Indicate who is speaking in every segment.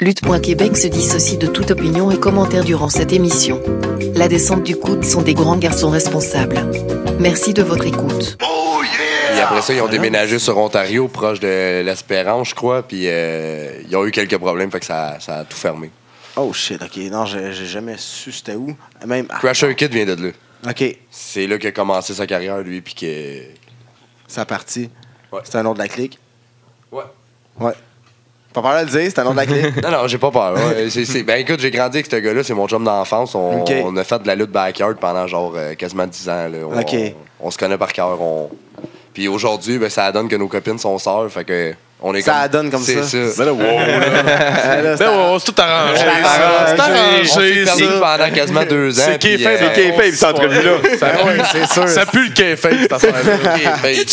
Speaker 1: Lutte.Québec se dissocie de toute opinion et commentaire durant cette émission. La descente du coude sont des grands garçons responsables. Merci de votre écoute.
Speaker 2: Puis
Speaker 3: Ah.
Speaker 2: après ça, ils ont déménagé sur Ontario, proche de l'Espérance, je crois. Puis euh, ils ont eu quelques problèmes, fait que ça, ça a tout fermé.
Speaker 3: Oh shit, ok. Non, j'ai j'ai jamais su c'était où. Même. ah,
Speaker 2: Crusher Kid vient de là.
Speaker 3: Ok,
Speaker 2: C'est là qu'a commencé sa carrière, lui, puis que...
Speaker 3: ça parti.
Speaker 2: Ouais.
Speaker 3: C'est un nom de la clique.
Speaker 2: Ouais.
Speaker 3: Ouais. Pas peur de le dire, c'est un nom de la clique.
Speaker 2: Non, non, j'ai pas peur. ouais. C'est- c'est- Ben écoute, j'ai grandi avec ce gars-là, c'est mon chum d'enfance. On,
Speaker 3: Ok.
Speaker 2: on a fait de la lutte backyard pendant genre euh, quasiment 10 ans. là. On,
Speaker 3: Ok.
Speaker 2: on, on se connaît par cœur. On... Puis aujourd'hui, ben, ça donne que nos copines sont sœurs, fait que... On est
Speaker 3: Ça
Speaker 2: comme-
Speaker 3: donne comme
Speaker 2: C'est
Speaker 3: ça.
Speaker 2: ça.
Speaker 4: là, wow, là.
Speaker 3: Mais là, c'est-
Speaker 4: Ben, wow, c'est tout arrangé.
Speaker 3: C'est
Speaker 4: ça.
Speaker 3: arrangé.
Speaker 4: C'est
Speaker 2: On s'est
Speaker 4: arrangé.
Speaker 2: perdu
Speaker 4: ça.
Speaker 2: pendant quasiment deux ans.
Speaker 4: C'est
Speaker 2: puis,
Speaker 4: K-Fabe,
Speaker 2: euh,
Speaker 4: c'est K-Fabe, cette entrevue-là. Ça-
Speaker 3: Ben oui, c'est sûr.
Speaker 4: Ça pue le K-Fabe, cette affaire-là.
Speaker 2: K-Fabe.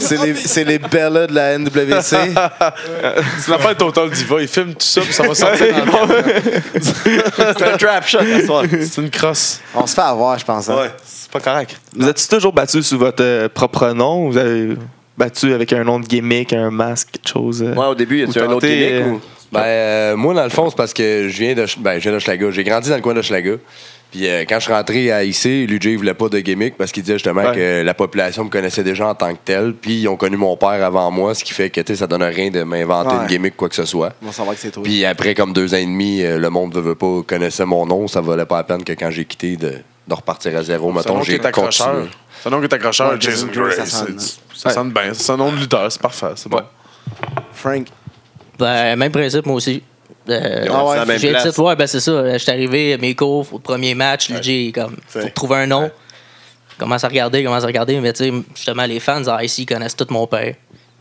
Speaker 3: C'est les, c'est les Bellas de la NWC.
Speaker 4: C'est l'affaire de Total Diva. Il filme tout ça, puis ça va sortir dans le
Speaker 5: C'est un trap shot ce soir.
Speaker 4: C'est une crosse.
Speaker 3: On se fait avoir, je pense. hein.
Speaker 5: Ouais, c'est pas correct.
Speaker 6: Vous êtes toujours battu sous votre euh, propre nom ou Vous avez battu avec un nom de gimmick, un masque, quelque chose euh?
Speaker 5: Ouais, au début, y a-tu
Speaker 6: Ou
Speaker 5: un autre
Speaker 6: tenter,
Speaker 5: gimmick
Speaker 6: euh,
Speaker 5: ou.
Speaker 2: Ben, euh, moi, dans le fond, c'est parce que je viens de Ch- ben, je viens d'Hochelaga. J'ai grandi dans le coin d'Hochelaga. Puis euh, quand je suis rentré à IC, l'UJ, il voulait pas de gimmick parce qu'il disait justement
Speaker 6: Ouais.
Speaker 2: que la population me connaissait déjà en tant que tel. Puis ils ont connu mon père avant moi, ce qui fait que tu sais, ça donne rien de m'inventer
Speaker 3: Ouais.
Speaker 2: une gimmick, quoi que ce soit.
Speaker 3: On s'en va que c'est toi.
Speaker 2: Puis après, comme deux ans et demi, euh, le monde ne veut pas connaissait mon nom. Ça valait pas la peine que quand j'ai quitté de, de repartir à zéro,
Speaker 4: C'est un
Speaker 2: mettons,
Speaker 4: nom qui
Speaker 2: j'ai
Speaker 4: est
Speaker 2: continué.
Speaker 4: accrocheur. C'est un nom qui est
Speaker 3: Ouais,
Speaker 4: accrocheur.
Speaker 3: Jason
Speaker 4: Jason
Speaker 3: Gray, ça
Speaker 4: Gray. c'est-
Speaker 3: sonne, hein.
Speaker 4: Ça sonne bien. C'est un nom de lutteur. C'est parfait. C'est bon.
Speaker 3: Frank.
Speaker 7: Ben, même principe, moi aussi. Euh,
Speaker 3: Ah ouais,
Speaker 5: c'est la même
Speaker 7: j'ai
Speaker 5: place.
Speaker 7: dit, ouais, ben c'est ça. Je suis arrivé à mes cours, au premier match, le Jay, comme, faut
Speaker 5: Ouais.
Speaker 7: trouver un nom. Commence à regarder, commence à regarder, mais tu sais, justement, les fans en IC connaissent tout mon père.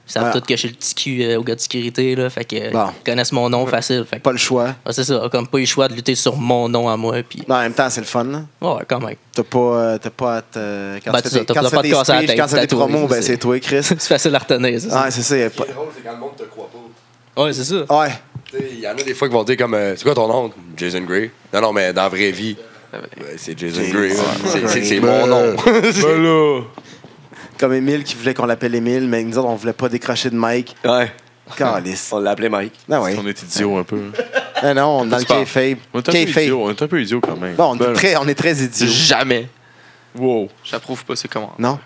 Speaker 7: Ils savent
Speaker 3: Ah.
Speaker 7: tous que je suis le petit cul euh, au gars de sécurité, là. Fait que, euh,
Speaker 3: Bon.
Speaker 7: ils connaissent mon nom facile. Fait que,
Speaker 3: Pas le choix.
Speaker 7: ouais, c'est ça, comme pas eu le choix de lutter sur mon nom à moi, puis
Speaker 3: Non, en même temps, c'est le fun. là.
Speaker 7: ouais, quand même.
Speaker 3: T'as pas, euh, t'as pas à te. Quand
Speaker 7: Ben,
Speaker 3: tu fais
Speaker 7: c'est ça,
Speaker 3: des,
Speaker 7: t'as
Speaker 3: quand
Speaker 7: pas
Speaker 3: tu fais
Speaker 7: à te
Speaker 3: des
Speaker 7: casser la
Speaker 3: speeches,
Speaker 7: tête,
Speaker 3: quand tu fais des
Speaker 7: tatoué,
Speaker 3: promos, ben
Speaker 7: c'est-
Speaker 3: c'est toi, Chris.
Speaker 7: C'est facile à retenir, c'est ça.
Speaker 3: Ouais, c'est ça. y a
Speaker 2: Ce qui est drôle, c'est quand le monde te croit pas.
Speaker 7: Ouais, c'est ça.
Speaker 3: pas- Ouais.
Speaker 2: Tu sais, Il y en a des fois qui vont dire comme euh, C'est quoi ton nom Jason Gray. Non, non, mais dans la vraie vie, ouais, c'est Jason Gray. ouais. C'est- c'est- C'est mon nom.
Speaker 4: Ben là.
Speaker 3: Comme Émile qui voulait qu'on l'appelle Émile, mais nous autres, on voulait pas décrocher de Mike.
Speaker 5: Ouais,
Speaker 3: Calice.
Speaker 5: on l'appelait Mike.
Speaker 3: Non, ouais.
Speaker 4: On est idiots un peu.
Speaker 3: Ah non, on est dans le
Speaker 4: Tu parles.
Speaker 3: K-Fabe.
Speaker 4: On est un peu idiots. On est un peu idiots quand même.
Speaker 3: Bon, on est
Speaker 4: Ben,
Speaker 3: très, on est très idiots.
Speaker 6: Jamais.
Speaker 4: Wow.
Speaker 6: J'approuve pas ce comment.
Speaker 3: Non?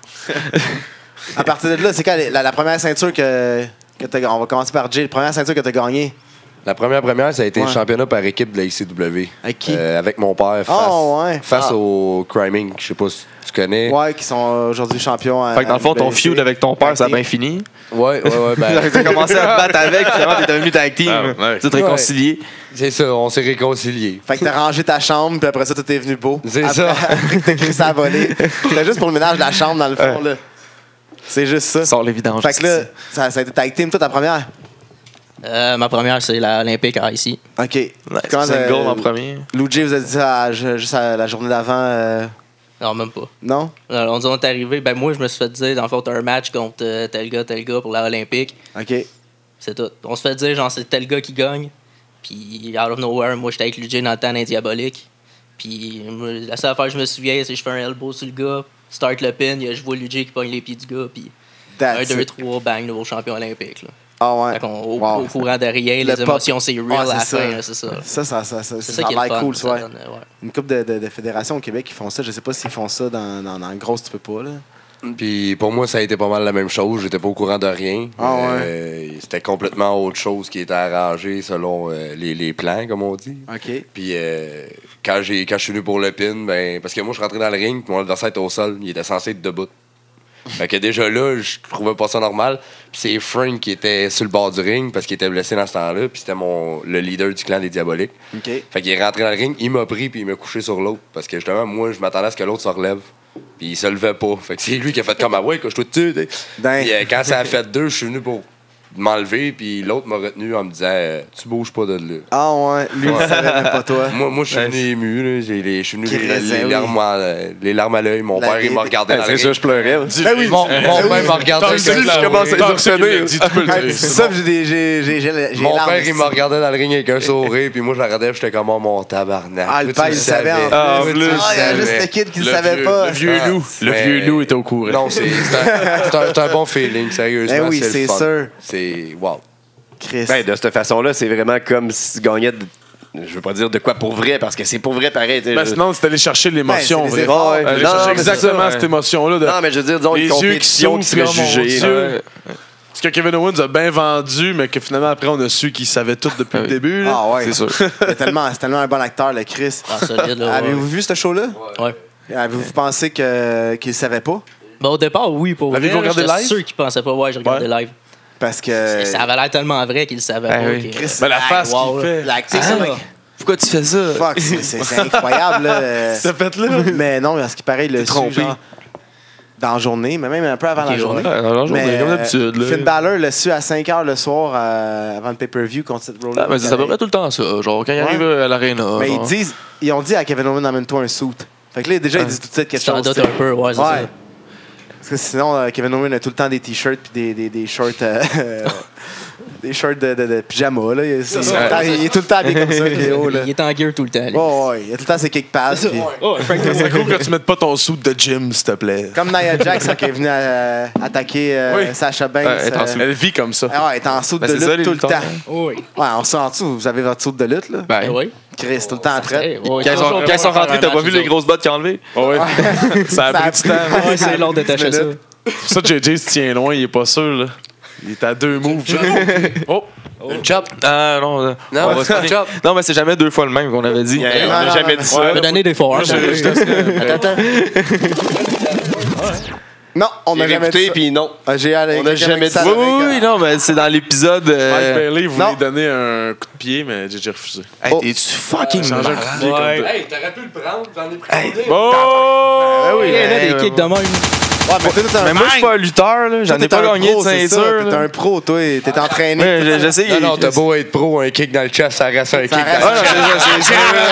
Speaker 3: à partir de là, c'est quand la, la première ceinture que, que t'as. On va commencer par Jay. La première ceinture que t'as gagnée.
Speaker 2: La première première, ça a été
Speaker 3: Ouais.
Speaker 2: le championnat par équipe de la ICW.
Speaker 3: À qui?
Speaker 2: Euh, avec mon père face,
Speaker 3: Oh, ouais.
Speaker 2: face
Speaker 3: Ah.
Speaker 2: au Criming. Je sais pas si tu connais.
Speaker 3: Ouais, qui sont aujourd'hui champions. à-
Speaker 6: Fait que dans le fond,
Speaker 3: à
Speaker 6: ton
Speaker 3: NWC.
Speaker 6: feud avec ton père, ça a
Speaker 3: Ouais.
Speaker 6: bien fini.
Speaker 2: ouais, ouais. ouais, ben,
Speaker 6: T'as commencé à te battre avec, finalement, t'es devenu tag team.
Speaker 4: Ah, ouais.
Speaker 6: Tu t'es réconcilié.
Speaker 2: c'est ça, on s'est réconciliés.
Speaker 3: Fait que t'as rangé ta chambre, puis après ça, tout est venu beau.
Speaker 2: C'est
Speaker 3: Après-
Speaker 2: ça.
Speaker 3: Après que t'as écrit ça à voler. C'était juste pour le ménage de la chambre, dans le fond, là. C'est juste ça.
Speaker 6: Sors les vidanges.
Speaker 3: Fait que là, ça, ça a été tag team, toi, ta première.
Speaker 7: Euh, ma première, c'est ah, l'Olympique à IC.
Speaker 3: OK.
Speaker 6: Ouais,
Speaker 3: Comment ça-
Speaker 6: single en premier.
Speaker 3: Luigi, vous avez dit ça à- je- juste à la journée d'avant, euh,
Speaker 7: Non, même pas.
Speaker 3: non?
Speaker 7: Alors, on dit, on est arrivé. Ben, moi, je me suis fait dire, dans le fond, t'as un match contre euh, tel gars, tel gars pour la Olympique.
Speaker 3: OK.
Speaker 7: C'est tout. On se fait dire, genre, c'est tel gars qui gagne. Puis, out of nowhere, moi, j'étais avec Luigi dans le temps d'un diabolique. Puis, moi, la seule affaire que je me souviens, c'est que je fais un elbow sur le gars, start le pin, il y a- je vois Luigi qui pogne les pieds du gars, puis
Speaker 3: That's
Speaker 7: un, deux,
Speaker 3: it.
Speaker 7: trois, bang, nouveau champion olympique. Là.
Speaker 3: Ah ouais.
Speaker 7: Fait qu'on- au,
Speaker 3: Wow.
Speaker 7: au courant de rien,
Speaker 3: Le
Speaker 7: les
Speaker 3: pop.
Speaker 7: émotions, c'est real
Speaker 3: Ah,
Speaker 7: à la
Speaker 3: c'est
Speaker 7: fin,
Speaker 3: ça.
Speaker 7: là, c'est ça.
Speaker 3: Ça, ça, ça, ça,
Speaker 7: C'est
Speaker 3: ça,
Speaker 7: ça qui est
Speaker 3: a
Speaker 7: le
Speaker 3: l'air
Speaker 7: fun.
Speaker 3: cool,
Speaker 7: ça
Speaker 3: ouais.
Speaker 7: donne, euh, ouais.
Speaker 3: Une couple de, de- de fédérations au Québec qui font ça. Je sais pas s'ils font ça dans, dans, dans le gros, tu peux pas, là.
Speaker 2: Puis pour moi, ça a été pas mal la même chose. J'étais pas au courant de rien.
Speaker 3: Ah, ouais.
Speaker 2: Euh, C'était complètement autre chose qui était arrangé selon euh, les, les plans, comme on dit.
Speaker 3: OK.
Speaker 2: Puis euh, quand, j'ai- quand je suis venu pour le pin, ben, parce que moi, je suis rentré dans le ring, puis mon adversaire était au sol. Il était censé être debout. Fait que déjà là, je trouvais pas ça normal. Puis c'est Frank qui était sur le bord du ring parce qu'il était blessé dans ce temps-là. Puis c'était mon, le leader du clan des Diaboliques.
Speaker 3: OK.
Speaker 2: Fait qu'il est rentré dans le ring, il m'a pris, puis il m'a couché sur l'autre. Parce que justement, moi, je m'attendais à ce que l'autre se relève. Puis il se levait pas. Fait que c'est lui qui a fait comme ah ouais, couche-toi dessus. t'sais.
Speaker 3: Ben.
Speaker 2: Puis euh, quand ça a fait deux, je suis venu pour m'enlever, puis l'autre m'a retenu en me disant euh, Tu bouges pas de là.
Speaker 3: Ah ouais. Lui, il savait même pas toi.
Speaker 2: Moi, moi je suis venu ému, là. J'ai les- je suis venu
Speaker 3: Qui
Speaker 2: les, les
Speaker 3: raisait, oui.
Speaker 2: larmes à, les larmes à l'œil. Mon
Speaker 3: La Ben
Speaker 2: père, il m'a
Speaker 3: vie-
Speaker 2: regardé dans le
Speaker 5: C'est
Speaker 2: ring.
Speaker 5: sûr, je pleurais.
Speaker 2: Mon, mon père m'a regardé
Speaker 4: Tant que
Speaker 2: comme ça.
Speaker 4: je commence à exortionner. Tu peux
Speaker 3: Ouais,
Speaker 4: le
Speaker 3: c'est
Speaker 4: dire.
Speaker 3: ça, j'ai des- j'ai j'ai- j'ai j'ai
Speaker 2: Mon
Speaker 3: larmes,
Speaker 2: père, il
Speaker 3: c'est-
Speaker 2: m'a regardé dans le ring avec un sourire, puis moi, je le regardais, puis j'étais comme oh, mon tabarnak.
Speaker 3: Ah, le
Speaker 2: Toi, tu
Speaker 3: père, il savait en
Speaker 6: Ah,
Speaker 3: plus.
Speaker 6: en plus,
Speaker 3: Ah, il y a juste le kid qui le savait
Speaker 4: vieux-
Speaker 3: pas.
Speaker 4: Le vieux
Speaker 2: Ah,
Speaker 4: loup. Le
Speaker 2: mais-
Speaker 4: vieux loup était au courant.
Speaker 2: Non, c'est c'est un, c'est un- c'est un bon feeling, sérieusement.
Speaker 3: Ben oui,
Speaker 2: le
Speaker 3: c'est
Speaker 2: fun.
Speaker 3: sûr.
Speaker 2: C'est. Wow.
Speaker 3: Chris.
Speaker 8: Ben, de cette façon-là, c'est vraiment comme si tu gagnais, de- je veux pas dire de quoi pour vrai, parce que c'est pour vrai pareil. tu sais,
Speaker 4: Ben,
Speaker 8: je-
Speaker 4: sinon, c'est aller chercher l'émotion.
Speaker 3: Ben, c'est
Speaker 4: vrai.
Speaker 3: des efforts.
Speaker 4: Aller
Speaker 8: Non,
Speaker 4: chercher
Speaker 8: mais c'est
Speaker 4: exactement
Speaker 6: ça,
Speaker 4: cette
Speaker 6: ouais.
Speaker 4: émotion-là. De...
Speaker 8: Non, mais je veux dire, disons,
Speaker 4: Les
Speaker 8: une
Speaker 4: yeux qui
Speaker 8: compétition
Speaker 4: s'ouvrent,
Speaker 8: qui serait
Speaker 4: là, mon
Speaker 8: jugée.
Speaker 4: Dieu. Ce que Kevin Owens a bien vendu, mais que finalement, après, on a su qu'il savait tout depuis le début. là.
Speaker 3: Ah ouais.
Speaker 6: C'est sûr.
Speaker 3: C'est tellement, c'est tellement un bon acteur, le Chris.
Speaker 7: Ah, solide, là, ouais.
Speaker 3: Avez-vous vu ce show-là?
Speaker 7: Ouais.
Speaker 3: Avez-vous pensé que- qu'il ne savait pas?
Speaker 7: Ben, au départ, oui, pour
Speaker 4: Avez-vous
Speaker 7: vrai,
Speaker 4: regardé
Speaker 7: j'étais
Speaker 4: live?
Speaker 7: sûr qu'ils pensaient pas. Ouais, j'ai regardé live.
Speaker 3: Parce
Speaker 7: Et
Speaker 3: que.
Speaker 7: Ça avait l'air tellement vrai qu'ils le savaient
Speaker 6: Ben
Speaker 7: pas.
Speaker 6: oui.
Speaker 7: que-
Speaker 3: Euh, Chris,
Speaker 4: Ben, la
Speaker 3: ah,
Speaker 4: face
Speaker 7: wow,
Speaker 4: qu'il
Speaker 7: là.
Speaker 4: fait.
Speaker 3: l'acting,
Speaker 7: Ah,
Speaker 3: c'est vrai.
Speaker 6: Pourquoi tu fais ça?
Speaker 3: Fuck, c'est- c'est c'est incroyable. là. Euh,
Speaker 4: Cette fête-là.
Speaker 3: mais non, parce qu'il paraît, il l'a
Speaker 6: T'es
Speaker 3: su,
Speaker 6: trompé.
Speaker 3: genre, dans la journée, mais même un peu avant la
Speaker 7: Ok,
Speaker 3: journée.
Speaker 6: Ouais, dans la journée,
Speaker 3: Mais,
Speaker 6: comme
Speaker 3: euh,
Speaker 6: d'habitude. là.
Speaker 3: Finn Balor l'a su à 5 h le soir euh, avant le pay-per-view contre Seth Rollins.
Speaker 6: Ah, mais c'est à peu près tout le temps ça. Genre, quand il
Speaker 3: Ouais.
Speaker 6: arrive à l'aréna.
Speaker 3: Mais ils
Speaker 7: Uh-huh.
Speaker 6: genre.
Speaker 3: disent, ils ont dit à Kevin Owens, amène-toi un suit. Fait que là, déjà, ils disent tout de suite quelque
Speaker 7: Tu t'en
Speaker 3: chose.
Speaker 7: doutes
Speaker 3: tu sais.
Speaker 7: un peu, ouais, c'est
Speaker 3: Ouais.
Speaker 7: ça.
Speaker 3: Parce que sinon, euh, Kevin Owens a tout le temps des t-shirts puis des, des, des shorts. euh, des shorts de, de, de pyjama, là. Il, il- il- il est tout le temps habillé comme ça, KO, là.
Speaker 7: Il est en gear tout le temps. lui.
Speaker 3: Ouais, ouais, il a tout le temps ses kick pads. puis-
Speaker 7: Oh,
Speaker 4: Ça serait cool que tu mettes pas ton sou de gym, s'il te plaît.
Speaker 3: Comme Nia Jax quand elle est venue euh, attaquer euh,
Speaker 4: Oui.
Speaker 3: Sasha Banks.
Speaker 6: Ouais, elle est en
Speaker 3: euh,
Speaker 6: soute.
Speaker 4: Elle vit comme ça.
Speaker 3: ah ouais, elle est en saut
Speaker 6: Ben,
Speaker 3: de
Speaker 6: c'est ça,
Speaker 3: lutte
Speaker 6: les
Speaker 3: tout le temps.
Speaker 6: lutteurs.
Speaker 3: Ouais,
Speaker 7: oh, Oui.
Speaker 3: on sort en dessous. Vous avez votre saut de lutte, là.
Speaker 6: Ben,
Speaker 7: Ben oui.
Speaker 3: Chris, tout le temps en traite.
Speaker 7: Ouais, ouais,
Speaker 6: Quand ils sont-
Speaker 7: toujours
Speaker 6: quand ils sont
Speaker 7: vraiment
Speaker 6: rentrés, t'as
Speaker 7: faire
Speaker 6: pas
Speaker 7: un
Speaker 6: vu
Speaker 7: match,
Speaker 6: les
Speaker 7: eux
Speaker 6: grosses bottes qu'ils ont enlevées?
Speaker 4: Ah Ouais.
Speaker 3: Ah.
Speaker 4: ça a pris du temps.
Speaker 7: autres. Ouais, Ah, c'est long de t'acheter ça.
Speaker 4: C'est pour ça que JJ se tient loin, il est pas sûr. Là. Il est à deux moves. oh!
Speaker 6: Chop! Ah non, non,
Speaker 2: Non,
Speaker 6: on va se
Speaker 2: c'est pas
Speaker 6: parler. Non, mais c'est jamais deux fois le même qu'on avait dit.
Speaker 8: Yeah.
Speaker 3: Non,
Speaker 8: On a
Speaker 3: non,
Speaker 8: jamais
Speaker 3: non,
Speaker 8: dit
Speaker 3: non.
Speaker 7: Je vais donner des forums.
Speaker 3: Non, on n'a
Speaker 8: J'ai
Speaker 3: jamais dit
Speaker 8: écouté,
Speaker 3: ça.
Speaker 8: puis non.
Speaker 3: Ah, J'ai allé.
Speaker 8: on a jamais dit ça.
Speaker 6: Oui, oui, oui, non, mais c'est dans l'épisode.
Speaker 4: Mike
Speaker 6: Euh...
Speaker 4: Bailey voulait
Speaker 3: non.
Speaker 4: donner un coup de pied, mais JJ refusé.
Speaker 3: euh,
Speaker 6: Hey,
Speaker 3: oh.
Speaker 6: T'es-tu fucking
Speaker 4: Changer un
Speaker 6: malade?
Speaker 4: coup de pied comme
Speaker 3: Ah,
Speaker 4: ça.
Speaker 2: Hey, t'aurais pu le prendre, j'en ai pris combien?
Speaker 4: Oh!
Speaker 6: oui,
Speaker 7: Il y en a des kicks de même.
Speaker 3: Ouais, mais toi, t'es un-
Speaker 6: Mais moi, je suis pas un lutteur, là. J'en
Speaker 3: toi,
Speaker 6: ai
Speaker 3: t'es
Speaker 6: pas
Speaker 3: un
Speaker 6: gagné de
Speaker 3: pro, c'est ça.
Speaker 6: ceinture.
Speaker 3: T'es
Speaker 6: là.
Speaker 3: un pro, toi. T'es entraîné.
Speaker 6: Mais je- J'essaye.
Speaker 2: Non, non, t'as
Speaker 6: je-
Speaker 2: beau être pro, un kick dans le chest, ça reste un kick
Speaker 3: Ça
Speaker 2: dans
Speaker 6: Ah,
Speaker 2: le
Speaker 6: non,
Speaker 2: chest.
Speaker 6: c'est ça, c'est ça.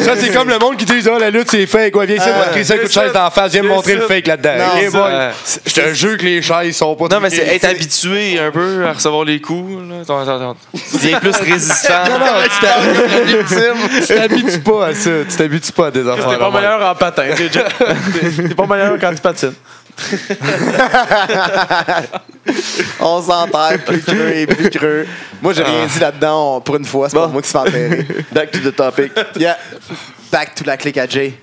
Speaker 2: Ça, c'est comme le monde qui dit Ah, la lutte, c'est fake. Ouais, viens ici, on va te crisser un coup de chaise d'en face, viens me montrer le fake là-dedans.
Speaker 3: Euh, Non,
Speaker 2: Eh,
Speaker 3: ça-
Speaker 2: boy.
Speaker 6: euh,
Speaker 2: Je te jure que les chaises sont pas
Speaker 6: Non, mais
Speaker 2: truquées.
Speaker 6: c'est être habitué un peu à recevoir les coups. Là. Attends, attends, attends. Tu deviens plus résistant.
Speaker 2: Tu t'habitues pas à ça. Tu t'habitues pas à des affaires.
Speaker 4: T'es
Speaker 2: de
Speaker 4: pas
Speaker 2: même.
Speaker 4: meilleur en patin, JJ. T'es- T'es pas meilleur quand tu patines.
Speaker 3: On s'enterre plus creux et plus creux. Moi, j'ai rien dit là-dedans on- pour une fois. C'est pas moi qui se fais enterrer.
Speaker 8: Back to the topic.
Speaker 3: Yeah. Back to la clique à Jay.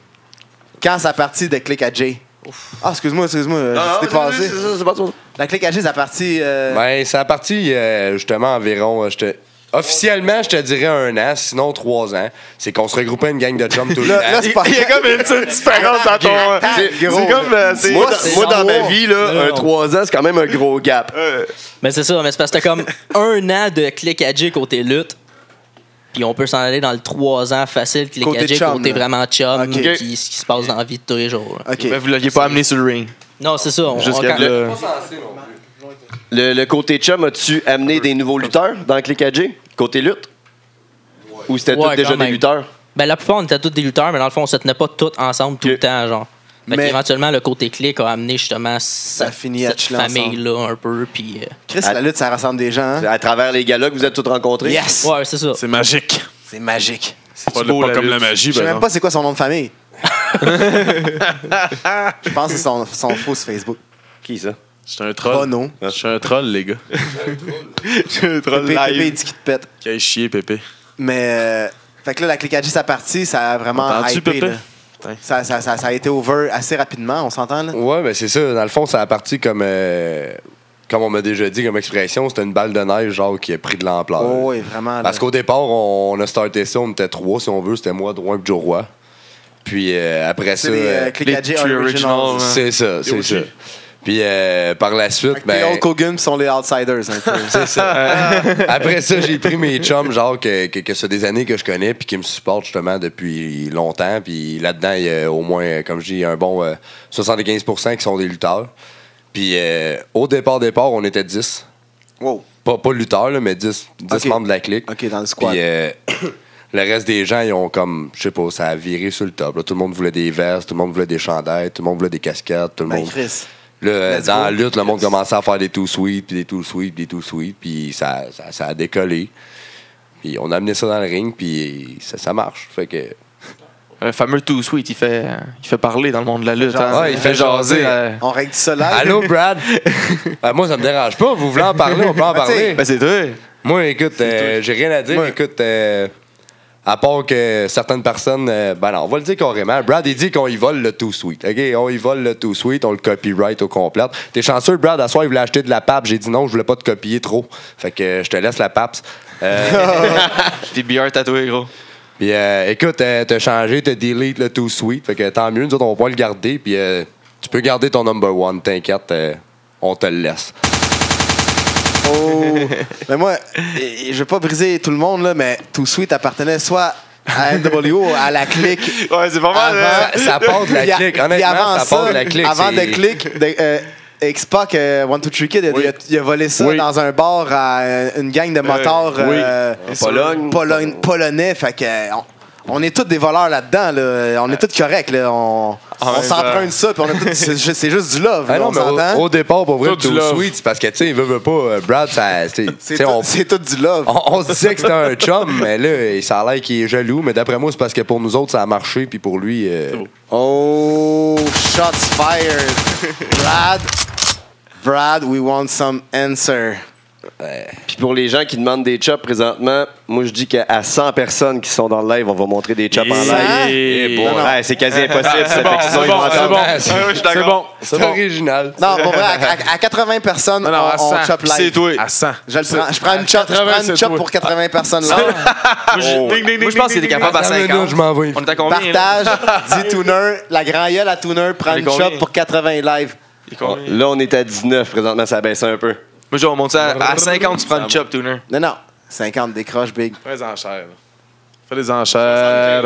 Speaker 3: Quand ça partie de clique à Jay? Ah, excuse-moi, excuse-moi, euh, je t'ai passé. La clique à Jay, ça partie. euh,
Speaker 2: Ben, c'est à partir, euh, justement, environ. euh, je te- Officiellement, je te dirais un an, sinon trois ans. C'est qu'on se regroupait une gang de chums tout le
Speaker 3: Là, là,
Speaker 2: temps.
Speaker 3: c'est pas.
Speaker 6: Il y a comme une petite différence dans ton.
Speaker 3: Attends,
Speaker 6: C'est
Speaker 3: gros.
Speaker 6: c'est comme. euh, c'est-
Speaker 8: Moi,
Speaker 7: c'est
Speaker 8: dans, moi, dans
Speaker 7: sans
Speaker 8: ma
Speaker 7: moi.
Speaker 8: vie, là,
Speaker 7: Non,
Speaker 8: un
Speaker 7: non.
Speaker 8: 3 ans, c'est quand même un gros gap.
Speaker 9: Euh,
Speaker 7: Mais c'est ça, mais c'est parce que t'as comme un an de click à J côté lutte. Puis on peut s'en aller dans le 3 ans facile, click
Speaker 3: Côté
Speaker 7: à J
Speaker 3: chum,
Speaker 7: côté
Speaker 3: là.
Speaker 7: vraiment chum,
Speaker 3: Ok.
Speaker 7: puis ce qui se passe dans la vie de tous les jours. là.
Speaker 3: Ok.
Speaker 6: Ben, vous l'aviez pas amené sur le ring.
Speaker 7: Non, c'est ça. On, on-
Speaker 6: Jusqu'à
Speaker 7: quand-
Speaker 6: là.
Speaker 8: Le, le côté chum, as-tu amené des nouveaux lutteurs dans le click à J? Côté lutte? Ou c'était
Speaker 7: Ouais,
Speaker 8: tous
Speaker 7: quand
Speaker 8: déjà des
Speaker 7: même.
Speaker 8: lutteurs?
Speaker 7: Ben, la plupart, on était tous des lutteurs, mais dans le fond, on se tenait pas tous ensemble tout
Speaker 8: Ok.
Speaker 7: le temps, genre. Fait
Speaker 3: Mais-
Speaker 7: éventuellement, le côté clic a amené justement cette,
Speaker 3: finit à
Speaker 7: cette
Speaker 3: chiller ensemble.
Speaker 7: famille-là un peu. Puis, euh,
Speaker 3: Chris, la lutte, ça rassemble des gens. hein?
Speaker 8: À travers les galas que vous êtes tous rencontrés?
Speaker 7: euh, ouais, c'est ça.
Speaker 4: C'est magique.
Speaker 3: C'est magique.
Speaker 4: C'est pas,
Speaker 6: beau,
Speaker 4: pas
Speaker 6: la
Speaker 4: comme
Speaker 6: lutte.
Speaker 4: la magie,
Speaker 3: Je sais
Speaker 4: ben
Speaker 3: même
Speaker 4: non.
Speaker 3: pas c'est quoi son nom de famille. Je pense que c'est son, son faux sur Facebook.
Speaker 8: Qui ça?
Speaker 4: Je suis un
Speaker 3: Oh
Speaker 4: troll.
Speaker 3: non.
Speaker 4: Je suis un troll, les gars.
Speaker 3: Pépé, Pépé, il dit qu'il te pète.
Speaker 4: Qu'est-ce chier, Pépé?
Speaker 3: Mais. euh, fait que là, la clique à Jay, ça partie, ça a vraiment
Speaker 4: Entends-tu,
Speaker 3: hypé.
Speaker 4: Pépé?
Speaker 3: là. Ça, ça, ça, ça a été over assez rapidement, on s'entend là?
Speaker 2: Ouais, mais c'est ça. Dans le fond, ça a parti comme. euh, Comme on m'a déjà dit comme expression, c'était une balle de neige, genre, qui a pris de l'ampleur.
Speaker 3: Oh, oui, vraiment. là.
Speaker 2: Parce qu'au départ, on, on a starté ça, on était trois, si on veut. C'était moi, Drouin et Joe Roy. Puis euh, après ça.
Speaker 3: C'est les euh,
Speaker 2: euh,
Speaker 3: cliques à
Speaker 6: les
Speaker 3: Jay
Speaker 6: Tree
Speaker 3: originals.
Speaker 6: Originals.
Speaker 2: c'est ça, c'est ça. Puis euh, par la
Speaker 3: Fait
Speaker 2: suite,
Speaker 3: que les
Speaker 2: ben.
Speaker 3: Hulk Hogan sont les outsiders un peu.
Speaker 2: C'est ça. Après ça, j'ai pris mes chums, genre, que, que, que c'est des années que je connais, puis qui me supportent justement depuis longtemps. Puis là-dedans, il y a au moins, euh, comme je dis, il y a un bon euh, 75 qui sont des lutteurs. Puis euh, au départ, départ, on était 10.
Speaker 3: Wow.
Speaker 2: Pas, pas lutteurs, là, mais 10, 10
Speaker 3: Ok.
Speaker 2: membres de la clique.
Speaker 3: OK, dans le
Speaker 2: Puis
Speaker 3: squad.
Speaker 2: euh, le reste des gens, ils ont comme, je sais pas, ça a viré sur le top. là. Tout le monde voulait des vestes, tout le monde voulait des chandails, tout le monde voulait des casquettes, tout le
Speaker 3: ben,
Speaker 2: monde.
Speaker 3: Chris.
Speaker 2: Là, euh,
Speaker 3: Let's
Speaker 2: dans
Speaker 3: go.
Speaker 2: la lutte, le monde commençait à faire des tout sweeps, puis des tout sweeps, des tout sweeps, puis ça, ça, ça a décollé. Puis on a amené ça dans le ring, puis ça, ça marche. Fait que.
Speaker 6: Le fameux Too Sweet, il fait, il fait parler dans le monde de la lutte.
Speaker 3: jaser.
Speaker 6: hein.
Speaker 2: Ouais, il fait jaser.
Speaker 6: euh.
Speaker 3: On règle ça live.
Speaker 2: Allô, Brad? Ah, moi, ça me dérange pas. Vous voulez en parler, on peut en
Speaker 3: Ben,
Speaker 2: parler.
Speaker 6: Ben, c'est toi.
Speaker 2: Moi, écoute, euh, j'ai rien à dire.
Speaker 3: Ouais.
Speaker 2: Écoute, euh, à part que certaines personnes. euh, ben non, on va le dire carrément. Brad, il dit qu'on y vole le Too Sweet. OK, on y vole le Too Sweet, on le copyright au complet. T'es chanceux, Brad, à soir, il voulait acheter de la pape. J'ai dit non, je voulais pas te copier trop. Fait que euh, je te laisse la pape. Euh,
Speaker 9: Des billards tatoués, gros.
Speaker 2: Puis euh, écoute, euh, t'as changé, t'as delete le Too Sweet. Fait que tant mieux, nous autres, on va le garder. Puis euh, tu peux garder ton number one, t'inquiète, euh, on te le laisse.
Speaker 3: Oh. mais moi, et- et je vais pas briser tout le monde, là, mais Too Sweet appartenait soit à NWO, à la clique.
Speaker 9: Ouais, c'est pas mal,
Speaker 3: Avant-
Speaker 9: hein?
Speaker 2: Ça, ça part de la
Speaker 3: Puis a-
Speaker 2: clique,
Speaker 3: puis
Speaker 2: honnêtement,
Speaker 3: avant
Speaker 2: ça part de la clique.
Speaker 3: Avant
Speaker 2: c'est-
Speaker 3: de clique, de, euh, X-Pac, euh, One Two Three Kid, il a-
Speaker 4: Oui.
Speaker 3: il a, il a volé ça
Speaker 4: Oui.
Speaker 3: dans un bar à euh, une gang de motards
Speaker 4: oui.
Speaker 3: euh,
Speaker 8: Pologne.
Speaker 3: Pologne- polonais. Fait que, euh, on, on est tous des voleurs là-dedans. là. On est tous corrects. là. On, on
Speaker 9: même
Speaker 3: s'emprunte ça. puis on a tous- c'est ju- c'est juste du love.
Speaker 2: Ah
Speaker 3: là,
Speaker 2: non,
Speaker 3: on
Speaker 2: mais
Speaker 3: s'entend.
Speaker 2: au, au départ, pour vrai,
Speaker 4: Tout du
Speaker 2: Too
Speaker 4: love.
Speaker 2: Sweet, c'est parce que, tu sais, il veut, veut pas, euh, Brad, ça, tu sais, tu
Speaker 3: C'est
Speaker 2: sais, on,
Speaker 3: tout, c'est tout du love.
Speaker 2: on- on se disait que c'était un chum, mais là, il- ça a l'air qu'il est jaloux, mais d'après moi, c'est parce que pour nous autres, ça a marché, puis pour lui, euh,
Speaker 3: Oh, shots fired. Brad, Brad, we want some answer.
Speaker 8: Puis pour les gens qui demandent des chops présentement, moi je dis qu'à 100 personnes qui sont dans le live, on va montrer des chops en live.
Speaker 3: Ça?
Speaker 4: Et-
Speaker 3: Non, non.
Speaker 8: Ouais, c'est quasi impossible. ça,
Speaker 4: C'est
Speaker 8: fait
Speaker 4: bon,
Speaker 8: que sinon,
Speaker 4: c'est
Speaker 8: ils
Speaker 4: bon,
Speaker 8: vont
Speaker 4: c'est
Speaker 8: entendre.
Speaker 4: bon.
Speaker 2: Ah,
Speaker 9: ouais, je suis
Speaker 4: C'est bon.
Speaker 2: c'est original.
Speaker 3: Non, pour vrai, à, à- à 80 personnes,
Speaker 4: Non, non, à
Speaker 3: on, on
Speaker 4: 100.
Speaker 3: chope live.
Speaker 9: C'est toi.
Speaker 4: À 100.
Speaker 3: Je, le prends, je prends une chop, je
Speaker 4: 80,
Speaker 3: prends une
Speaker 4: c'est
Speaker 3: chop
Speaker 4: toi.
Speaker 3: pour 80 personnes live.
Speaker 9: Moi, je pense qu'il était capable à
Speaker 2: Attends une minute,
Speaker 9: 50.
Speaker 2: je m'en vais.
Speaker 9: On est à combien? là?
Speaker 3: Partage, dis Tooner, la grand gueule à Tooner, prends
Speaker 9: Mais
Speaker 3: une
Speaker 9: combien?
Speaker 3: chop pour 80 live.
Speaker 9: Il est combien?
Speaker 8: Là, on est à 19 présentement, ça baisse un peu.
Speaker 9: Moi, je vais monter à, à 50, tu prends une chop, tuner.
Speaker 3: Non, non, 50 décroche, big.
Speaker 4: Fais les enchères. là. Fais les enchères.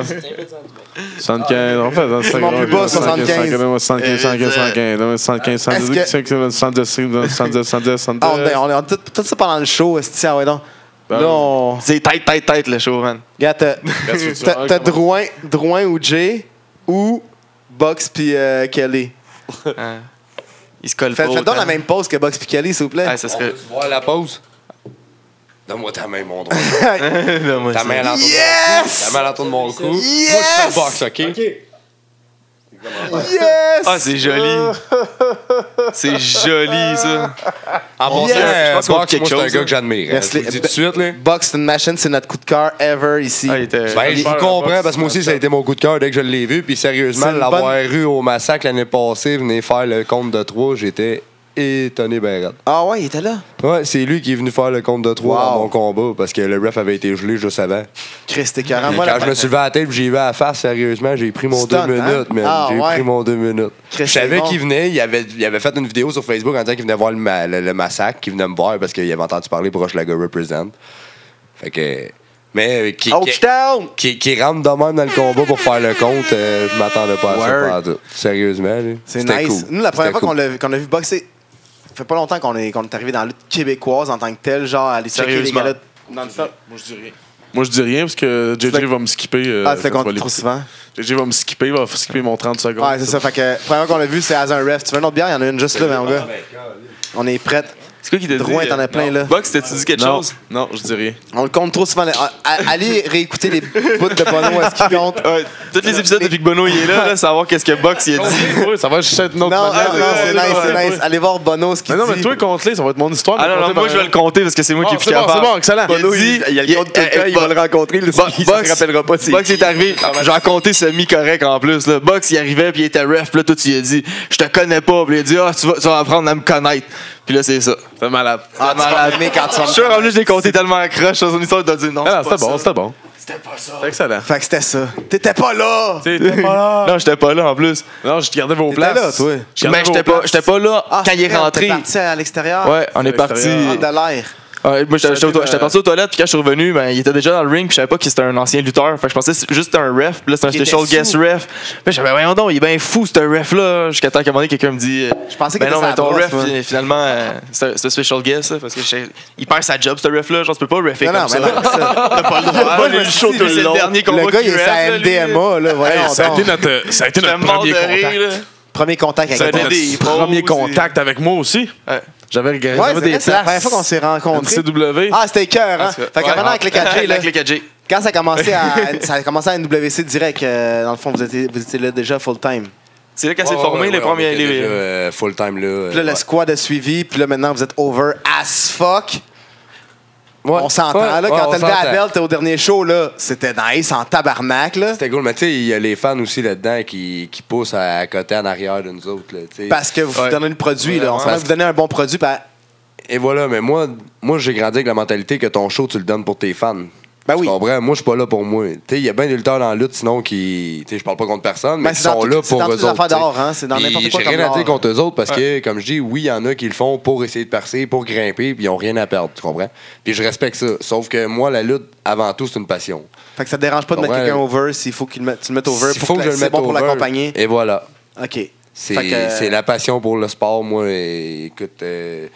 Speaker 4: 75, on fait 75.
Speaker 3: Mon plus bas, Euh, 75.
Speaker 4: 75, 75, 75, 75, 75, 75, 75, 75,
Speaker 3: Ah,
Speaker 9: Euh.
Speaker 3: on, est- on, est- on est tout, tout ça pendant le show, esti, ah ouais, donc.
Speaker 9: Ben,
Speaker 3: Là, on.
Speaker 9: C'est tête, tête, tête, le show, man.
Speaker 3: Regarde, t'as-
Speaker 4: Qu'est-ce que tu
Speaker 3: t'as
Speaker 4: as,
Speaker 3: t'as
Speaker 4: comment-
Speaker 3: Drouin, Drouin ou Jay ou Box puis euh, Kelly.
Speaker 9: Hein. Il se colle
Speaker 3: Faites
Speaker 9: pas.
Speaker 3: faites donc
Speaker 9: autant.
Speaker 3: la même pause que Box puis Kelly, s'il vous plaît.
Speaker 9: Ah, ça
Speaker 2: On peut
Speaker 9: serait.
Speaker 2: voir la pause? Donne-moi ta main, mon droit.
Speaker 9: Non, moi,
Speaker 2: Ta
Speaker 9: c'est-
Speaker 2: main à l'entour de-
Speaker 3: Yes!
Speaker 9: Ah,
Speaker 2: ta main à l'entour de mon cou. Moi, je fais
Speaker 3: Yes!
Speaker 2: le box, OK?
Speaker 3: Yes!
Speaker 9: Ah, c'est joli. C'est joli, ça.
Speaker 2: En passant,
Speaker 3: Yes!
Speaker 2: euh,
Speaker 9: Je pense
Speaker 2: Box,
Speaker 9: qu'on fait
Speaker 2: moi,
Speaker 9: quelque
Speaker 2: c'est un
Speaker 9: chose,
Speaker 2: gars
Speaker 9: là.
Speaker 2: que j'admire. hein. Je vous
Speaker 3: Merci.
Speaker 2: le dis tout de suite, là.
Speaker 3: Box c'est une Machine, c'est notre coup de cœur ever ici.
Speaker 9: Ah, il était.
Speaker 2: Ben, je
Speaker 4: Faire un
Speaker 2: comprends
Speaker 4: box,
Speaker 2: parce que moi aussi,
Speaker 4: c'est
Speaker 2: ça a été mon coup de cœur dès que je l'ai vu. Puis
Speaker 3: C'est
Speaker 2: sérieusement,
Speaker 3: une
Speaker 2: l'avoir
Speaker 3: bonne-
Speaker 2: eu au massacre l'année passée, venir faire le compte de trois, j'étais étonné ben raide.
Speaker 3: Ah ouais, il était là.
Speaker 2: Ouais, c'est lui qui est venu faire le compte de trois
Speaker 3: Wow.
Speaker 2: dans mon combat parce que le ref avait été gelé juste avant.
Speaker 3: Chris, t'es carré.
Speaker 2: Puis
Speaker 3: Ah, Moi,
Speaker 2: quand
Speaker 3: la-
Speaker 2: je me suis levé à la tête, puis j'y vais à la face, sérieusement, j'ai pris mon deux
Speaker 3: Stun,
Speaker 2: minutes,
Speaker 3: hein?
Speaker 2: man.
Speaker 3: Ah,
Speaker 2: j'ai
Speaker 3: ouais.
Speaker 2: pris mon deux minutes.
Speaker 3: Chris,
Speaker 2: je savais
Speaker 3: c'est bon.
Speaker 2: qu'il venait, il avait, il avait fait une vidéo sur Facebook en disant qu'il venait voir le, ma- le- le massacre, qu'il venait me voir parce qu'il avait entendu parler pour Hochelaga Represent. Fait que. Mais euh, qui,
Speaker 3: Oh,
Speaker 2: qui-
Speaker 3: Touchdown!
Speaker 2: qui, qui rentre de même dans le combat pour faire le compte, euh, je m'attendais pas à
Speaker 3: Word.
Speaker 2: ça. pas en tout. Sérieusement, là.
Speaker 3: C'est
Speaker 2: C'était
Speaker 3: nice.
Speaker 2: cool.
Speaker 3: Nous, la première
Speaker 2: C'était
Speaker 3: fois qu'on
Speaker 2: cool.
Speaker 3: l'a qu'on a vu boxer, ça fait pas longtemps qu'on est, qu'on est arrivé dans la lutte québécoise en tant que telle, genre à aller checker les
Speaker 9: Sérieusement.
Speaker 3: galettes non-stop.
Speaker 4: Moi, je dis rien. Moi, je dis rien parce que JJ va me skipper. euh,
Speaker 3: Ah, tu le comptes
Speaker 4: quand tu vas
Speaker 3: trop
Speaker 4: l'écouter.
Speaker 3: souvent.
Speaker 4: JJ va me skipper, va skipper mon 30 secondes.
Speaker 3: Ouais, c'est ça. Fait que, première qu'on l'a vu, c'est As un ref. Tu veux une autre bière? Il y en a une juste là, mon gars. On est prête.
Speaker 9: C'est quoi qui t'a dit?
Speaker 3: Drouin, t'en as plein, là.
Speaker 9: Box, t'as-tu dit quelque
Speaker 4: Non,
Speaker 9: chose?
Speaker 4: non, je dis rien.
Speaker 3: On le compte trop souvent. là. Ah, à- Allez réécouter les bouts de Bono, est-ce qu'il compte?
Speaker 9: Ouais, Ah, tous les épisodes depuis que Bono il est là, là savoir qu'est-ce que Box il a dit.
Speaker 4: Oui, ça va juste être une
Speaker 3: Non,
Speaker 4: autre
Speaker 3: non, ah,
Speaker 4: manière.
Speaker 3: non, c'est
Speaker 9: ouais,
Speaker 3: nice,
Speaker 9: ouais,
Speaker 3: c'est
Speaker 9: ouais.
Speaker 3: nice. Allez voir Bono ce qu'il
Speaker 4: Mais
Speaker 3: dit.
Speaker 4: non, mais toi, compte-les, ça va être mon histoire.
Speaker 9: Ah
Speaker 4: mais
Speaker 9: non, non,
Speaker 4: compte-les
Speaker 9: moi
Speaker 4: par-
Speaker 9: je vais le compter parce que c'est moi qui
Speaker 4: Ah,
Speaker 9: est plus
Speaker 4: c'est bon, c'est
Speaker 9: capable.
Speaker 4: bon, excellent.
Speaker 9: Il eh, dit-
Speaker 8: il y a le compte de quelqu'un,
Speaker 3: eh,
Speaker 8: il va le rencontrer, le
Speaker 9: Bo-
Speaker 8: il se
Speaker 9: Box-
Speaker 8: rappellera pas de c'est
Speaker 9: Box est arrivé, j'en comptais semi-correct en plus. Là. Box il arrivait puis il était ref, puis là toi tu lui as dit je te connais pas, puis il a dit ah tu vas, tu vas apprendre à me connaître. Puis là c'est ça.
Speaker 4: T'es malade.
Speaker 3: Ah, tu vas m'aimer quand tu vas
Speaker 9: Je
Speaker 3: me
Speaker 9: suis sûr en plus je l'ai compté tellement accroche dans son histoire de dire non.
Speaker 4: Ah, non,
Speaker 9: c'est pas
Speaker 4: c'était bon,
Speaker 9: ça.
Speaker 4: c'était bon. C'était pas ça. excellent.
Speaker 3: Fait que c'était ça. T'étais pas là!
Speaker 4: T'étais pas là.
Speaker 9: Non, j'étais pas là en plus.
Speaker 4: Non, je gardais vos
Speaker 3: T'étais
Speaker 4: places.
Speaker 3: là, toi.
Speaker 4: Je gardais
Speaker 9: Mais
Speaker 4: vos
Speaker 9: j'étais pas,
Speaker 4: places.
Speaker 9: j'étais pas là quand
Speaker 3: c'est
Speaker 9: il est
Speaker 3: vrai,
Speaker 9: rentré.
Speaker 3: Ah, T'es parti à l'extérieur.
Speaker 9: Ouais, on est parti.
Speaker 4: l'extérieur.
Speaker 3: Prendre de l'air.
Speaker 9: Ouais, moi, j'étais j'étais
Speaker 4: J'étais,
Speaker 9: au- j'étais parti aux toilettes, puis quand je suis revenu, ben, il était déjà dans le ring, puis je savais pas que c'était un ancien lutteur. Fait que je pensais que c'était juste un ref, puis là, c'était un
Speaker 3: Qui était
Speaker 9: special guest
Speaker 3: sous.
Speaker 9: ref. Puis là, j'avais, voyons donc, il est bien fou, ce ref-là. Jusqu'à temps qu'à un moment donné, quelqu'un me dit,
Speaker 3: Je pensais qu'il
Speaker 9: ben non,
Speaker 3: était
Speaker 9: mais
Speaker 3: sa
Speaker 9: ton
Speaker 3: brosse,
Speaker 9: ref,
Speaker 3: moi.
Speaker 9: fi- finalement, euh, c'est un- c'est un special guest, là, parce que je- il perd sa job, ce ref-là. Genre, tu peux pas reffer
Speaker 3: Non,
Speaker 9: comme
Speaker 3: non, mais
Speaker 9: ça.
Speaker 3: non, c'est ça.
Speaker 9: T'as pas le
Speaker 3: pas
Speaker 9: droit.
Speaker 3: le
Speaker 9: là.
Speaker 3: show
Speaker 9: Lui,
Speaker 3: tout
Speaker 9: c'est
Speaker 3: long.
Speaker 9: le dernier combat
Speaker 3: Le gars, il
Speaker 9: qu'il
Speaker 3: est sa
Speaker 9: ref, là, lui.
Speaker 3: MDMA, là, voyons
Speaker 4: Hey, ça a
Speaker 3: donc.
Speaker 4: été notre, ça a été
Speaker 9: J'étais
Speaker 4: notre
Speaker 9: mort de
Speaker 4: premier
Speaker 9: rire,
Speaker 4: contact.
Speaker 9: là.
Speaker 3: Premier contact
Speaker 9: Ça a
Speaker 3: avec
Speaker 9: été
Speaker 3: toi.
Speaker 9: des
Speaker 4: Notre
Speaker 9: pros,
Speaker 4: premier
Speaker 9: c'est-
Speaker 4: contact avec moi aussi.
Speaker 9: Ouais.
Speaker 4: J'avais regardé
Speaker 3: Ouais,
Speaker 4: j'avais
Speaker 3: c'est
Speaker 4: des
Speaker 3: vrai, c'est la première fois qu'on s'est rencontrés.
Speaker 4: NCW.
Speaker 3: Ah, c'était cœur, hein?
Speaker 9: Parce que-
Speaker 3: Fait qu'en
Speaker 9: ouais.
Speaker 3: venant avec les 4G, là,
Speaker 9: Avec les 4G.
Speaker 3: quand ça a commencé à, ça a commencé à NWC direct, euh, dans le fond, vous étiez, vous étiez là déjà full-time.
Speaker 9: C'est là qu'elle s'est
Speaker 2: Ouais,
Speaker 9: formée,
Speaker 2: ouais,
Speaker 9: les
Speaker 2: ouais, on
Speaker 9: premiers.
Speaker 2: était
Speaker 9: les-
Speaker 2: déjà, euh, full time, là.
Speaker 3: Puis là,
Speaker 2: euh,
Speaker 3: le squad a suivi, puis là, maintenant, vous êtes over as fuck.
Speaker 2: Ouais.
Speaker 3: On s'entend,
Speaker 2: Ouais.
Speaker 3: là.
Speaker 2: Ouais,
Speaker 3: Quand
Speaker 2: on
Speaker 3: t'as levé la
Speaker 2: s'entend.
Speaker 3: belt au dernier show, là, c'était nice, en tabarnak, là.
Speaker 2: C'était cool, mais tu sais, il y a les fans aussi là-dedans qui, qui poussent à, à côté en arrière de nous autres. Là, tu sais.
Speaker 3: Parce que vous
Speaker 2: Ouais.
Speaker 3: donnez le produit, là. On
Speaker 2: Ouais,
Speaker 3: s'entend que
Speaker 2: parce
Speaker 3: vous donnez un bon produit, puis à-
Speaker 2: Et voilà, mais moi, moi j'ai grandi avec la mentalité que ton show, tu le donnes pour tes fans.
Speaker 3: Ben
Speaker 2: Tu
Speaker 3: oui.
Speaker 2: comprends? Moi, je suis pas là pour moi. Tu sais, Il y a bien des lutteurs dans la lutte, sinon, qui. tu sais, Je parle pas contre personne, mais
Speaker 3: Ben,
Speaker 2: qui
Speaker 3: c'est dans
Speaker 2: sont
Speaker 3: tout-
Speaker 2: là
Speaker 3: c'est
Speaker 2: pour
Speaker 3: dans
Speaker 2: eux
Speaker 3: toutes les
Speaker 2: autres.
Speaker 3: affaires
Speaker 2: tu sais.
Speaker 3: d'art, hein, c'est dans
Speaker 2: Puis
Speaker 3: n'importe quoi
Speaker 2: J'ai
Speaker 3: comme
Speaker 2: rien à
Speaker 3: art.
Speaker 2: dire contre eux autres parce que, comme je dis, oui, il y en a qui le font pour essayer de percer, pour grimper, puis ils ont rien à perdre. Tu comprends? Puis je respecte ça. Sauf que moi, la lutte, avant tout, c'est une passion.
Speaker 3: Fait que ça te dérange pas de mettre
Speaker 2: Ouais.
Speaker 3: quelqu'un over s'il faut qu'il le mette- tu le mettes over
Speaker 2: S'il
Speaker 3: pour
Speaker 2: faut
Speaker 3: que,
Speaker 2: que je le
Speaker 3: c'est
Speaker 2: mette
Speaker 3: bon pour
Speaker 2: over,
Speaker 3: l'accompagner.
Speaker 2: Et voilà.
Speaker 3: OK.
Speaker 2: C'est
Speaker 3: Fait que-
Speaker 2: c'est la passion pour le sport, moi. et écoute, euh,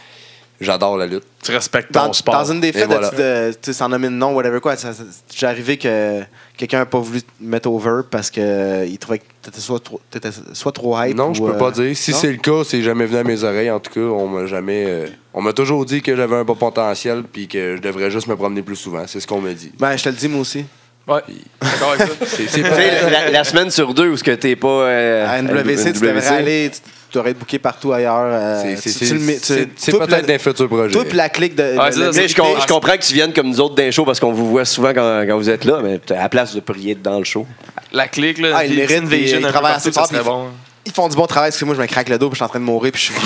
Speaker 2: j'adore la lutte.
Speaker 4: Tu respectes ton
Speaker 3: Dans,
Speaker 4: sport.
Speaker 3: dans une
Speaker 2: Et
Speaker 3: défaite,
Speaker 2: voilà.
Speaker 3: tu de- tu sais, sans nommer de nom, whatever quoi, ça- ça- j'ai arrivé que quelqu'un n'a pas voulu te mettre over parce qu'il trouvait que t'étais soit trop, t'étais soit trop hype.
Speaker 2: Non, je
Speaker 3: ou,
Speaker 2: peux pas
Speaker 3: euh,
Speaker 2: dire. Si
Speaker 3: non?
Speaker 2: c'est le cas, c'est jamais venu à mes oreilles. En tout cas, on m'a jamais. euh, on m'a toujours dit que j'avais un bon potentiel puis que je devrais juste me promener plus souvent. C'est ce qu'on me dit.
Speaker 3: Ben, je te le dis, moi aussi.
Speaker 9: Ouais. D'accord avec ça.
Speaker 2: C'est- c'est
Speaker 8: Tu
Speaker 2: pas-
Speaker 8: sais, la, la- la semaine sur deux où ce que t'es pas. euh,
Speaker 3: À NWC, tu devrais
Speaker 8: NWC.
Speaker 3: aller, tu- tu devrais être booké partout ailleurs. euh,
Speaker 2: c'est-
Speaker 3: tu-
Speaker 2: c'est-
Speaker 3: tu le mets-
Speaker 2: C'est
Speaker 3: tu-
Speaker 2: c'est- c'est
Speaker 3: toi pis
Speaker 2: peut-être
Speaker 3: la-
Speaker 2: d'un futur projet.
Speaker 3: Toi pis la clique de.
Speaker 9: Ouais,
Speaker 3: le-
Speaker 9: c'est ça,
Speaker 3: le-
Speaker 8: Tu sais, je, com- je comprends que tu viennes comme nous autres d'un show parce qu'on vous voit souvent quand, quand vous êtes là, mais t'as- à la place de prier dans le show.
Speaker 9: La clique, là.
Speaker 3: Ah, il
Speaker 9: puis
Speaker 3: mérite,
Speaker 9: Invasion
Speaker 3: il- il
Speaker 9: un peu
Speaker 3: travaille
Speaker 9: partout,
Speaker 3: assez
Speaker 9: ça
Speaker 3: fort,
Speaker 9: serait
Speaker 3: puis-
Speaker 9: bon.
Speaker 3: Ils font du bon travail parce que moi, je me craque le dos puis je suis en train de mourir puis je suis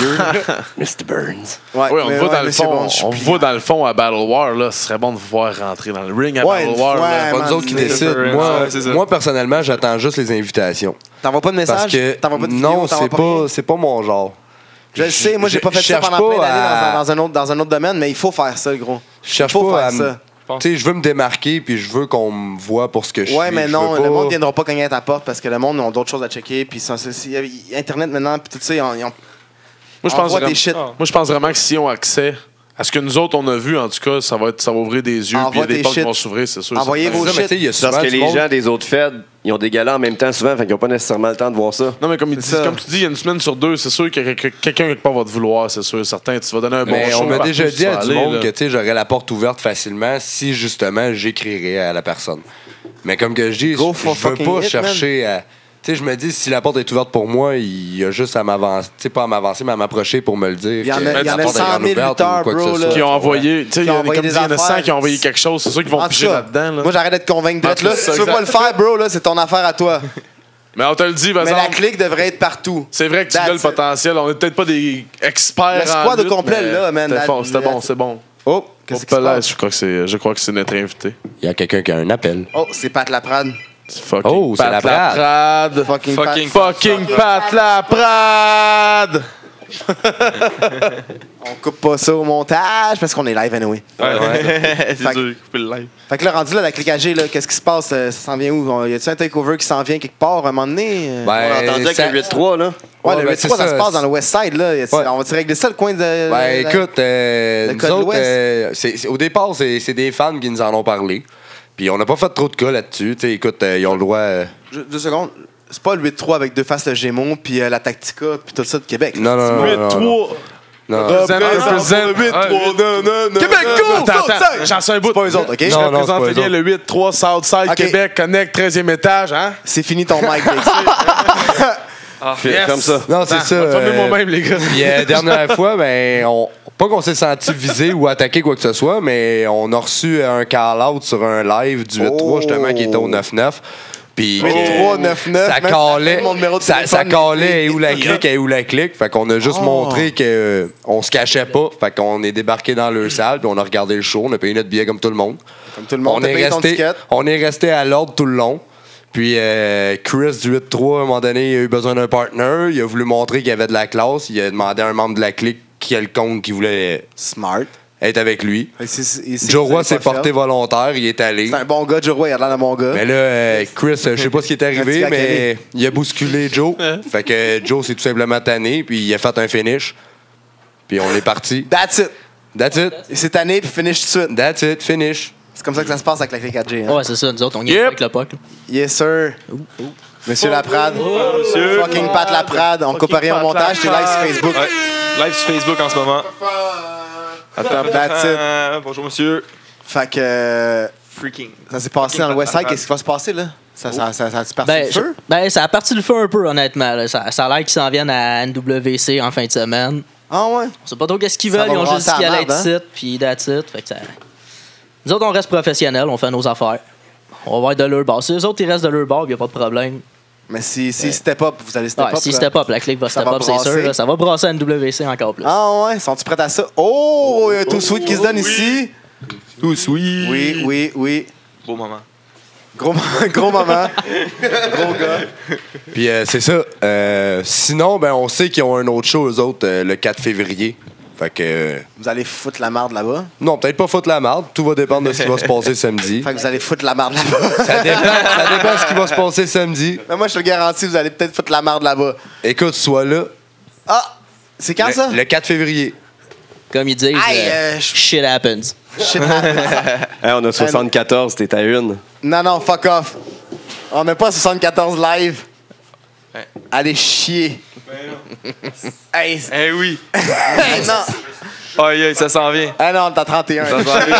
Speaker 3: vieux.
Speaker 8: Mr. Burns.
Speaker 4: Oui,
Speaker 3: mais-
Speaker 4: on te voit
Speaker 3: ouais,
Speaker 4: dans le
Speaker 3: mais c'est
Speaker 4: fond.
Speaker 3: bon, je suis
Speaker 4: on te voit dans le fond à Battle War, là. Ce serait bon de vous voir rentrer dans le ring à
Speaker 3: Ouais,
Speaker 4: Battle War.
Speaker 3: une
Speaker 4: là.
Speaker 3: fois,
Speaker 2: Pas nous autres qui
Speaker 3: Ouais,
Speaker 2: décident.
Speaker 9: man,
Speaker 2: Moi,
Speaker 9: ouais, c'est ça.
Speaker 2: moi, personnellement, j'attends juste les invitations.
Speaker 3: T'envoies pas de message?
Speaker 2: Parce que
Speaker 3: T'envoies pas de vidéo?
Speaker 2: non,
Speaker 3: T'envoies
Speaker 2: c'est
Speaker 3: pas
Speaker 2: pas,
Speaker 3: rien?
Speaker 2: c'est pas mon genre.
Speaker 3: Je le sais, moi, j'ai
Speaker 2: je-
Speaker 3: pas fait
Speaker 2: je
Speaker 3: ça
Speaker 2: cherche
Speaker 3: pendant plein
Speaker 2: pas
Speaker 3: d'années
Speaker 2: à-
Speaker 3: dans, un- dans un autre, dans un autre domaine, mais il faut faire ça, gros.
Speaker 2: Je cherche
Speaker 3: Faut
Speaker 2: pas
Speaker 3: faire
Speaker 2: à
Speaker 3: ça.
Speaker 2: me- Tu sais, je veux me démarquer puis je veux qu'on me voit pour ce que je suis.
Speaker 3: Ouais, mais
Speaker 2: Je
Speaker 3: non,
Speaker 2: veux pas-
Speaker 3: le monde viendra pas cogner à ta porte parce que le monde, ils ont d'autres choses à checker. Puis sans- si- Internet maintenant, puis tout ça, ils ont. ils ont-
Speaker 4: Moi, je
Speaker 3: on
Speaker 4: pense
Speaker 3: voit
Speaker 4: vraiment-
Speaker 3: des shit. Ah,
Speaker 4: Moi, je pense vraiment que si on accès à ce que nous autres, on a vu, en tout cas, ça va, être, ça va ouvrir des yeux. Puis il y
Speaker 3: Envoie
Speaker 4: a des
Speaker 3: tes
Speaker 4: portes qui
Speaker 3: shit.
Speaker 4: vont s'ouvrir, c'est sûr.
Speaker 3: Envoyez
Speaker 2: C'est
Speaker 3: vos
Speaker 2: ça, mais tu
Speaker 3: shit.
Speaker 2: sais, il y a
Speaker 8: Parce
Speaker 2: souvent
Speaker 8: que
Speaker 2: du
Speaker 8: les
Speaker 2: monde-
Speaker 8: gens des autres feds, ils ont des galas en même temps souvent, fait qu'ils n'ont pas nécessairement le temps de voir ça.
Speaker 4: Non, mais comme, il
Speaker 3: C'est
Speaker 4: dit,
Speaker 3: ça.
Speaker 4: comme tu dis, il y a une semaine sur deux, c'est sûr que que- que quelqu'un quelque part va te vouloir, c'est sûr. Certain, tu vas donner un bon
Speaker 2: Mais
Speaker 4: show
Speaker 2: on m'a
Speaker 4: partout où
Speaker 2: déjà
Speaker 4: tu
Speaker 2: dit à
Speaker 4: vas
Speaker 2: du
Speaker 4: aller,
Speaker 2: monde
Speaker 4: là.
Speaker 2: que tu sais, j'aurais la porte ouverte facilement si justement j'écrirais à la personne. Mais comme que je dis, je
Speaker 3: Go for
Speaker 2: je veux
Speaker 3: fucking
Speaker 2: pas
Speaker 3: it,
Speaker 2: chercher à. Tu sais, je me dis, si la porte est ouverte pour moi, il y a juste à m'avancer, tu sais, pas à m'avancer, mais à m'approcher pour me le dire.
Speaker 3: Il y en a-
Speaker 2: que
Speaker 3: il y
Speaker 2: la
Speaker 4: en a
Speaker 2: porte est
Speaker 3: 100 000
Speaker 2: grande ouverte ou
Speaker 3: lutteurs,
Speaker 2: quoi que
Speaker 3: bro,
Speaker 2: ce
Speaker 3: là.
Speaker 2: soit.
Speaker 4: Qui ont envoyé, tu sais,
Speaker 3: Qui
Speaker 4: il y
Speaker 3: ont
Speaker 4: en a
Speaker 3: envoyé
Speaker 4: comme
Speaker 3: des
Speaker 4: dit, il y en a 100
Speaker 3: affaires.
Speaker 4: qui ont envoyé quelque chose, c'est sûr qu'ils vont
Speaker 3: En tout
Speaker 4: piger
Speaker 3: cas,
Speaker 4: là-dedans. là.
Speaker 3: moi, j'arrête de te convaincre d'être là. Si tu veux pas le faire, bro, là, c'est ton affaire à toi.
Speaker 4: Mais on te le dit,
Speaker 3: Mais la
Speaker 4: Bazan.
Speaker 3: clique devrait être partout.
Speaker 4: C'est vrai que tu
Speaker 3: That's
Speaker 4: as le
Speaker 3: it.
Speaker 4: potentiel. On est peut-être pas des experts.
Speaker 3: Le squad
Speaker 4: en
Speaker 3: au
Speaker 4: lutte,
Speaker 3: complet,
Speaker 4: mais
Speaker 3: là, man,
Speaker 4: c'était
Speaker 3: la-
Speaker 4: fort, C'était
Speaker 3: la-
Speaker 4: bon, c'est bon.
Speaker 3: Oh, qu'est-ce qui se
Speaker 4: Hop là,
Speaker 3: passe?
Speaker 4: Je crois que c'est, je crois que c'est notre invité.
Speaker 2: Il y a quelqu'un qui a un appel.
Speaker 3: Oh, c'est Pat Laprade.
Speaker 4: Fucking
Speaker 2: Oh, c'est
Speaker 4: Pat
Speaker 2: la Prade.
Speaker 4: Laprade.
Speaker 3: Fucking, Pat.
Speaker 9: Fucking
Speaker 4: Fucking Pat Laprade.
Speaker 3: On coupe pas ça au montage parce qu'on est live anyway.
Speaker 9: C'est
Speaker 3: Fait-
Speaker 9: dur de couper le live.
Speaker 3: Fait que là, rendu là, la clique AG, là, qu'est-ce qui se passe? Euh, Ça s'en vient où? On- Y a-tu un takeover qui s'en vient quelque part à un moment donné? Euh,
Speaker 4: Ben,
Speaker 8: On l'entendait avec
Speaker 2: ça-
Speaker 8: le 8-3, là.
Speaker 3: ouais,
Speaker 2: ouais,
Speaker 3: le
Speaker 2: ben,
Speaker 3: Red
Speaker 2: c'est
Speaker 3: Squad, ça,
Speaker 2: ça,
Speaker 3: se passe
Speaker 2: c'est-
Speaker 3: dans le West Side, là. Y a-tu-
Speaker 2: Ouais.
Speaker 3: On va-tu régler ça, le coin de.
Speaker 2: Ben
Speaker 3: la-
Speaker 2: écoute, euh,
Speaker 3: le
Speaker 2: nous
Speaker 3: Code
Speaker 2: autres,
Speaker 3: l'Ouest.
Speaker 2: euh, c'est- c'est- au départ, c'est c'est des fans qui nous en ont parlé. Puis on n'a pas fait trop de cas là-dessus. Tu sais, écoute, euh, ils ont le droit. euh,
Speaker 3: Je- Deux secondes. C'est pas le 8-3 avec deux faces le Gémeaux, puis euh, la Tactica, puis tout ça de Québec.
Speaker 2: Non, non, non. non, non, non.
Speaker 4: 8-3.
Speaker 2: Non.
Speaker 4: Represent, represent. Québec, go!
Speaker 3: Attends, attends.
Speaker 4: J'en sais un bout.
Speaker 3: C'est pas eux autres, OK?
Speaker 2: Non, non, c'est pas eux
Speaker 4: représente bien le 8-3 Southside
Speaker 3: OK.
Speaker 4: Québec Connect, 13e étage, hein?
Speaker 3: C'est fini ton mic, Dixie.
Speaker 4: Yes.
Speaker 8: Comme ça.
Speaker 2: Non, c'est ça.
Speaker 4: Je vais fermer
Speaker 2: euh,
Speaker 4: moi-même, les gars.
Speaker 2: Puis la dernière fois, ben, on, pas qu'on s'est senti visé ou attaqué quoi que ce soit, mais on a reçu un call-out sur un live du 8-3
Speaker 3: Oh.
Speaker 2: justement qui était au 9-9. Puis
Speaker 3: 8-3, 9-9,
Speaker 2: ça
Speaker 3: même
Speaker 2: calait,
Speaker 3: mon numéro de
Speaker 2: ça,
Speaker 3: téléphone,
Speaker 2: ça calait et où la
Speaker 3: il-
Speaker 2: clique et où la clique. Fait qu'on a juste
Speaker 3: Oh.
Speaker 2: montré que euh, on se cachait pas. Fait qu'on est débarqué dans leur salle puis on a regardé le show, on a payé notre billet comme tout le monde.
Speaker 3: Comme tout le monde,
Speaker 2: on
Speaker 3: t'as
Speaker 2: est
Speaker 3: payé ton
Speaker 2: resté,
Speaker 3: ticket.
Speaker 2: on est resté à l'ordre tout le long. Puis euh, Chris du 8-3, à un moment donné, il a eu besoin d'un partner. Il a voulu montrer qu'il y avait de la classe. Il a demandé à un membre de la clique quelconque qui voulait
Speaker 3: Smart.
Speaker 2: être avec lui.
Speaker 3: Fait que c'est- c'est- c'est-
Speaker 2: Joe Roy
Speaker 3: c'est
Speaker 2: s'est
Speaker 3: pas
Speaker 2: porté
Speaker 3: fait.
Speaker 2: volontaire. Il est allé.
Speaker 3: C'est un bon gars, Joe Roy, il a l'air d'un bon gars.
Speaker 2: Mais là, euh, Chris, euh, je sais pas ce qui est
Speaker 3: petit
Speaker 2: arrivé,
Speaker 3: gars
Speaker 2: mais il a bousculé Joe. fait que Joe s'est tout simplement tanné, puis il a fait un finish. Puis on est parti.
Speaker 3: That's it.
Speaker 2: That's it.
Speaker 3: Et C'est année, puis finish tout de suite.
Speaker 2: That's it. Finish.
Speaker 3: C'est comme ça que ça se passe avec la clique AG. hein.
Speaker 7: Ouais, c'est ça, nous autres, on y est
Speaker 4: Yep.
Speaker 7: avec le puck. là.
Speaker 3: Yes, sir. Monsieur Laprade.
Speaker 9: Oh,
Speaker 3: Fucking Pat Laprade. On coupe rien au
Speaker 9: Pat
Speaker 3: montage. T'es live sur
Speaker 9: Laprade.
Speaker 3: Facebook.
Speaker 9: Ouais. Live sur Facebook en ce moment.
Speaker 3: Attends, that's it.
Speaker 9: Euh, bonjour, monsieur.
Speaker 3: Fait que euh,
Speaker 9: Freaking.
Speaker 3: ça s'est passé dans le
Speaker 9: Pat
Speaker 3: West Side.
Speaker 9: Laprade.
Speaker 3: Qu'est-ce qui va se passer, là? Ça, ça, ça, ça a-tu parti
Speaker 7: Ben,
Speaker 3: Ah, le feu?
Speaker 7: je- ben, ça a parti le feu un peu, honnêtement. là. Ça, ça a l'air qu'ils s'en viennent à NWC en fin de semaine.
Speaker 3: Ah ouais?
Speaker 7: On sait pas trop qu'est-ce qu'ils
Speaker 3: Ça
Speaker 7: veulent,
Speaker 3: va
Speaker 7: ils ont
Speaker 3: brasser
Speaker 7: juste dit
Speaker 3: à
Speaker 7: qu'il allait
Speaker 3: marde,
Speaker 7: être
Speaker 3: hein?
Speaker 7: site, puis that's it. Fait que ça, Nous autres, on reste professionnels, on fait nos affaires. On va être de leur bord. Si eux autres, ils restent de leur bord, il n'y a pas de problème.
Speaker 3: Mais si, si step up, vous allez step
Speaker 7: Ben. Ouais,
Speaker 3: up.
Speaker 7: si
Speaker 3: là.
Speaker 7: step up, la clique va
Speaker 3: Ça
Speaker 7: step
Speaker 3: va
Speaker 7: up, c'est
Speaker 3: brasser.
Speaker 7: sûr. là. ça va brasser la NWC encore plus.
Speaker 3: Ah ouais, sont-tu prêts à ça? Oh, il y a un tout sweet qui se donne ici. Tout sweet. Oui, oui, oui.
Speaker 9: Beau moment.
Speaker 3: Gros, mo- gros moment. gros gars.
Speaker 2: Puis euh, c'est ça. Euh, sinon, ben, on sait qu'ils ont un autre show, eux autres, euh, le 4 février. Fait que. euh,
Speaker 3: Vous allez foutre la merde là-bas.
Speaker 2: non, peut-être pas foutre la marde. Tout va dépendre de ce qui va se passer samedi.
Speaker 3: Fait que vous allez foutre la merde là-bas.
Speaker 2: Ça dépend, ça dépend de ce qui va se passer samedi.
Speaker 3: Mais moi, je te le garantis, vous allez peut-être foutre la merde là-bas.
Speaker 2: Écoute, sois là.
Speaker 3: Ah! C'est quand
Speaker 2: le,
Speaker 3: ça?
Speaker 2: le 4 février.
Speaker 7: Comme ils disent,
Speaker 3: Aïe,
Speaker 7: euh,
Speaker 3: euh, je-
Speaker 7: shit happens.
Speaker 3: Shit, man.
Speaker 8: Hey, on a 74, t'es à une.
Speaker 3: non, non, fuck off. On n'a pas 74 live. Allez chier. hey, c'est-
Speaker 9: Eh oui.
Speaker 3: hey, Ah, non.
Speaker 9: Aïe, aïe, ça s'en vient.
Speaker 3: Ah non, t'as 31.
Speaker 9: Ça s'en vient.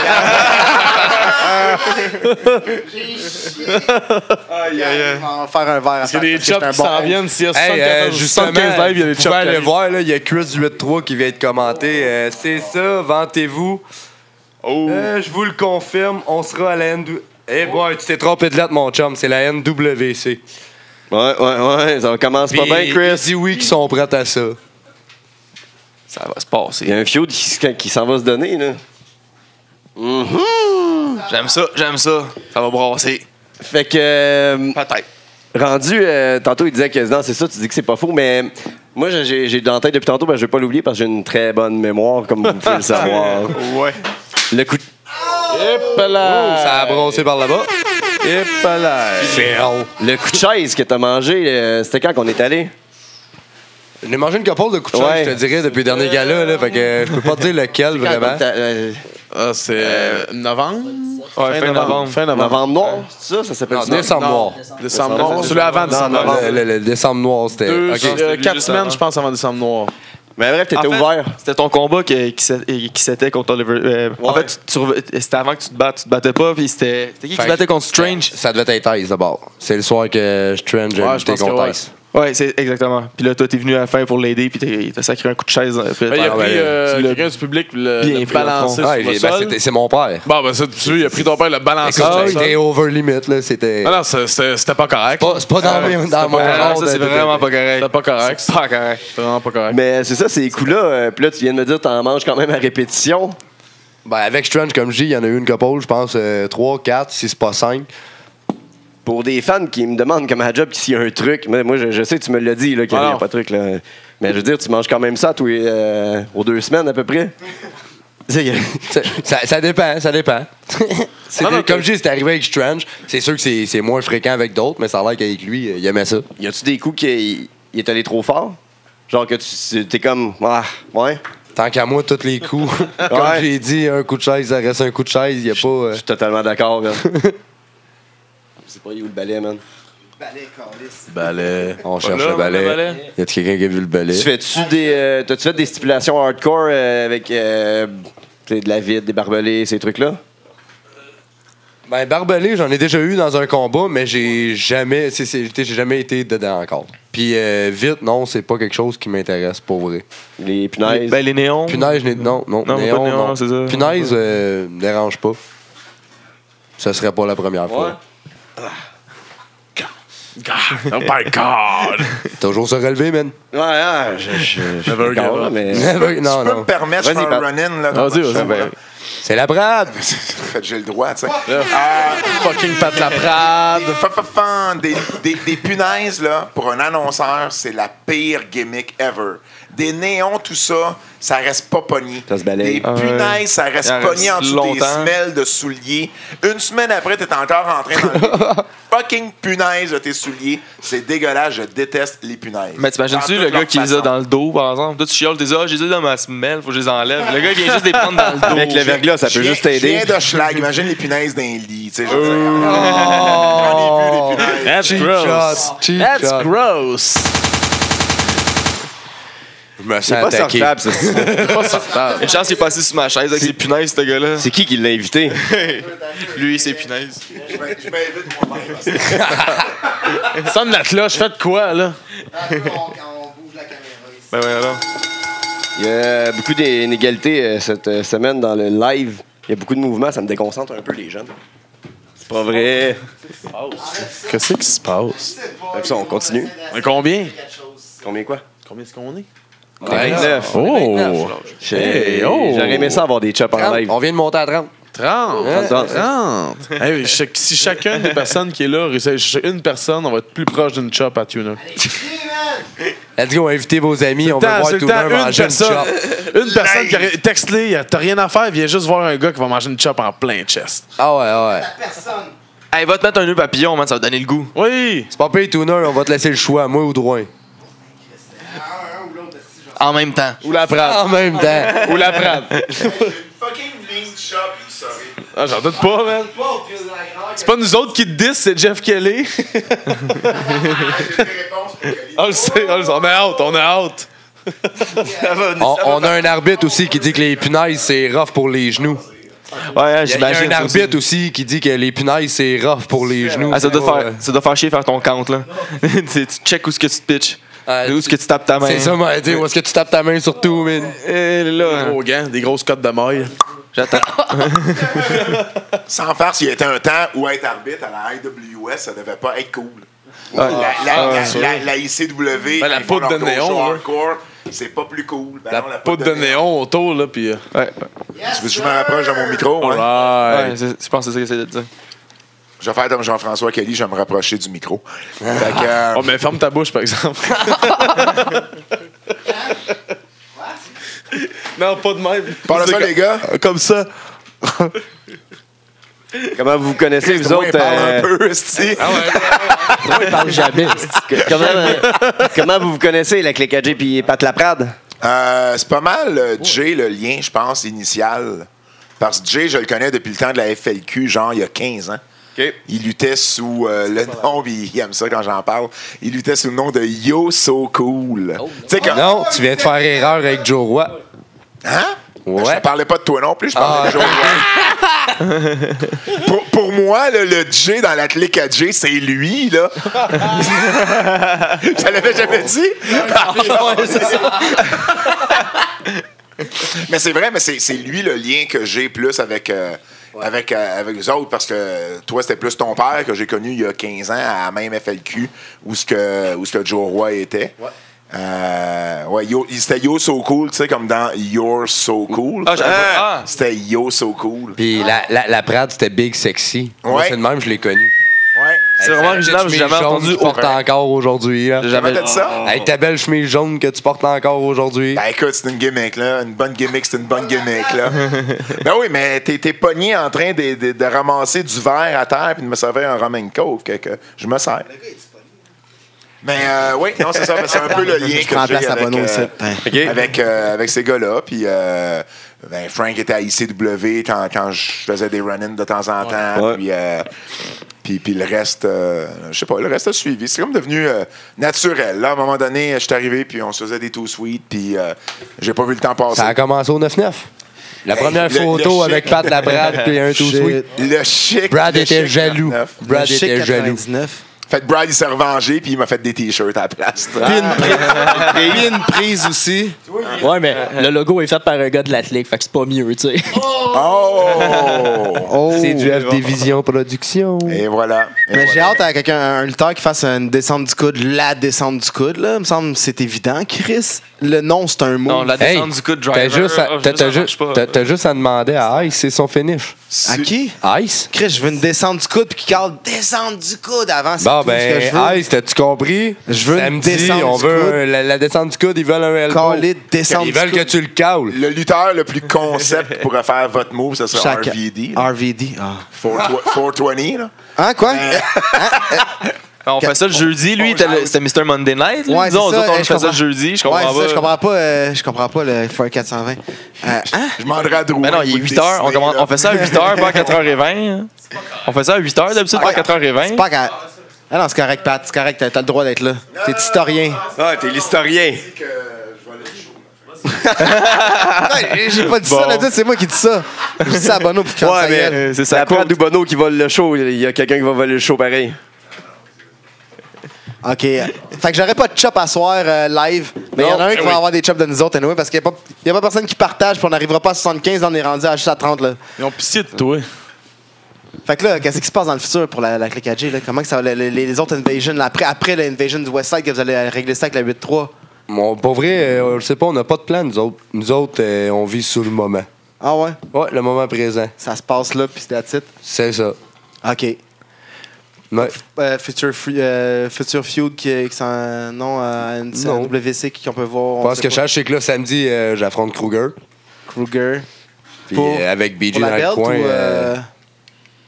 Speaker 9: Aïe, aïe, aïe.
Speaker 3: On va faire un verre.
Speaker 4: Il y a des chops qui s'en viennent. S'il y a
Speaker 2: Hey, euh,
Speaker 4: 74
Speaker 2: justement,
Speaker 4: 75 live, il y a des
Speaker 2: vous pouvez
Speaker 4: chops qui
Speaker 2: aller
Speaker 4: arrivent.
Speaker 2: voir, là, il y a Chris8.3 qui vient de commenter. euh, c'est ça, vantez-vous.
Speaker 9: Oh.
Speaker 2: Euh, je vous le confirme, on sera à la N... Eh boy, tu t'es trompé de lettre, mon chum. C'est la NWC.
Speaker 8: Ouais, ouais, ouais, ça commence pas
Speaker 2: Puis,
Speaker 8: bien, Chris.
Speaker 2: Dis oui qu'ils sont prêts à ça.
Speaker 9: Ça va se
Speaker 8: Il y
Speaker 9: passer.
Speaker 8: a un fiot qui, s- qui s'en va se donner, là.
Speaker 9: J'aime ça, j'aime ça. Ça va brasser.
Speaker 8: Fait que. euh,
Speaker 9: Peut-être.
Speaker 8: rendu, euh, tantôt, il disait que. Non, c'est ça, tu dis que c'est pas faux, mais. euh, Moi, j'ai j'ai dans la tête depuis tantôt, ben, je vais pas l'oublier parce que j'ai une très bonne mémoire, comme vous pouvez le savoir.
Speaker 9: Ouais.
Speaker 8: Le coup de
Speaker 2: Ça a brossé par là-bas. Ferme.
Speaker 8: Le coup de chaise que t'as mangé, euh, c'était quand qu'on est allé?
Speaker 2: J'ai mangé une couple de coups de chaise,
Speaker 8: Ouais.
Speaker 2: je te dirais, depuis le dernier gala. Là, fait que euh, je peux pas te dire lequel, vraiment.
Speaker 8: T'as- euh,
Speaker 4: Ah, c'est euh, novembre?
Speaker 9: Ouais, fin novembre.
Speaker 4: Fin novembre.
Speaker 8: novembre noir, c'est ça? Ça s'appelle
Speaker 2: Non,
Speaker 8: euh, ça?
Speaker 2: décembre noir.
Speaker 4: Décembre noir. Celui avant
Speaker 9: Ah,
Speaker 4: décembre
Speaker 8: non,
Speaker 4: noir.
Speaker 2: Le, le- le décembre noir, c'était...
Speaker 4: Deux,
Speaker 2: Ok.
Speaker 4: euh,
Speaker 9: C'était
Speaker 4: quatre
Speaker 9: juste
Speaker 4: semaines,
Speaker 9: avant.
Speaker 4: je pense, avant décembre noir.
Speaker 8: Mais bref, t'étais
Speaker 9: En fait,
Speaker 8: ouvert.
Speaker 9: C'était ton combat qui, qui s'est- qui s'était contre Oliver. euh, En
Speaker 8: Ouais.
Speaker 9: fait, tu- tu rev- c'était avant que tu te battes. Tu te battais pas, puis c'était. C'était qui qui
Speaker 2: Fait
Speaker 9: se battait
Speaker 2: que-
Speaker 9: contre Strange?
Speaker 2: Ça devait être Ice, d'abord. C'est le soir que Strange
Speaker 4: Ouais,
Speaker 2: a
Speaker 4: je
Speaker 2: lutté
Speaker 4: pense que
Speaker 2: contre
Speaker 4: ouais.
Speaker 2: Ice.
Speaker 9: Ouais, c'est exactement. Puis là, toi, t'es venu à la fin pour l'aider, puis t'es- t'as sacré un coup de chaise. euh, puis-
Speaker 4: Ben, il a
Speaker 2: ouais,
Speaker 4: pris
Speaker 2: ouais,
Speaker 4: euh,
Speaker 9: tu l'as-
Speaker 4: quelqu'un du public le,
Speaker 9: Bien
Speaker 4: le
Speaker 9: pris au
Speaker 4: balancer
Speaker 9: fond.
Speaker 4: sur
Speaker 2: Ouais,
Speaker 4: le
Speaker 2: j'ai- ben,
Speaker 4: sol.
Speaker 2: c'était- c'est mon père.
Speaker 4: Bon, ben ça, tu sais, il a pris ton père le balancer
Speaker 2: Écoute,
Speaker 4: sur le
Speaker 2: c'était
Speaker 4: sol.
Speaker 2: over limit, là. C'était.
Speaker 4: Ah non, c'est- c'était c'était pas correct.
Speaker 2: Pas- C'est pas dans, mes- dans mon monde,
Speaker 9: Ah,
Speaker 2: euh,
Speaker 9: ça, c'est
Speaker 2: c'était-
Speaker 9: vraiment pas correct.
Speaker 4: C'était pas correct. C'est pas correct. C'est vraiment pas correct.
Speaker 8: Mais c'est ça, ces coups-là. euh, Puis là, tu viens de me dire que t'en manges quand même à répétition.
Speaker 2: Ben, avec Strange, comme je dis, il y en a eu une couple, je pense, euh, 3, 4, si c'est pas 5.
Speaker 8: Pour des fans qui me demandent comme à job s'il y a un truc, mais moi, je, je sais que tu me l'as dit, là, qu'il n'y
Speaker 4: Ah
Speaker 8: a
Speaker 4: non.
Speaker 8: pas de truc. Là. Mais je veux dire, tu manges quand même ça tous les, euh, aux deux semaines à peu près. Tu sais,
Speaker 2: Ça, ça- ça dépend, ça dépend. C'est-
Speaker 4: Non, non,
Speaker 2: comme
Speaker 4: que-
Speaker 2: je dis, c'est arrivé avec Strange. C'est sûr que c'est c'est moins fréquent avec d'autres, mais ça a l'air qu'avec lui, euh, il aimait ça.
Speaker 8: Y a-tu des coups qui il est allé trop fort? Genre que tu t'es comme. Ah, ouais.
Speaker 2: Tant qu'à moi, tous les coups. comme
Speaker 8: Ouais.
Speaker 2: j'ai dit, un coup de chaise, ça reste un coup de chaise. Il n'y a pas.
Speaker 8: Je
Speaker 2: euh,
Speaker 8: suis totalement d'accord, man. C'est pas où le balai, man.
Speaker 2: on cherche
Speaker 9: là,
Speaker 2: le balai.
Speaker 9: le balai.
Speaker 2: Y a quelqu'un qui a vu le balai?
Speaker 8: Tu fais-tu des. euh, T'as-tu fait des stipulations hardcore euh, avec euh, tu sais, de la vide, des barbelés, ces trucs-là?
Speaker 2: Ben, barbelé, j'en ai déjà eu dans un combat, mais j'ai jamais, c'est- c'est- t'sais, j'ai jamais été dedans encore. Puis euh, vite, non, c'est pas quelque chose qui m'intéresse pour vrai.
Speaker 8: Les
Speaker 9: Les-
Speaker 8: punaises.
Speaker 9: Ben, les néons.
Speaker 2: Punaise, je n'ai- non, non,
Speaker 9: Non,
Speaker 2: néon,
Speaker 9: pas de néon,
Speaker 2: non.
Speaker 9: c'est ça.
Speaker 2: Punaise, euh, me dérange pas. Ce serait pas la première fois.
Speaker 4: Oh my God!
Speaker 2: Toujours se relever, man.
Speaker 8: Ouais, ouais, je- je- je suis
Speaker 4: Never
Speaker 8: d'accord,
Speaker 4: give
Speaker 8: là,
Speaker 4: up.
Speaker 8: mais.
Speaker 2: non,
Speaker 10: peux me
Speaker 2: non.
Speaker 10: permettre, je
Speaker 8: Vas-y,
Speaker 10: fais un
Speaker 8: Pat.
Speaker 10: run-in. là,
Speaker 9: Ah,
Speaker 10: dans
Speaker 4: Vas-y,
Speaker 10: ma
Speaker 4: vas-y.
Speaker 10: chambre, là.
Speaker 2: C'est la brade.
Speaker 10: Fait que J'ai le droit, tu sais.
Speaker 4: Fucking Pat Laprade!
Speaker 10: Fa- fa- fa- Des, des, des punaises, là, pour un annonceur, c'est la pire gimmick ever. Des néons, tout ça, ça reste pas pogné.
Speaker 8: Ça se balaye.
Speaker 10: Des
Speaker 9: Ah ouais.
Speaker 10: punaises, ça reste
Speaker 9: Ça
Speaker 10: pogné
Speaker 9: reste
Speaker 10: en dessous des
Speaker 9: longtemps.
Speaker 10: semelles de souliers. Une semaine après, t'es encore en train d'enlever fucking punaises de tes souliers. C'est dégueulasse, je déteste les punaises.
Speaker 9: Mais t'imagines-tu
Speaker 10: Dans
Speaker 9: le
Speaker 10: toute
Speaker 9: gars
Speaker 10: leur
Speaker 9: qui les a
Speaker 10: façon.
Speaker 9: dans le dos, par exemple? Toi, tu chioles, t'es ah, j'ai les ai dans ma semelle, faut que je les enlève. Le gars vient juste les prendre dans le dos.
Speaker 8: Avec le verglas, ça
Speaker 10: Je
Speaker 8: peut
Speaker 10: viens-
Speaker 8: juste t'aider.
Speaker 10: Je viens de Schlag. Imagine les punaises d'un lit. Tu sais,
Speaker 9: Euh.
Speaker 10: je veux dire. J'en ai vu des punaises.
Speaker 4: That's
Speaker 2: Cheap
Speaker 4: gross!
Speaker 2: shot, cheap
Speaker 4: That's
Speaker 2: shot.
Speaker 4: gross!
Speaker 2: Je me
Speaker 8: C'est
Speaker 2: sens
Speaker 8: pas
Speaker 2: attaqué.
Speaker 8: sortable, ça.
Speaker 9: Une chance, il est passé sous ma chaise avec ses punaises, ce gars-là.
Speaker 8: C'est qui qui l'a invité?
Speaker 9: Lui, ses punaises.
Speaker 10: Je m'in- je m'invite moi-même.
Speaker 4: Sonne la cloche, faites quoi, là?
Speaker 9: Ben ouais, alors.
Speaker 8: Il y a beaucoup d'inégalités euh, cette euh, semaine dans le live. Il y a beaucoup de mouvements, ça me déconcentre un peu les jeunes. C'est pas vrai.
Speaker 4: Qu'est-ce qui se passe?
Speaker 8: Comme ça, on continue.
Speaker 4: Mais combien?
Speaker 8: Combien quoi?
Speaker 4: Combien est-ce qu'on est?
Speaker 8: Oh!
Speaker 4: Hey, oh!
Speaker 8: J'aurais aimé ça avoir des chops en live.
Speaker 2: On vient de monter à 30.
Speaker 4: 30!
Speaker 8: Hein?
Speaker 4: 30! Hey, chaque- si chacune des personnes qui est là réussit ch- une personne, on va être plus proche d'une chop à tuner.
Speaker 2: Let's go, invitez vos amis, on va
Speaker 4: Tant-
Speaker 2: voir
Speaker 4: c'est
Speaker 2: tout
Speaker 4: le
Speaker 2: le
Speaker 4: temps,
Speaker 2: monde
Speaker 4: une
Speaker 2: manger une
Speaker 4: personne,
Speaker 2: chop.
Speaker 4: une personne qui aurait- texte-les, y a- t'as rien à faire, viens juste voir un gars qui va manger une chop en plein chest.
Speaker 2: Ah ouais, ouais.
Speaker 9: Hey, va te mettre un nœud papillon, man, ça va te donner le goût.
Speaker 4: Oui!
Speaker 2: C'est pas payé tuner, on va te laisser le choix, moi ou droit.
Speaker 9: En même temps.
Speaker 4: Ou la prendre.
Speaker 2: En même temps.
Speaker 4: Ou la prendre.
Speaker 10: Fucking lean shop, vous savez.
Speaker 4: Ah, j'en doute pas, man.
Speaker 10: Oh,
Speaker 4: C'est pas nous autres qui te disent, c'est Jeff Kelly.
Speaker 10: J'ai des réponses pour Kelly.
Speaker 4: on le sait, on le sait, on a hâte, on a hâte.
Speaker 2: On, on a un arbitre aussi qui dit que les punaises, c'est rough pour les genoux.
Speaker 9: Ouais, hein,
Speaker 2: Il y a- il y a
Speaker 9: j'imagine.
Speaker 2: un
Speaker 9: ça aussi.
Speaker 2: arbitre aussi qui dit que les punaises, c'est rough pour les genoux.
Speaker 9: Ah, ça, doit
Speaker 2: Ouais.
Speaker 9: faire, ça doit faire chier faire ton compte, là. tu sais, tu check où est-ce que tu te pitches.
Speaker 2: Ah,
Speaker 9: où est-ce que tu tapes ta main.
Speaker 2: C'est ça, m'a dit. Où est-ce que tu tapes ta main sur tout, man?
Speaker 9: Eh, là.
Speaker 4: Gros gants, des grosses cotes de maille.
Speaker 9: J'attends.
Speaker 10: Sans farce, il y a un temps où être arbitre à la IWS, ça devait pas être cool. La, la, la, la- la ICW,
Speaker 4: Ben, la
Speaker 10: ils font
Speaker 4: poudre
Speaker 10: leur
Speaker 4: de
Speaker 10: gros
Speaker 4: néon,
Speaker 10: show
Speaker 4: hein.
Speaker 10: hardcore, c'est pas plus cool. Ben
Speaker 9: hein.
Speaker 4: La
Speaker 10: non,
Speaker 4: poudre de néon autour, là, pis. euh,
Speaker 9: Ouais,
Speaker 10: Tu veux que je me rapproche de mon micro? hein?
Speaker 4: Alright.
Speaker 9: ouais, c'est- je pense que c'est ça que j'essaie de dire.
Speaker 10: Je vais faire comme Jean-François Kelly, je vais me rapprocher du micro. Fait que, euh,
Speaker 4: Oh, mais ferme ta bouche, par exemple. non, pas de même.
Speaker 10: parle de ça, les gars.
Speaker 4: Comme ça.
Speaker 8: Comment vous vous connaissez, vous
Speaker 10: Moi, il
Speaker 8: autres?
Speaker 10: parle un
Speaker 8: euh,
Speaker 10: peu, esti.
Speaker 8: jamais. comment, euh, comment vous vous connaissez, la clé 4G puis Pat Laprade?
Speaker 10: Euh, c'est pas mal euh, Jay, le lien, je pense, initial. Parce que Jay, je le connais depuis le temps de la FLQ, genre il y a 15 ans. Il luttait sous euh, le nom, puis il aime ça quand j'en parle. Il luttait sous le nom de Yo So Cool. Tu sais, quand.
Speaker 2: Non, tu viens de faire erreur avec Joe Roy.
Speaker 10: Hein?
Speaker 2: Ouais.
Speaker 10: Je te parlais pas de toi non plus, je parlais
Speaker 2: Ah,
Speaker 10: de Joe Roy. pour, pour moi, là, le Jay dans la clique à Jay, c'est lui, là. je l'avais jamais dit. mais c'est vrai, mais c'est c'est lui le lien que j'ai plus avec. euh, Avec, euh, avec les autres, parce que toi, c'était plus ton père que j'ai connu il y a 15 ans à la même FLQ où ce que, où ce que Joe Roy était. Euh, ouais, Yo- c'était Yo So Cool, tu sais, comme dans You're So Cool.
Speaker 9: Ah, j'avais pas- ah.
Speaker 10: Hein? C'était Yo So Cool.
Speaker 2: Puis la, la, la Prade, c'était Big Sexy. Moi,
Speaker 10: Ouais.
Speaker 2: c'est de même, je l'ai connu.
Speaker 10: Ouais.
Speaker 9: C'est vraiment original, j'ai jamais entendu
Speaker 2: Tu portes encore aujourd'hui. là.
Speaker 9: J'ai
Speaker 10: Comment
Speaker 9: jamais
Speaker 10: t'as dit ça?
Speaker 2: Avec ta belle chemise jaune que tu portes encore aujourd'hui.
Speaker 10: Ben écoute, c'est une gimmick, là. Une bonne gimmick, c'est une bonne gimmick, là. ben oui, mais t'es, t'es pogné en train de, de- de ramasser du verre à terre puis de me servir un rum and coke. que- que je me sers. Mais euh, oui, non, c'est ça. mais C'est un peu le lien
Speaker 3: Je
Speaker 10: que
Speaker 3: prends
Speaker 10: j'ai
Speaker 3: place à
Speaker 10: avec,
Speaker 3: Bono
Speaker 10: euh,
Speaker 3: aussi.
Speaker 10: avec, euh, avec ces gars-là. Puis euh, ben, Frank était à ICW quand, quand je faisais des run-ins de temps en temps. Puis, euh, puis, puis le reste, euh, je sais pas, le reste a suivi. C'est comme devenu euh, naturel. Là, à un moment donné, je suis arrivé, puis on se faisait des too sweet, puis euh, j'ai pas vu le temps passer.
Speaker 2: Ça a commencé au 9-9. La
Speaker 10: Hey,
Speaker 2: première
Speaker 10: le-
Speaker 2: photo
Speaker 10: le
Speaker 2: avec
Speaker 10: chic.
Speaker 2: Pat Labrade puis un tout sweet.
Speaker 10: Le chic.
Speaker 2: Brad
Speaker 10: le
Speaker 2: était
Speaker 10: chic
Speaker 2: jaloux.
Speaker 10: 49.
Speaker 2: Brad
Speaker 3: Le chic
Speaker 2: était jaloux.
Speaker 3: 99.
Speaker 10: Fait que Brad, il s'est revengé, puis il m'a fait des t-shirts à la place.
Speaker 3: Puis une prise- puis une prise aussi.
Speaker 7: Ouais, mais le logo est fait par un gars de l'Atlétique, fait que c'est pas mieux, tu sais.
Speaker 10: Oh!
Speaker 2: C'est du FD Vision Production.
Speaker 10: Et voilà. Et
Speaker 3: Mais
Speaker 10: voilà.
Speaker 3: j'ai hâte à quelqu'un, un lutteur qui fasse une descente du coude, la descente du coude, là. Il me semble que c'est évident, Chris. Le nom, c'est un mot.
Speaker 9: Non, la
Speaker 2: Hey,
Speaker 9: descente du coup de
Speaker 2: t'as
Speaker 9: driver.
Speaker 2: juste, à-
Speaker 9: oh,
Speaker 2: t'as- t'as
Speaker 9: ça marche
Speaker 2: juste-
Speaker 9: pas.
Speaker 2: t'as- t'as juste à demander à Ice, c'est son finish.
Speaker 3: À qui?
Speaker 2: Ice?
Speaker 3: Chris, je veux une descente du coude, puis qui parle descente du coude avant. c'est
Speaker 2: Bon,
Speaker 3: tout ce que je
Speaker 2: ben,
Speaker 3: veux.
Speaker 2: Ice, t'as-tu compris?
Speaker 3: Je veux une
Speaker 2: Samedi,
Speaker 3: descente
Speaker 2: on
Speaker 3: du
Speaker 2: veut
Speaker 3: coude.
Speaker 2: un- la, la descente du coude, ils veulent un elbow.
Speaker 3: Callé descente
Speaker 2: Ils
Speaker 3: du
Speaker 2: veulent que
Speaker 3: coude.
Speaker 2: tu le caules.
Speaker 10: Le lutteur le plus concept qui pourrait faire votre move, ce serait
Speaker 3: Chaque-
Speaker 10: RVD. là.
Speaker 3: RVD. Ah.
Speaker 10: 420, 420, là.
Speaker 3: Hein, quoi?
Speaker 9: Ah, On fait ça le jeudi, lui, t'as le- c'était Mr. Monday Night. là.
Speaker 3: Ouais,
Speaker 9: Nous
Speaker 3: c'est
Speaker 9: autres,
Speaker 3: ça,
Speaker 9: on
Speaker 3: hey,
Speaker 9: fait
Speaker 3: je
Speaker 9: ça
Speaker 3: comprends.
Speaker 9: le jeudi, je
Speaker 3: ouais,
Speaker 9: comprends
Speaker 3: c'est ça, je
Speaker 9: pas.
Speaker 3: comprends pas, euh, je comprends pas le Fire 420. Euh, hein?
Speaker 10: Je demanderai à Drew.
Speaker 9: Mais non, il est 8h, on, commence- on fait ça à 8h, pas à 4h20. hein. On fait ça à 8h d'habitude, pas à
Speaker 3: C'est
Speaker 9: 4h20.
Speaker 3: pas quand... Ah non, c'est correct, Pat, c'est correct, t'as t'as le droit d'être là. T'es historien.
Speaker 8: Ah, t'es l'historien. Ah.
Speaker 3: Ouais, J'ai pas dit ça, là, c'est moi qui dis ça. Je dis ça à Bono pour qu'il fasse
Speaker 8: Ouais,
Speaker 3: sa
Speaker 8: mais
Speaker 3: gueule.
Speaker 9: Ah, C'est
Speaker 8: C'est
Speaker 9: ça.
Speaker 8: la part du Bono qui vole le show. Il y a quelqu'un qui va voler le show pareil.
Speaker 3: OK. Fait que j'aurais pas de chop à soir euh, live, mais il y en a
Speaker 8: Eh
Speaker 3: un qui va avoir des chops de nous autres, anyway, parce qu'il n'y a, pas- il y a pas personne qui partage, puis on n'arrivera pas à 75, là, on est rendu à juste à 30. Là.
Speaker 4: Ils ont pitié de toi.
Speaker 3: Fait que là, qu'est-ce qui se passe dans le futur pour la, la clique AJ? là? Comment que ça va, les, les autres invasions, là, après, après l'invasion du West Side, que vous allez régler ça avec la 8-3?
Speaker 2: Bon, pour vrai, euh, je sais pas, on n'a pas de plan, nous autres. Nous autres, euh, on vit sur le moment.
Speaker 3: Ah ouais?
Speaker 2: Ouais, le moment présent.
Speaker 3: Ça se passe là, puis c'est à titre?
Speaker 2: C'est ça.
Speaker 3: OK.
Speaker 2: Ouais.
Speaker 3: Euh, Future, Free- euh, Future Feud, qui, qui c'est un nom à une c'est un
Speaker 2: Non.
Speaker 3: WC qui- qu'on peut voir. on
Speaker 2: Parce
Speaker 3: sait
Speaker 2: que
Speaker 3: pas.
Speaker 2: je sais que là, samedi, euh, j'affronte Kruger.
Speaker 3: Kruger.
Speaker 2: Puis
Speaker 3: Pour-
Speaker 2: euh, avec BJ
Speaker 3: Pour
Speaker 2: dans
Speaker 3: la
Speaker 2: le
Speaker 3: belt
Speaker 2: coin.
Speaker 3: ou...
Speaker 2: euh,
Speaker 3: euh,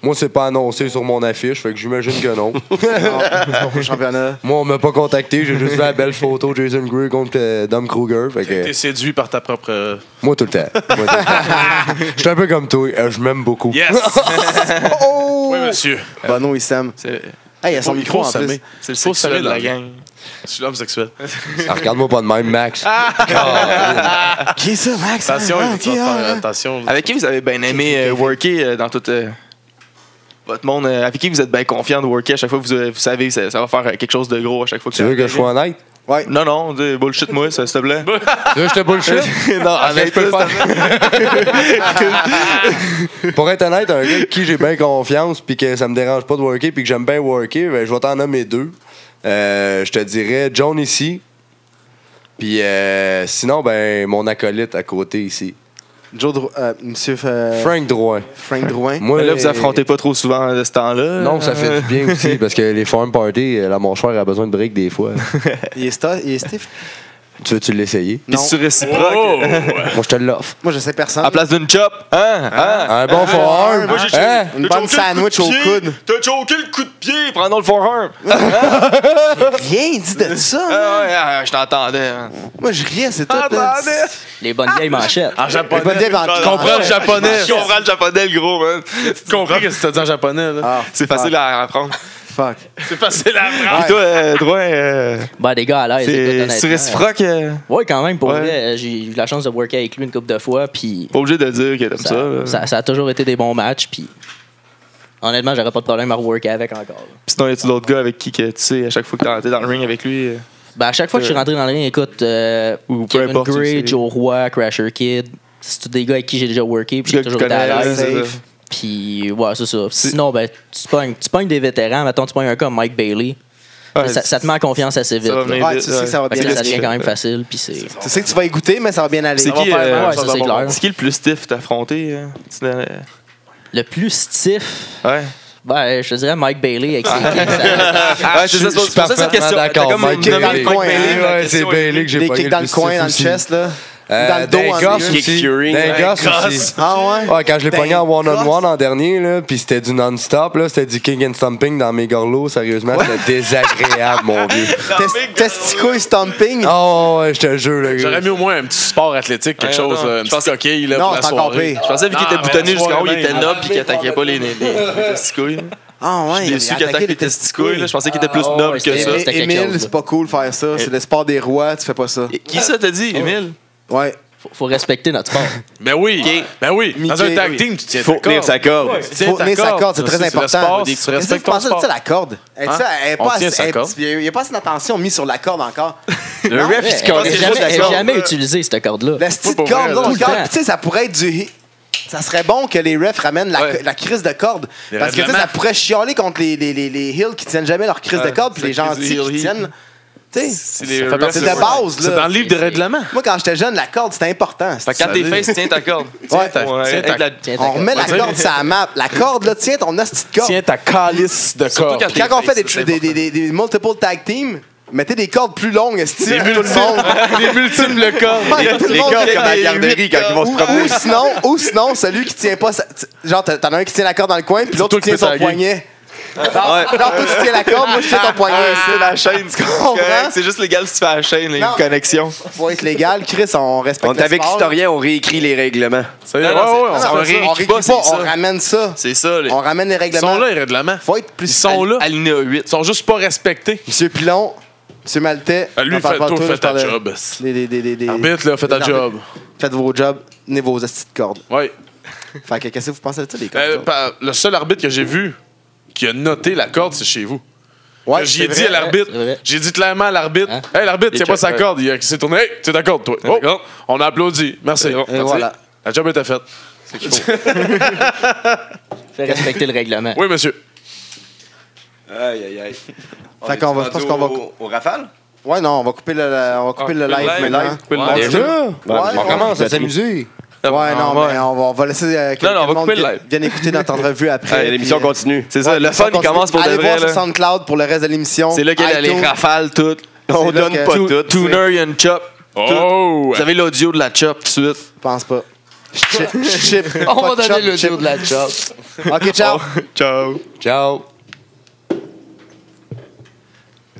Speaker 2: Moi, c'est pas annoncé sur mon affiche, fait que j'imagine que non.
Speaker 3: euh, non, c'est pas pour le championnat.
Speaker 2: Moi, on m'a pas contacté, j'ai juste vu la belle photo de Jason Greer contre euh, Dom Kruger. Fait que,
Speaker 4: T'es séduit par ta propre. euh,
Speaker 2: moi, tout le temps. Moi, tout le temps. Je suis un peu comme toi, euh, je m'aime beaucoup.
Speaker 4: Yes! Oh! oui, monsieur.
Speaker 3: Bono, il s'aime.
Speaker 9: C'est
Speaker 3: Hey, il y a son micro en plus.
Speaker 9: c'est le
Speaker 4: Faut
Speaker 9: sexuel de la
Speaker 4: s'aimer.
Speaker 9: gang.
Speaker 4: Je suis l'homme sexuel.
Speaker 2: Ah, Regarde-moi pas de même, Max.
Speaker 3: Qui est ça, Max?
Speaker 4: Attention,
Speaker 3: Ah,
Speaker 4: il faut
Speaker 3: qui, ah,
Speaker 4: faire
Speaker 3: ah.
Speaker 4: attention. là.
Speaker 9: Avec qui vous avez bien aimé euh, worker euh, dans tout euh, votre monde? euh, avec qui vous êtes bien confiant de worker à chaque fois que vous, euh, vous savez ça, ça va faire euh, quelque chose de gros à chaque fois que
Speaker 2: tu veux que je sois honnête?
Speaker 3: Ouais.
Speaker 9: Non, non, dis, bullshit moi, s'il te plaît.
Speaker 2: Tu veux que je te bullshit?
Speaker 9: non,
Speaker 2: Ah, mais je peux le
Speaker 9: honnêtement,
Speaker 2: faire. Pour être honnête, un gars avec qui j'ai bien confiance, puis que ça me dérange pas de worker, puis que j'aime bien worker, ben, je vais t'en nommer deux. Euh, je te dirais John ici, puis euh, sinon, ben, mon acolyte à côté ici,
Speaker 3: Joe Dro- euh, Monsieur euh,
Speaker 2: Frank Drouin.
Speaker 3: Frank Drouin.
Speaker 2: Moi,
Speaker 9: Mais là, vous affrontez pas trop souvent de ce temps-là. Euh,
Speaker 2: Non, ça fait du bien aussi, parce que les farm party, euh, la monstre a besoin de break des fois.
Speaker 3: Il est, sta- il est stiff?
Speaker 2: tu veux-tu l'essayer?
Speaker 9: Puis
Speaker 3: Non.
Speaker 9: tu réciproques.
Speaker 2: Moi, je te l'offre.
Speaker 3: Moi, je sais personne.
Speaker 9: À place d'une chop, hein? hein?
Speaker 2: Un bon forearm.
Speaker 9: Moi, j'ai-
Speaker 2: hein?
Speaker 3: Une bonne sandwich au coude.
Speaker 9: T'as choqué le coup de pied, prends donc le forearm.
Speaker 3: Rien dit de ça. man.
Speaker 9: Ah ouais, ah, je t'entendais. hein.
Speaker 3: Moi, je riais, c'est tout. là.
Speaker 7: Les bonnes vieilles manchettes.
Speaker 4: En japonais.
Speaker 3: Bonne idée, ben,
Speaker 4: Je comprends le
Speaker 3: ouais.
Speaker 4: japonais.
Speaker 9: Ah, Je comprends le japonais, le gros, man.
Speaker 4: Tu comprends que c'est en japonais, là.
Speaker 3: Ah,
Speaker 9: C'est facile à apprendre.
Speaker 3: fuck.
Speaker 4: C'est facile à apprendre.
Speaker 9: Et toi, euh, Drouin, euh,
Speaker 7: Ben, des gars à l'aise. écoute,
Speaker 9: c'est
Speaker 7: honnêtement.
Speaker 9: c'est réciproque. euh,
Speaker 7: Ouais, quand même, pour
Speaker 9: Ouais.
Speaker 7: vrai, euh, j'ai eu la chance de worker avec lui une couple de fois, puis
Speaker 9: Pas obligé de dire que t'aimes ça.
Speaker 7: ça,
Speaker 9: là.
Speaker 7: ça- ça a toujours été des bons matchs, puis honnêtement, j'aurais pas de problème à reworker avec encore. là.
Speaker 9: Puis Sinon, y a-tu d'autres gars avec qui que tu sais, à chaque fois que t'es dans le ring avec lui euh,
Speaker 7: Ben, à chaque fois que je suis rentré dans le ring, écoute, euh,
Speaker 9: Ou peu
Speaker 7: Kevin
Speaker 9: importe,
Speaker 7: Gray,
Speaker 9: c'est-
Speaker 7: Joe Roy, Crasher Kid, c'est tous des gars avec qui j'ai déjà worké, puis
Speaker 9: Gars
Speaker 7: j'ai
Speaker 9: que tu
Speaker 7: toujours été à
Speaker 9: connais,
Speaker 7: l'aise.
Speaker 9: c'est
Speaker 7: safe.
Speaker 9: ça.
Speaker 7: Puis, ouais, c'est ça. Sinon, ben, tu pognes, tu pognes des vétérans, mettons, tu pognes un comme Mike Bailey.
Speaker 9: ouais,
Speaker 7: ça, ça te met en confiance assez vite.
Speaker 9: Ben, ça va
Speaker 7: là.
Speaker 9: venir
Speaker 3: Ouais,
Speaker 9: vite,
Speaker 3: tu sais que ça va
Speaker 7: Fait
Speaker 3: bien
Speaker 7: que là, ça
Speaker 3: aller.
Speaker 7: devient quand même facile, puis c'est.
Speaker 3: Tu sais que tu vas y goûter, mais ça va bien aller.
Speaker 9: C'est
Speaker 3: Ça va
Speaker 9: qui,
Speaker 3: faire
Speaker 9: euh,
Speaker 3: mal,
Speaker 7: ouais,
Speaker 3: ça
Speaker 7: ça,
Speaker 3: va
Speaker 7: c'est
Speaker 3: pas
Speaker 7: clair.
Speaker 3: bon.
Speaker 9: C'est qui le plus stiff t'as affronté euh, tu sais, dans le-
Speaker 7: Le plus stiff,
Speaker 9: Ouais.
Speaker 7: ben, je te dirais Mike Bailey avec ses
Speaker 2: Ah,
Speaker 9: ouais, c'est ça, c'est pour- c'est pour ça cette question. T'as comme
Speaker 2: Mike
Speaker 9: nommé
Speaker 3: dans
Speaker 2: Bailey.
Speaker 3: le coin, hein.
Speaker 2: Ouais,
Speaker 9: La
Speaker 2: c'est
Speaker 9: question est-
Speaker 2: Bailey que j'ai
Speaker 3: Des
Speaker 2: pas
Speaker 3: kicks dans le coin, dans le chest, là. Dans le dos,
Speaker 2: D'un
Speaker 3: en
Speaker 2: gosse Euh,
Speaker 3: milieu.
Speaker 2: aussi.
Speaker 9: Fury,
Speaker 2: D'un
Speaker 9: ouais.
Speaker 2: gosse
Speaker 9: Gosse.
Speaker 2: aussi.
Speaker 3: Ah ouais?
Speaker 2: Ouais, quand je l'ai
Speaker 3: Ben,
Speaker 2: pogné en one-on-one
Speaker 3: cross.
Speaker 2: en dernier, là, puis c'était du non-stop, là, c'était du kick and stomping dans mes gorlots, sérieusement, c'était désagréable, mon vieux.
Speaker 3: Test- Testico stomping.
Speaker 2: Oh, ouais, je te jure, le gars.
Speaker 4: J'aurais mis au moins un petit sport athlétique, quelque
Speaker 9: Ouais,
Speaker 4: chose,
Speaker 9: attends.
Speaker 4: euh, une petite coquille, là,
Speaker 3: Non,
Speaker 4: pour la
Speaker 3: c'est encore
Speaker 4: soirée.
Speaker 3: pire.
Speaker 9: Je pensais, vu qu'il
Speaker 4: Ah,
Speaker 9: était
Speaker 4: mais
Speaker 9: boutonné
Speaker 4: la
Speaker 9: jusqu'en haut,
Speaker 4: soirée,
Speaker 9: il était
Speaker 4: ben,
Speaker 9: noble puis qu'il attaquait pas les, les, les- les testicoules.
Speaker 3: Ah ouais,
Speaker 9: Je
Speaker 3: il
Speaker 9: suis
Speaker 3: a
Speaker 9: déçu qu'il
Speaker 3: attaqué
Speaker 9: attaque les testicoules. là. Je pensais qu'il était plus
Speaker 7: Ah,
Speaker 9: noble
Speaker 7: ouais,
Speaker 9: que
Speaker 7: c'est-
Speaker 9: ça.
Speaker 7: c'était quelque
Speaker 3: Émile,
Speaker 7: chose,
Speaker 3: c'est
Speaker 7: là.
Speaker 3: pas cool faire ça. C'est le sport des rois, tu fais pas ça.
Speaker 9: Et Qui ça t'as dit, Émile?
Speaker 3: Ouais.
Speaker 7: Faut, faut respecter notre sport.
Speaker 4: Ben oui. Ben oui. Dans un
Speaker 3: Mickey,
Speaker 4: tag
Speaker 3: oui.
Speaker 4: team, tu tiens
Speaker 8: Faut
Speaker 4: ta
Speaker 8: tenir
Speaker 4: corde.
Speaker 8: sa corde.
Speaker 4: Tu tiens
Speaker 3: Faut
Speaker 4: ta
Speaker 3: tenir sa corde, c'est
Speaker 4: Ça,
Speaker 3: très
Speaker 4: le sport,
Speaker 3: important.
Speaker 4: des-
Speaker 3: Qu'est-ce
Speaker 4: Tu
Speaker 3: que tu
Speaker 4: respectes ton
Speaker 3: penses de
Speaker 4: sport.
Speaker 3: ça, la corde? Elle,
Speaker 4: Hein?
Speaker 3: ça, elle est
Speaker 4: On
Speaker 3: pas
Speaker 4: tient
Speaker 3: assez-
Speaker 4: sa
Speaker 3: elle-
Speaker 4: corde.
Speaker 3: Il n'y a pas assez d'attention mise sur la corde encore.
Speaker 8: Le
Speaker 3: Non,
Speaker 8: ref,
Speaker 3: mais-
Speaker 8: il se calme.
Speaker 7: J'ai
Speaker 8: C'est
Speaker 7: jamais,
Speaker 8: juste la
Speaker 7: j'ai
Speaker 8: corde.
Speaker 7: jamais utilisé cette corde-là.
Speaker 3: La petite
Speaker 4: pas
Speaker 3: corde,
Speaker 4: pour vrai,
Speaker 3: là,
Speaker 4: là.
Speaker 3: on
Speaker 7: Tout le
Speaker 3: corde.
Speaker 7: temps.
Speaker 3: Puis, tu sais, ça pourrait être du. Ça serait bon que les refs ramènent la,
Speaker 9: Ouais.
Speaker 3: la crise de corde.
Speaker 4: Les
Speaker 3: parce que tu sais,
Speaker 4: règlements.
Speaker 3: ça pourrait chialer contre les, les, les, les hills qui tiennent jamais leur crise
Speaker 9: Ouais,
Speaker 3: de corde, puis
Speaker 9: c'est
Speaker 3: les
Speaker 9: la
Speaker 3: gens
Speaker 9: crise des
Speaker 3: qui
Speaker 9: hills.
Speaker 3: tiennent. Tu sais,
Speaker 9: C'est les
Speaker 4: fait partie
Speaker 3: c'est
Speaker 9: refs,
Speaker 3: de
Speaker 4: de-
Speaker 9: ouais.
Speaker 3: base,
Speaker 4: C'est dans
Speaker 3: là.
Speaker 4: le livre des règlements.
Speaker 3: Moi, quand j'étais jeune, la corde, c'était important.
Speaker 9: Fait que quand t'es face, tiens ta corde.
Speaker 3: Ouais.
Speaker 9: Tiens,
Speaker 4: Tiens ta-
Speaker 9: avec la-
Speaker 7: Tiens, ta
Speaker 3: On
Speaker 7: corde.
Speaker 3: remet la corde sur la map. La corde, là, tiens ton hostie de corde.
Speaker 4: ta calice de
Speaker 9: Surtout
Speaker 4: corde.
Speaker 3: Puis quand on fait des,
Speaker 9: C'est
Speaker 3: des,
Speaker 9: important.
Speaker 3: des, des, des multiple tag teams, mettez des cordes plus longues, style tout le monde.
Speaker 4: Les multiples cordes.
Speaker 3: Ouais, tout le
Speaker 8: Les
Speaker 3: monde
Speaker 8: cordes
Speaker 3: fait-
Speaker 8: comme à la garderie quand ils vont se
Speaker 3: Ou,
Speaker 8: promener.
Speaker 3: ou sinon, ou sinon, celui qui tient pas. sa- t- Genre, t'en t'en as un qui tient la corde dans le coin, puis l'autre
Speaker 4: toi
Speaker 3: qui
Speaker 4: qui
Speaker 3: tient son
Speaker 4: peux taguer. Ah,
Speaker 3: poignet. Genre, genre, toi, tu tiens la corde, moi, je tiens ton poignet.
Speaker 9: C'est la chaîne, tu comprends?
Speaker 3: comprends?
Speaker 9: C'est juste légal si tu fais la chaîne, là,
Speaker 3: Non.
Speaker 9: une connexion.
Speaker 3: Faut être légal, Chris, on respecte
Speaker 8: On est
Speaker 3: le
Speaker 8: avec
Speaker 3: sport.
Speaker 8: Historien, on réécrit les règlements.
Speaker 4: Ça y est,
Speaker 9: Non,
Speaker 4: ouais,
Speaker 9: non, c'est-
Speaker 4: ouais,
Speaker 3: Non,
Speaker 4: on
Speaker 3: non,
Speaker 4: s'en
Speaker 3: on
Speaker 4: rit.
Speaker 3: réécrit
Speaker 9: pas,
Speaker 3: pas,
Speaker 9: c'est
Speaker 3: on
Speaker 9: ça.
Speaker 3: ramène ça.
Speaker 9: C'est ça, les.
Speaker 3: On ramène les
Speaker 4: Ils sont
Speaker 3: règlements.
Speaker 4: là, les règlements.
Speaker 3: Faut être plus.
Speaker 4: Ils sont là.
Speaker 9: Alinéa 8.
Speaker 4: Ils sont juste pas respectés.
Speaker 3: Monsieur Pilon, Monsieur Maltais.
Speaker 4: Ah, Lui,
Speaker 3: on parle
Speaker 4: fait
Speaker 3: pas de
Speaker 4: toi,
Speaker 3: toi,
Speaker 4: fais
Speaker 3: je parle
Speaker 4: ta
Speaker 3: de-
Speaker 4: job.
Speaker 3: des- des- des- des- des-
Speaker 4: Arbitre, là, fais ta
Speaker 3: des
Speaker 4: job.
Speaker 3: Faites vos jobs, tenez vos hosties de cordes.
Speaker 4: Ouais.
Speaker 3: Fait que qu'est-ce que vous pensez de ça, les cordes?
Speaker 4: Euh,
Speaker 3: vous autres?
Speaker 4: par- Le seul arbitre que j'ai vu qui a noté la corde, c'est chez vous. Ouais, J'y ai dit à l'arbitre. J'ai dit clairement à l'arbitre Hey, l'arbitre,
Speaker 9: Les
Speaker 4: tiens pas sa
Speaker 9: checkers.
Speaker 4: corde. Il s'est tourné. Hey, Hein? t'es d'accord, toi Oh, On a applaudi. Merci. Merci.
Speaker 3: Euh, voilà.
Speaker 4: La job était faite.
Speaker 7: Fais respecter le règlement.
Speaker 4: Oui, monsieur.
Speaker 8: Aïe, aïe, aïe. On
Speaker 3: Fait
Speaker 8: est
Speaker 3: qu'on va-
Speaker 8: Ah, rendu
Speaker 3: je pense qu'on va cou-
Speaker 8: Au, au rafale?
Speaker 3: Ouais, non, on va couper le, la- on va couper le
Speaker 6: Ah,
Speaker 8: couper le
Speaker 3: live
Speaker 8: live,
Speaker 3: maintenant.
Speaker 8: couper le live.
Speaker 3: Ouais,
Speaker 8: Déjà?
Speaker 3: ouais,
Speaker 8: Ben, on commence à s'amuser.
Speaker 3: Ouais, non,
Speaker 6: Ah, ouais.
Speaker 3: mais on va, on va laisser euh, que
Speaker 6: Non, non, on
Speaker 3: tout
Speaker 6: va
Speaker 3: le monde
Speaker 6: couper le
Speaker 3: vi-
Speaker 6: live.
Speaker 3: vienne écouter notre entrevue après.
Speaker 6: Hey, l'émission
Speaker 3: puis, euh,
Speaker 6: continue. C'est
Speaker 3: ouais,
Speaker 6: ça, le
Speaker 3: l'émission
Speaker 6: fun, il
Speaker 3: continue.
Speaker 6: commence pour de
Speaker 3: Allez
Speaker 6: vrai.
Speaker 3: voir sur
Speaker 6: là.
Speaker 3: SoundCloud pour le reste de l'émission.
Speaker 6: C'est là qu'il y a les
Speaker 3: iTunes.
Speaker 6: rafales, toutes.
Speaker 3: C'est
Speaker 6: On
Speaker 3: là
Speaker 6: donne
Speaker 3: que-
Speaker 6: pas
Speaker 3: Tu-
Speaker 6: tout. Tuner and chop.
Speaker 4: Oh!
Speaker 6: Vous avez l'audio de la chop tout de suite.
Speaker 3: Je pense pas. Chip, chip.
Speaker 7: On va
Speaker 3: Pas de
Speaker 7: donner
Speaker 3: chop,
Speaker 7: le
Speaker 3: chip.
Speaker 7: tour de la job.
Speaker 3: OK, ciao.
Speaker 6: Oh.
Speaker 9: Ciao.
Speaker 2: Ciao.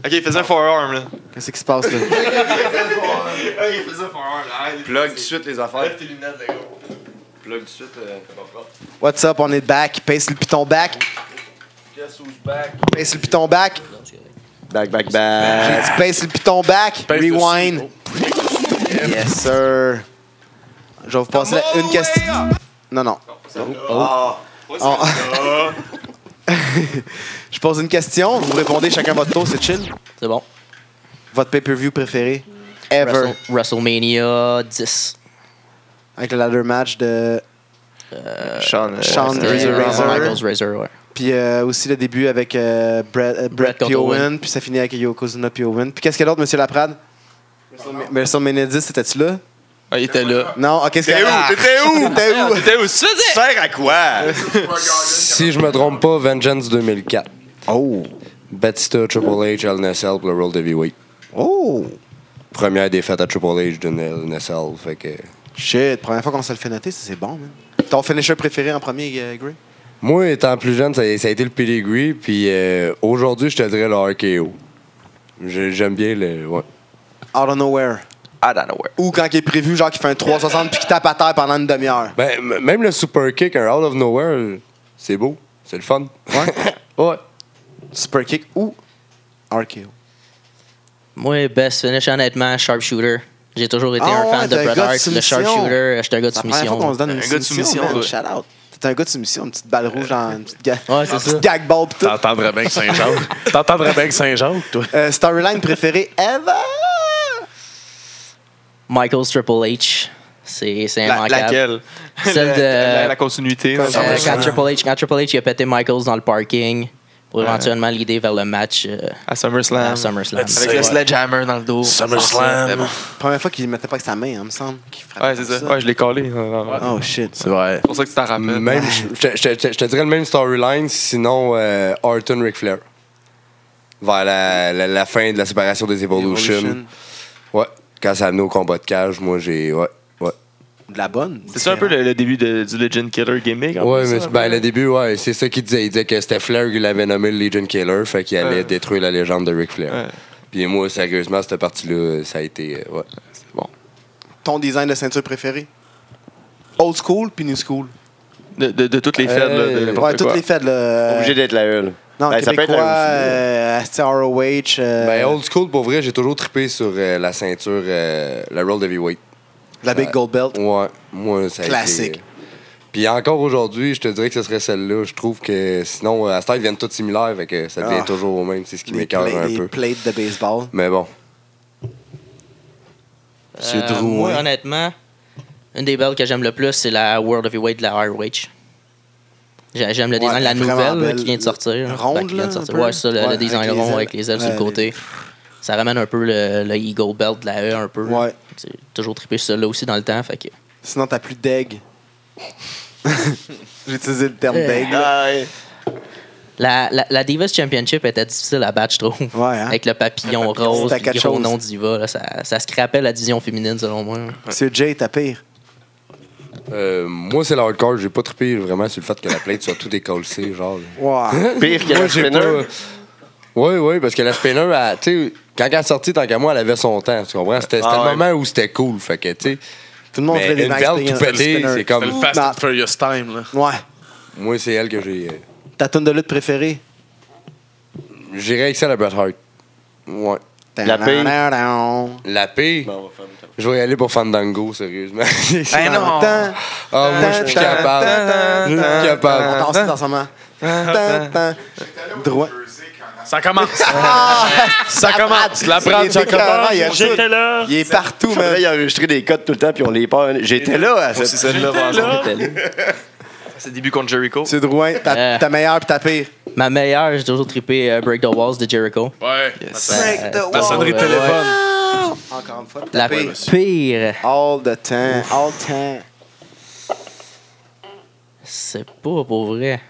Speaker 9: Ok, faisais un forearm, là.
Speaker 3: Qu'est-ce qui se passe là?
Speaker 9: Ok, faisais un forearm, là.
Speaker 8: Plug tout de suite les affaires.
Speaker 9: tes lunettes, les gars.
Speaker 8: Plug tout de suite. euh,
Speaker 3: What's up? On est back. Pace le piton back. Pace le piton back.
Speaker 8: Back, back, back.
Speaker 3: J'ai dit pace le piton back. Rewind. Yes, sir. Je vais vous passer la- une question. Non, non. Oh. On- Je pose une question, vous répondez chacun votre tour, c'est chill.
Speaker 7: C'est bon.
Speaker 3: Votre pay-per-view préféré ever
Speaker 7: Wrestle- WrestleMania 10.
Speaker 3: avec le ladder match de
Speaker 9: Sean. euh,
Speaker 3: Sean
Speaker 7: C'était
Speaker 3: Razor Razor.
Speaker 7: Michaels Razor, ouais.
Speaker 3: puis euh, aussi le début avec euh, Brett, euh, Brett
Speaker 7: Brett
Speaker 3: puis
Speaker 7: contre Owen.
Speaker 3: Owen puis ça finit avec Yokozuna puis Owen. Puis qu'est-ce qu'il y a d'autre monsieur Laprade WrestleMania 10, c'était-tu là
Speaker 9: Ah, il était là.
Speaker 3: Non, OK, qu'est-ce qu'il y a
Speaker 8: T'étais où? T'étais où?
Speaker 9: T'étais où? Tu faisais?
Speaker 8: Sert à quoi?
Speaker 2: Si je me trompe pas, Vengeance 2004.
Speaker 3: Oh.
Speaker 2: Batista, Triple H, L Nessel pour le World Heavyweight.
Speaker 3: Oh
Speaker 2: Première défaite à Triple H d'une L Nessel. Fait que.
Speaker 3: shit, première fois qu'on se le fait noter, ça c'est bon man. Ton finisher préféré en premier euh, Gray
Speaker 2: Moi, étant plus jeune, ça, a- ça a été le Pedigree, puis euh, aujourd'hui, je te dirais le RKO. J'ai- J'aime bien le. Ouais.
Speaker 3: Out of nowhere.
Speaker 9: I don't know where.
Speaker 3: Ou quand il est prévu genre qu'il fait un 360 puis qu'il tape à terre pendant une demi-heure.
Speaker 2: Ben, m- même le Super Kick, un Out of Nowhere, c'est beau. C'est le fun.
Speaker 3: Ouais.
Speaker 2: ouais.
Speaker 3: Super kick ou RKO.
Speaker 7: Moi, best finish, honnêtement, Sharpshooter. J'ai toujours été
Speaker 3: Ah
Speaker 7: un fan
Speaker 3: ouais,
Speaker 7: de
Speaker 3: t'es un gars
Speaker 7: Bret
Speaker 3: de
Speaker 7: Hart. Le
Speaker 3: soumission.
Speaker 7: Sharpshooter, j'étais un gars de
Speaker 3: C'est la première fois qu'on
Speaker 7: soumission.
Speaker 3: se donne une
Speaker 9: Un gars de
Speaker 3: soumission,
Speaker 9: soumission,
Speaker 3: man.
Speaker 9: ouais.
Speaker 3: Shout out. T'es un gars de soumission, une petite balle rouge, dans une petite, ga-
Speaker 7: Euh, Ouais, c'est
Speaker 3: une petite
Speaker 7: ça.
Speaker 3: gag ball pis tout.
Speaker 4: T'entendrais bien que Saint-Jean. T'entendrais bien que Saint-Jean, toi.
Speaker 3: Euh, storyline préférée ever?
Speaker 7: Michaels Triple H. C'est c'est
Speaker 9: La-
Speaker 7: immanquable.
Speaker 9: Laquelle?
Speaker 7: Celle de-
Speaker 9: La, la continuité.
Speaker 7: Euh, quand, Triple H, quand Triple H il a pété Michaels dans le parking pour éventuellement l'idée vers le match euh,
Speaker 9: À
Speaker 7: à
Speaker 9: SummerSlam.
Speaker 7: SummerSlam.
Speaker 9: Avec le
Speaker 7: Ouais.
Speaker 9: sledgehammer dans le dos.
Speaker 4: SummerSlam.
Speaker 3: Première fois qu'il mettait pas avec sa main, hein, me semble. qu'il frappait
Speaker 9: Ouais, c'est
Speaker 3: comme
Speaker 9: ça. Ouais, je l'ai collé.
Speaker 3: Oh shit.
Speaker 4: C'est vrai.
Speaker 9: C'est pour ça que tu t'en rappelles.
Speaker 2: Même, je, je- je- je te dirais le même storyline, sinon euh, Orton Ric Flair. Vers la, la- la fin de la séparation des Evolution.
Speaker 3: Evolution.
Speaker 2: Ouais. Quand ça a amené au combat de cage, moi j'ai. Ouais. Ouais,
Speaker 3: De la bonne.
Speaker 9: C'est un peu le, le début de- du Legend Killer gimmick. hein? en
Speaker 2: ouais
Speaker 9: plus,
Speaker 2: mais
Speaker 9: ça,
Speaker 2: c'est- ben,
Speaker 9: un peu.
Speaker 2: le début, ouais, c'est ça qu'il disait. Il disait que c'était Flair qui l'avait nommé le Legion Killer, fait qu'il allait
Speaker 9: Ouais.
Speaker 2: détruire la légende de Ric Flair.
Speaker 9: Ouais.
Speaker 2: Puis moi, sérieusement, cette partie-là, ça a été. euh, ouais.
Speaker 3: Ton design de ceinture préféré? Old school puis new school.
Speaker 9: De, de, de toutes les fêtes. là, de
Speaker 2: Euh,
Speaker 9: n'importe
Speaker 3: Ouais, toutes
Speaker 9: quoi.
Speaker 3: les fêtes, là.
Speaker 8: Obligé d'être la Hule.
Speaker 3: Non,
Speaker 8: Ben, ça peut être
Speaker 3: québécois,
Speaker 8: la Hule.
Speaker 3: euh, c'était ROH. euh,
Speaker 2: Ben, old school, pour vrai, j'ai toujours trippé sur euh, la ceinture, euh, la World Heavyweight.
Speaker 3: la Big Gold Belt.
Speaker 2: Ouais, moi, ça a été-
Speaker 3: Classique.
Speaker 2: Puis encore aujourd'hui, je te dirais que ce serait celle-là. Je trouve que sinon, euh, à cette heure, ils viennent toutes similaires, fait que ça devient
Speaker 3: Ah.
Speaker 2: toujours au même. C'est ce qui
Speaker 3: les
Speaker 2: m'écœure
Speaker 3: pla-
Speaker 2: un
Speaker 3: les
Speaker 2: peu.
Speaker 3: plates de baseball.
Speaker 2: Mais bon.
Speaker 3: Monsieur
Speaker 7: Euh,
Speaker 3: Drouin.
Speaker 7: moi, honnêtement, une des belles que j'aime le plus, c'est la World Heavyweight de la ROH. J'ai- J'aime le
Speaker 3: Ouais,
Speaker 7: design de la
Speaker 3: vraiment
Speaker 7: nouvelle là,
Speaker 3: belle.
Speaker 7: qui vient de sortir.
Speaker 3: Le
Speaker 7: là.
Speaker 3: ronde,
Speaker 7: Ben, qui vient de
Speaker 3: là,
Speaker 7: sortir.
Speaker 3: un peu.
Speaker 7: Ouais, ça, le, le
Speaker 3: Ouais,
Speaker 7: design
Speaker 3: avec
Speaker 7: le
Speaker 3: les
Speaker 7: rond
Speaker 3: ailes.
Speaker 7: avec les ailes sur
Speaker 3: Ouais,
Speaker 7: le côté. Ça ramène un peu le, le Eagle Belt de la E un peu.
Speaker 3: Ouais.
Speaker 7: J'ai toujours trippé sur là aussi dans le temps. Fait que...
Speaker 3: Sinon, t'as plus d'egg. J'ai utilisé le terme
Speaker 7: Eh.
Speaker 3: d'egg. là.
Speaker 9: Ah, ouais.
Speaker 7: La, la, la Divas Championship était difficile à battre, je trouve.
Speaker 3: Ouais, hein?
Speaker 7: Avec le papillon rose,
Speaker 3: C'était
Speaker 7: puis le
Speaker 3: quelque
Speaker 7: gros
Speaker 3: chose.
Speaker 7: nom diva, là, ça, ça scrapait la division féminine selon moi.
Speaker 3: Monsieur Jay, t'as pire.
Speaker 2: Euh, moi, c'est le hardcore. J'ai pas trippé vraiment sur le fait que la plate soit tout décollée, genre.
Speaker 3: Wow.
Speaker 8: Pire que
Speaker 2: euh, Moi,
Speaker 8: la
Speaker 2: j'ai
Speaker 8: spinner.
Speaker 2: pas- Oui, oui, parce que la spinner, elle, tu sais, quand elle est sortie, tant qu'à moi, elle avait son temps. Tu comprends? C'était c'était
Speaker 8: Ah ouais.
Speaker 2: le moment où c'était cool. Fait que, tu sais,
Speaker 3: Tout le monde
Speaker 2: Mais
Speaker 3: fait des
Speaker 2: une
Speaker 3: nice
Speaker 2: belt
Speaker 3: things
Speaker 2: tout
Speaker 3: avec le
Speaker 2: pété,
Speaker 3: spinner.
Speaker 2: c'est comme-
Speaker 4: C'est le Fast
Speaker 3: Ma-
Speaker 4: and Furious Time, là.
Speaker 3: Ouais.
Speaker 2: moi, c'est elle que j'ai. euh,
Speaker 3: Ta tune de lutte préférée?
Speaker 2: J'irais avec celle à Bret Hart. Ouais.
Speaker 8: La paix.
Speaker 3: Tadadadadam.
Speaker 2: La paix, je vais y aller pour Fandango, sérieusement.
Speaker 3: Ben
Speaker 9: Eh non.
Speaker 3: Tan,
Speaker 2: Ah, moi, je suis plus
Speaker 3: tan,
Speaker 2: capable.
Speaker 3: tan,
Speaker 7: ah,
Speaker 2: Je suis plus
Speaker 3: tan.
Speaker 2: capable.
Speaker 3: On danse ensemble. Tan, tan. Droit.
Speaker 10: Jersey, quand
Speaker 4: Ça commence. ça commence. La prendre, ça commence.
Speaker 8: J'étais
Speaker 11: là.
Speaker 8: Il est partout, man. Il a enregistré des codes tout le temps, puis on les perd. J'étais là euh, à cette
Speaker 9: J'étais là. C'est le début contre Jericho.
Speaker 3: C'est Drouin, ta,
Speaker 7: Euh.
Speaker 3: ta meilleure puis ta pire.
Speaker 7: Ma meilleure, j'ai toujours trippé euh, Break the Walls de Jericho.
Speaker 4: Ouais.
Speaker 7: Break the
Speaker 4: La sonnerie de
Speaker 7: wall.
Speaker 4: téléphone.
Speaker 3: Encore une fois, puis ta
Speaker 7: La
Speaker 3: pire.
Speaker 7: pire.
Speaker 3: All the time, all the time.
Speaker 7: C'est pas pour vrai.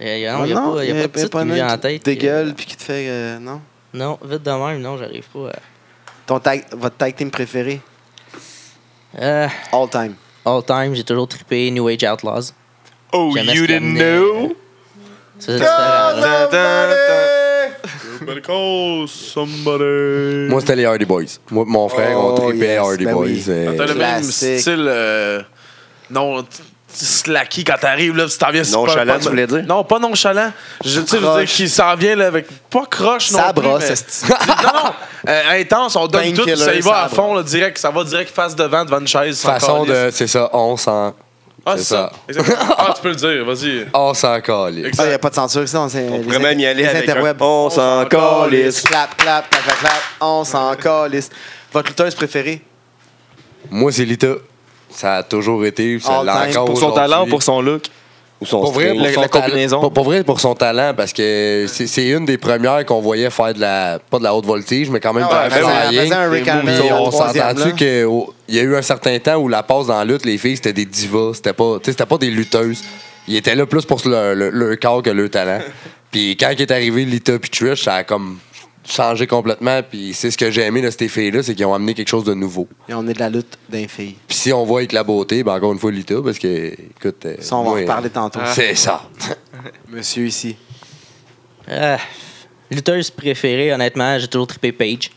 Speaker 7: Il n'y a,
Speaker 3: Ah
Speaker 7: y a
Speaker 3: non,
Speaker 7: pas, y
Speaker 3: y
Speaker 7: a
Speaker 3: a
Speaker 7: pas de petite
Speaker 3: pas
Speaker 7: qui me
Speaker 3: un
Speaker 7: vient en
Speaker 3: qui te
Speaker 7: tête. euh,
Speaker 3: dégueule puis qui te fait. euh, non?
Speaker 7: Non, vite de même, non, j'arrive pas euh, à...
Speaker 3: Ton tag, votre tag team préféré?
Speaker 7: Euh,
Speaker 3: All time.
Speaker 7: all time, j'ai toujours trippé New Age Outlaws.
Speaker 9: Oh,
Speaker 7: J'aimais
Speaker 9: you
Speaker 7: ce qu'il
Speaker 9: didn't
Speaker 7: amenait,
Speaker 9: know?
Speaker 7: euh, Ça, c'est différent, là.
Speaker 4: Call somebody.
Speaker 2: Moi, c'était les Hardy Boys. Moi, mon frère, on
Speaker 3: Oh,
Speaker 2: tripait
Speaker 3: yes,
Speaker 2: Hardy
Speaker 3: ben
Speaker 2: Boys.
Speaker 3: oui.
Speaker 2: euh,
Speaker 4: T'as le même
Speaker 3: Classique.
Speaker 4: style. euh, non, t- slacky quand t'arrives, là, si t'en viens c'est pas-
Speaker 8: Nonchalant,
Speaker 4: pas-
Speaker 8: tu voulais dire?
Speaker 4: Non, pas nonchalant. Je, tu sais, je veux dire,
Speaker 3: Croche.
Speaker 4: qu'il s'en vient, là, avec. Pas croche, non.
Speaker 3: Ça
Speaker 4: plus,
Speaker 3: brosse,
Speaker 4: mais-
Speaker 3: esti.
Speaker 4: Non, non. euh, intense, on donne tout,
Speaker 3: Painkiller,
Speaker 4: ça y va à
Speaker 3: ça
Speaker 4: fond, là, direct. Ça va direct face devant, devant une chaise. sans
Speaker 2: façon
Speaker 4: calice.
Speaker 2: de. C'est ça, on s'en.
Speaker 4: Ah,
Speaker 2: c'est ça.
Speaker 4: Exactement. Ah, tu peux le dire, vas-y.
Speaker 2: On s'en calisse.
Speaker 3: Il
Speaker 4: Exact.
Speaker 3: n'y Ah, a pas de censure, ça. On,
Speaker 8: On pourrait même y aller avec un... Oh, On s'en calisse.
Speaker 3: Clap, clap, clap, clap, clap. On s'en calisse. Votre lutteuse préférée?
Speaker 2: Moi, c'est Lita. Ça a toujours été. Ça
Speaker 3: All
Speaker 2: l'a
Speaker 3: time.
Speaker 2: encore
Speaker 9: Pour son talent,
Speaker 2: aujourd'hui.
Speaker 9: pour son look.
Speaker 8: Ou son
Speaker 2: Pour vrai,
Speaker 8: string.
Speaker 2: pour
Speaker 9: La-
Speaker 2: son
Speaker 9: la
Speaker 2: talent-
Speaker 9: combinaison.
Speaker 2: Pour, pour vrai, pour son talent, parce que c'est c'est une des premières qu'on voyait faire de la. Pas de la haute voltige, mais quand même
Speaker 3: Ah ouais,
Speaker 2: de la
Speaker 3: faisait-
Speaker 2: flying.
Speaker 3: faisait un Rick
Speaker 2: Puis
Speaker 3: Ahmed,
Speaker 2: on
Speaker 3: le troisième,
Speaker 2: s'entend-tu
Speaker 3: là?
Speaker 2: qu'il y a eu un certain temps où la passe dans la lutte, les filles, c'était des divas. C'était pas, tu sais, c'était pas des lutteuses. Ils étaient là plus pour leur, leur- leur corps que leur talent. Puis quand il est arrivé Lita puis Trish, ça a comme changé complètement. Puis c'est ce que j'ai aimé de ces filles-là, c'est qu'ils ont amené quelque chose de nouveau.
Speaker 3: Et on est de la lutte d'un fille.
Speaker 2: Puis si on voit avec la beauté, ben encore une fois Lita, parce que, écoute... euh,
Speaker 3: Ça, on va en
Speaker 2: moi,
Speaker 3: reparler tantôt.
Speaker 2: C'est ça.
Speaker 3: Monsieur ici.
Speaker 7: Euh, lutteuse préférée, honnêtement, j'ai toujours trippé Paige.